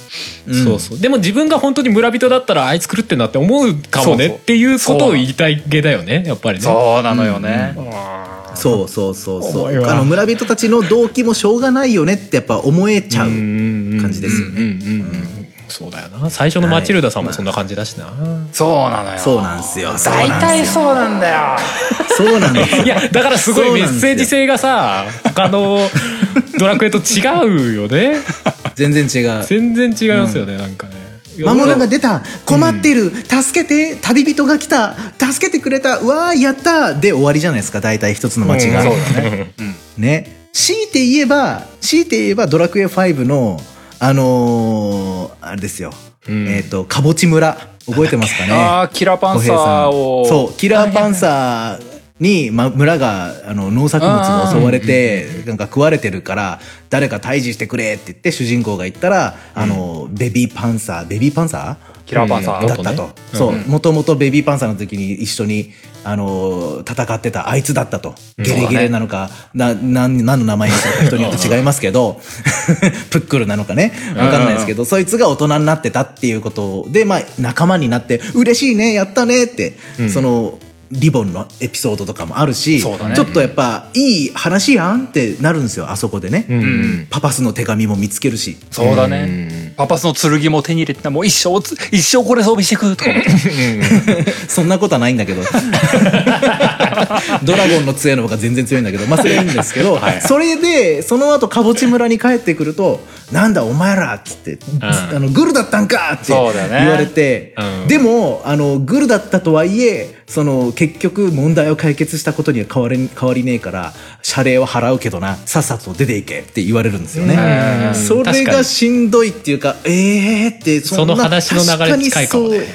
S3: うん
S2: そうそうでも自分が本当に村人だったらあいつ狂ってんなって思うかも
S1: そ
S2: ね
S1: うそう
S2: っていうことを言いたいげだよねやっぱりね
S1: そうなのよね、
S3: そうそうそうそ。
S2: 重いうわ
S3: あの村人たちの動機もしょうがないよねってやっぱ思えちゃう
S2: うんうんうん
S3: 感じですよね。
S2: うんうんうんそうだよな最初のマチルダさんもそんな感じだしな、
S1: そうなのよ
S3: そうなんですよ。
S1: 大体そうなんだよ
S3: そうなんですよ。
S2: いやだからすごいメッセージ性がさ他のドラクエと違うよね
S3: 全然違う。
S2: 全然違いますよね、なんかね
S3: 魔物が出た困ってる、助けて旅人が来た助けてくれたわーやったで終わりじゃないですか大体一つの街が。
S2: うん
S3: ね。強いて言えば強いて言えばドラクエ5のあのーあれですよ。
S2: うん
S3: えっとかぼち村覚えてますかね。
S1: ああキラパンサーを
S3: そうキラーパンサーに、ま、村があの農作物が襲われてなんか食われてるから誰か退治してくれって言って主人公が言ったら、あのベビーパンサーベビーパンサー
S1: キラパンサー、
S2: うん
S3: だったと、
S2: 元ね
S3: そうもともとベビーパンサーの時に一緒にあの戦ってたあいつだったとゲレゲレなのか、ななん何の名前にするか人によって違いますけど プックルなのかねわかんないですけど、そいつが大人になってたっていうことで、まあ、仲間になって嬉しいねやったねって、そのリボンのエピソードとかもあるし、
S1: そうだね
S3: ちょっとやっぱいい話やんってなるんですよあそこでね、
S2: ん
S3: パパスの手紙も見つけるし
S1: そうだね、パパスの剣も手に入れてたもう一生つ一生これ装備してくとか思って
S3: そんなことはないんだけど。 ドラゴンの杖の方が全然強いんだけど、まあそれはいいんです けど、それで、その後、かぼち村に帰ってくると、なんだお前らっつって、あの、グルだったんかって
S1: そうだね
S3: 言われて、
S2: うん
S3: でも、あの、グルだったとはいえ、その、結局問題を解決したことには変わり、変わりねえから、謝礼は払うけどな、さっさと出ていけって言われるんですよね。
S2: うん
S3: それ
S2: 確か
S3: が
S2: に
S3: しんどいっていうか、ええー、って、んな
S2: その話の流れに近いかもね
S3: 確に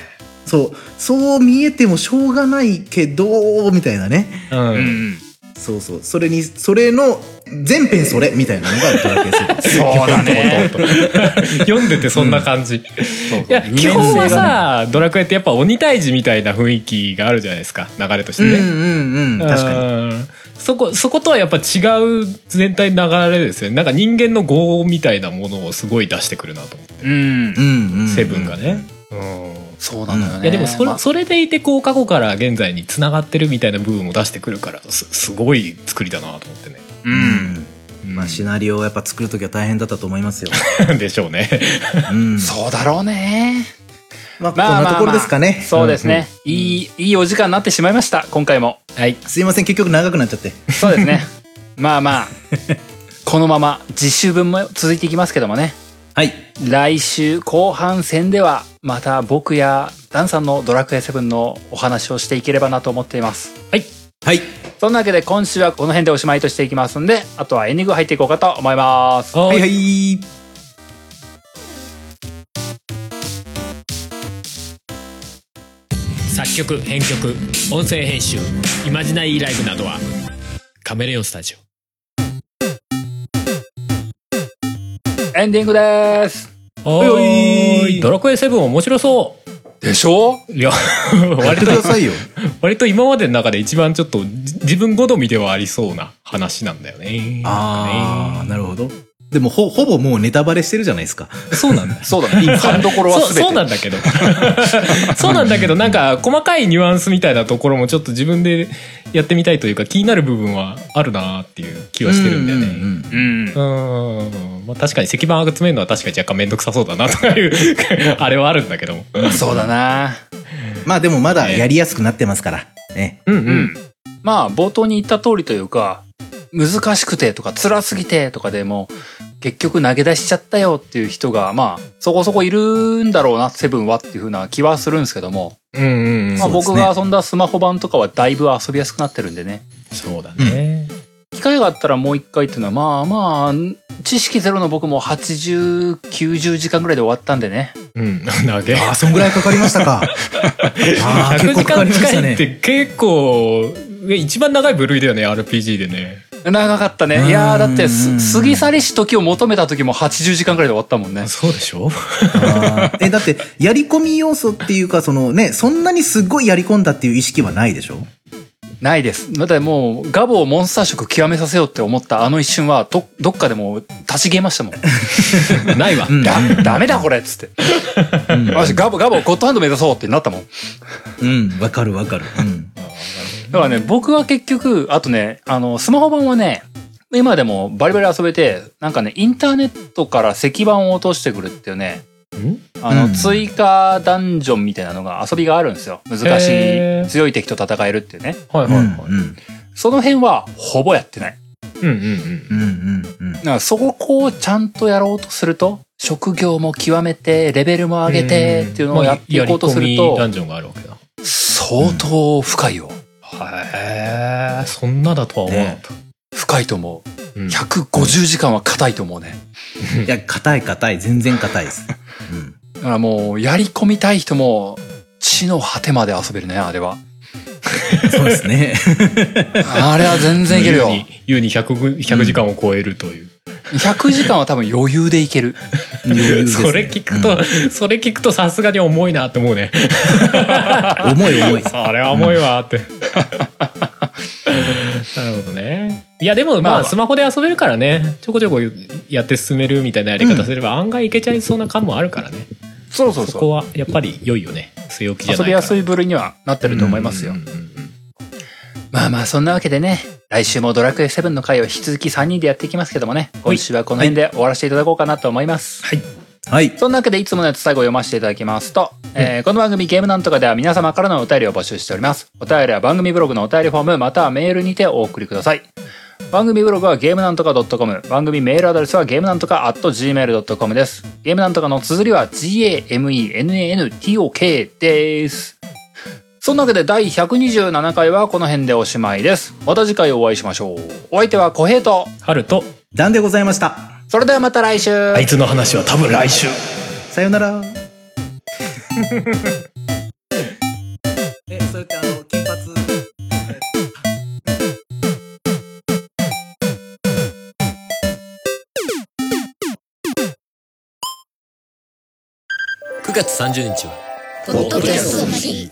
S3: そうそうそう見えてもしょうがないけどみたいなね
S2: うん
S3: そうそうそれにそれの全編それみたいなのがドラクエ セ
S1: そうだね
S2: 読んでてそんな感じ、
S1: そう
S2: いや基本はさドラクエってやっぱ鬼退治みたいな雰囲気があるじゃないですか流れとして
S3: ブ
S2: ね、
S3: うんうんうん確かに
S2: にそこそことはやっぱ違う全体の流れですよねなんか人間の業みたいなものをすごい出してくるなと思って、
S1: うん
S3: うんうん
S2: セブンがね、
S1: そうなのよね
S2: いやでもそれ,、
S1: まあ
S2: それでいてこう過去から現在につながってるみたいな部分を出してくるからすすごい作りだなと思ってね、
S1: う
S3: うんんまあシナリオをやっぱ作るときは大変だったと思いま すよ
S2: でしょうね
S3: うん
S1: そうだろうね
S3: まあこんなところですかね
S1: そうですね、いいいいお時間になってしまいました今回もはい
S3: すいません結局長くなっちゃって
S1: そうですねまあまあこのまま実習分も続いていきますけどもね
S3: はい
S1: 来週後半戦ではまた僕やダンさんの「ドラクエ7」のお話をしていければなと思っていますはい
S3: はい
S1: そんなわけで今週はこの辺でおしまいとしていきますんであとはエンディング入っていこうかと思います
S2: は
S3: はいはい
S2: 作曲編曲音声編集イマジナイライブなどはカメレオンスタジオ
S1: エンディングです
S2: おーいドラクエ7面白そう
S1: でしょ
S2: いや
S3: やって
S2: 割
S3: く
S2: と
S3: ださいよ。
S2: 割と今までの中で一番ちょっとじ自分好みではありそうな話なんだよね。
S3: あー、なるほど。でもほ、ほぼもうネタバレしてるじゃないですか。
S2: そうなんだよ。
S1: そう だね。今のところは
S2: そう
S1: 全て。
S2: そうなんだけど そうなんだけどなんか細かいニュアンスみたいなところもちょっと自分でやってみたいというか気になる部分はあるなっていう気はしてるんだよね。
S3: ううん
S1: うん
S2: う。ーんまあ、確かに石板集めるのは確かに若干面倒くさそうだなとかいう あれはあるんだけども
S1: そうだな。
S3: まあでもまだやりやすくなってますから。ね。
S2: うんう
S1: うんん。まあ、冒頭に言った通りというか、難しくてとか辛すぎてとかでも、結局投げ出しちゃったよっていう人が、まあ、そこそこいるんだろうな、セブンはっていうふうな気はするんですけども、
S2: うんうんうん
S1: まあ
S3: そうです
S1: 僕
S3: ね
S1: が遊んだスマホ版とかはだいぶ遊びやすくなってるんでね。
S2: そうだね、
S1: 機会があったらもう一回っていうのは、まあまあ、知識ゼロの僕も80、90時間ぐらいで終わったんでね。
S2: うん、投げ
S3: あ、そんぐらいかかりました か。あー
S2: 100
S3: 結構
S2: 時
S3: かか
S2: 間
S3: りまし
S2: 近
S3: た
S2: いっ
S3: ね。
S2: て結構え一番長い部類だよね RPG でね
S1: 長かった
S3: う
S1: ね。
S3: ん
S1: いやーだってす、過ぎ去りし時を求めた時も80時間ぐらいで終わったもんね。
S2: そうでしょ
S3: あーえ、だって、やり込み要素っていうか、そのね、そんなにすっごいやり込んだっていう意識はないでしょ
S1: ないです。だってもう、ガボをモンスター色極めさせようって思ったあの一瞬は、ど、どっかでもう立ち消えましたもん。
S2: ないわ、
S3: うん
S1: だ、ダメだこれっつって。
S3: うん
S1: 私、ガボ、ガボ、ゴッドハンド目指そうってなったもん。
S3: うん、わかるわかる。うん。
S1: だからね、僕は結局、あとね、あの、スマホ版はね、今でもバリバリ遊べて、なんかね、インターネットから石板を落としてくるっていうね、
S2: ん
S1: あの、
S3: うん
S1: 追加ダンジョンみたいなのが遊びがあるんですよ。難し
S2: へー
S1: い、強い敵と戦えるっていうね。
S2: はいはい
S3: うん、う
S2: はい、
S3: ん、
S1: その辺は、ほぼやってない。
S2: うんうんうん
S3: うん、うん。
S1: だからそこをちゃんとやろうとすると、職業も極めて、レベルも上げてっていうのをやっていこうとする
S2: まあやり込みダ
S1: と、
S2: ンジョンがあるわけだ
S1: 相当深いよ。
S2: へえそんなだとは思わなかった、
S1: 深いと思う。
S2: うん
S1: 150時間は硬いと思うね。
S3: いや、硬い硬い、全然硬いです。うん。
S1: だからもう、やり込みたい人も、地の果てまで遊べるね、あれは。
S3: そうです ね。
S1: あれは全然いけるよ。
S2: 優に優に 100, 100時間を超えるという、
S1: 100時間は多分余裕でいける。
S3: 余裕ですね
S2: それ聞くと、それ聞くとさすがに重いなって思うね
S3: うん重い重い。
S2: それは重いわ ってなるほどねいやでも
S1: まあ
S2: ま
S1: まあ
S2: あスマホで遊べるからねちょこちょこやって進めるみたいなやり方すれば案外いけちゃいそうな感もあるからね
S1: そうそ
S2: そこはやっぱり良いよね据え置きじゃないか
S1: 遊
S2: ら
S1: びやすい部類にはなってると思いますよ。
S2: うんうんうん
S1: まあまあ、そんなわけでね、来週もドラクエ7の回を引き続き3人でやっていきますけどもね、今週はこの辺で終わらせていただこうかなと思います。
S2: はい
S3: はい。
S1: そんなわけでいつものやつ最後読ませていただきますと、えーこの番組ゲームなんとかでは皆様からのお便りを募集しております。お便りは番組ブログのお便りフォームまたはメールにてお送りください。番組ブログはゲームなんとか .com 番組メールアドレスはゲームなんとか .gmail.com です。ゲームなんとかの綴りは g-a-m-e-n-a-n-t-o-k です。そんなわけで第127回はこの辺でおしまいです。また次回お会いしましょう。お相手は小平と、
S2: 春と
S3: ダンでございました。
S1: それではまた来週。
S2: あいつの話は多分来週
S3: さよな ら。え、それってあの、金髪。
S4: ポッドキャストの日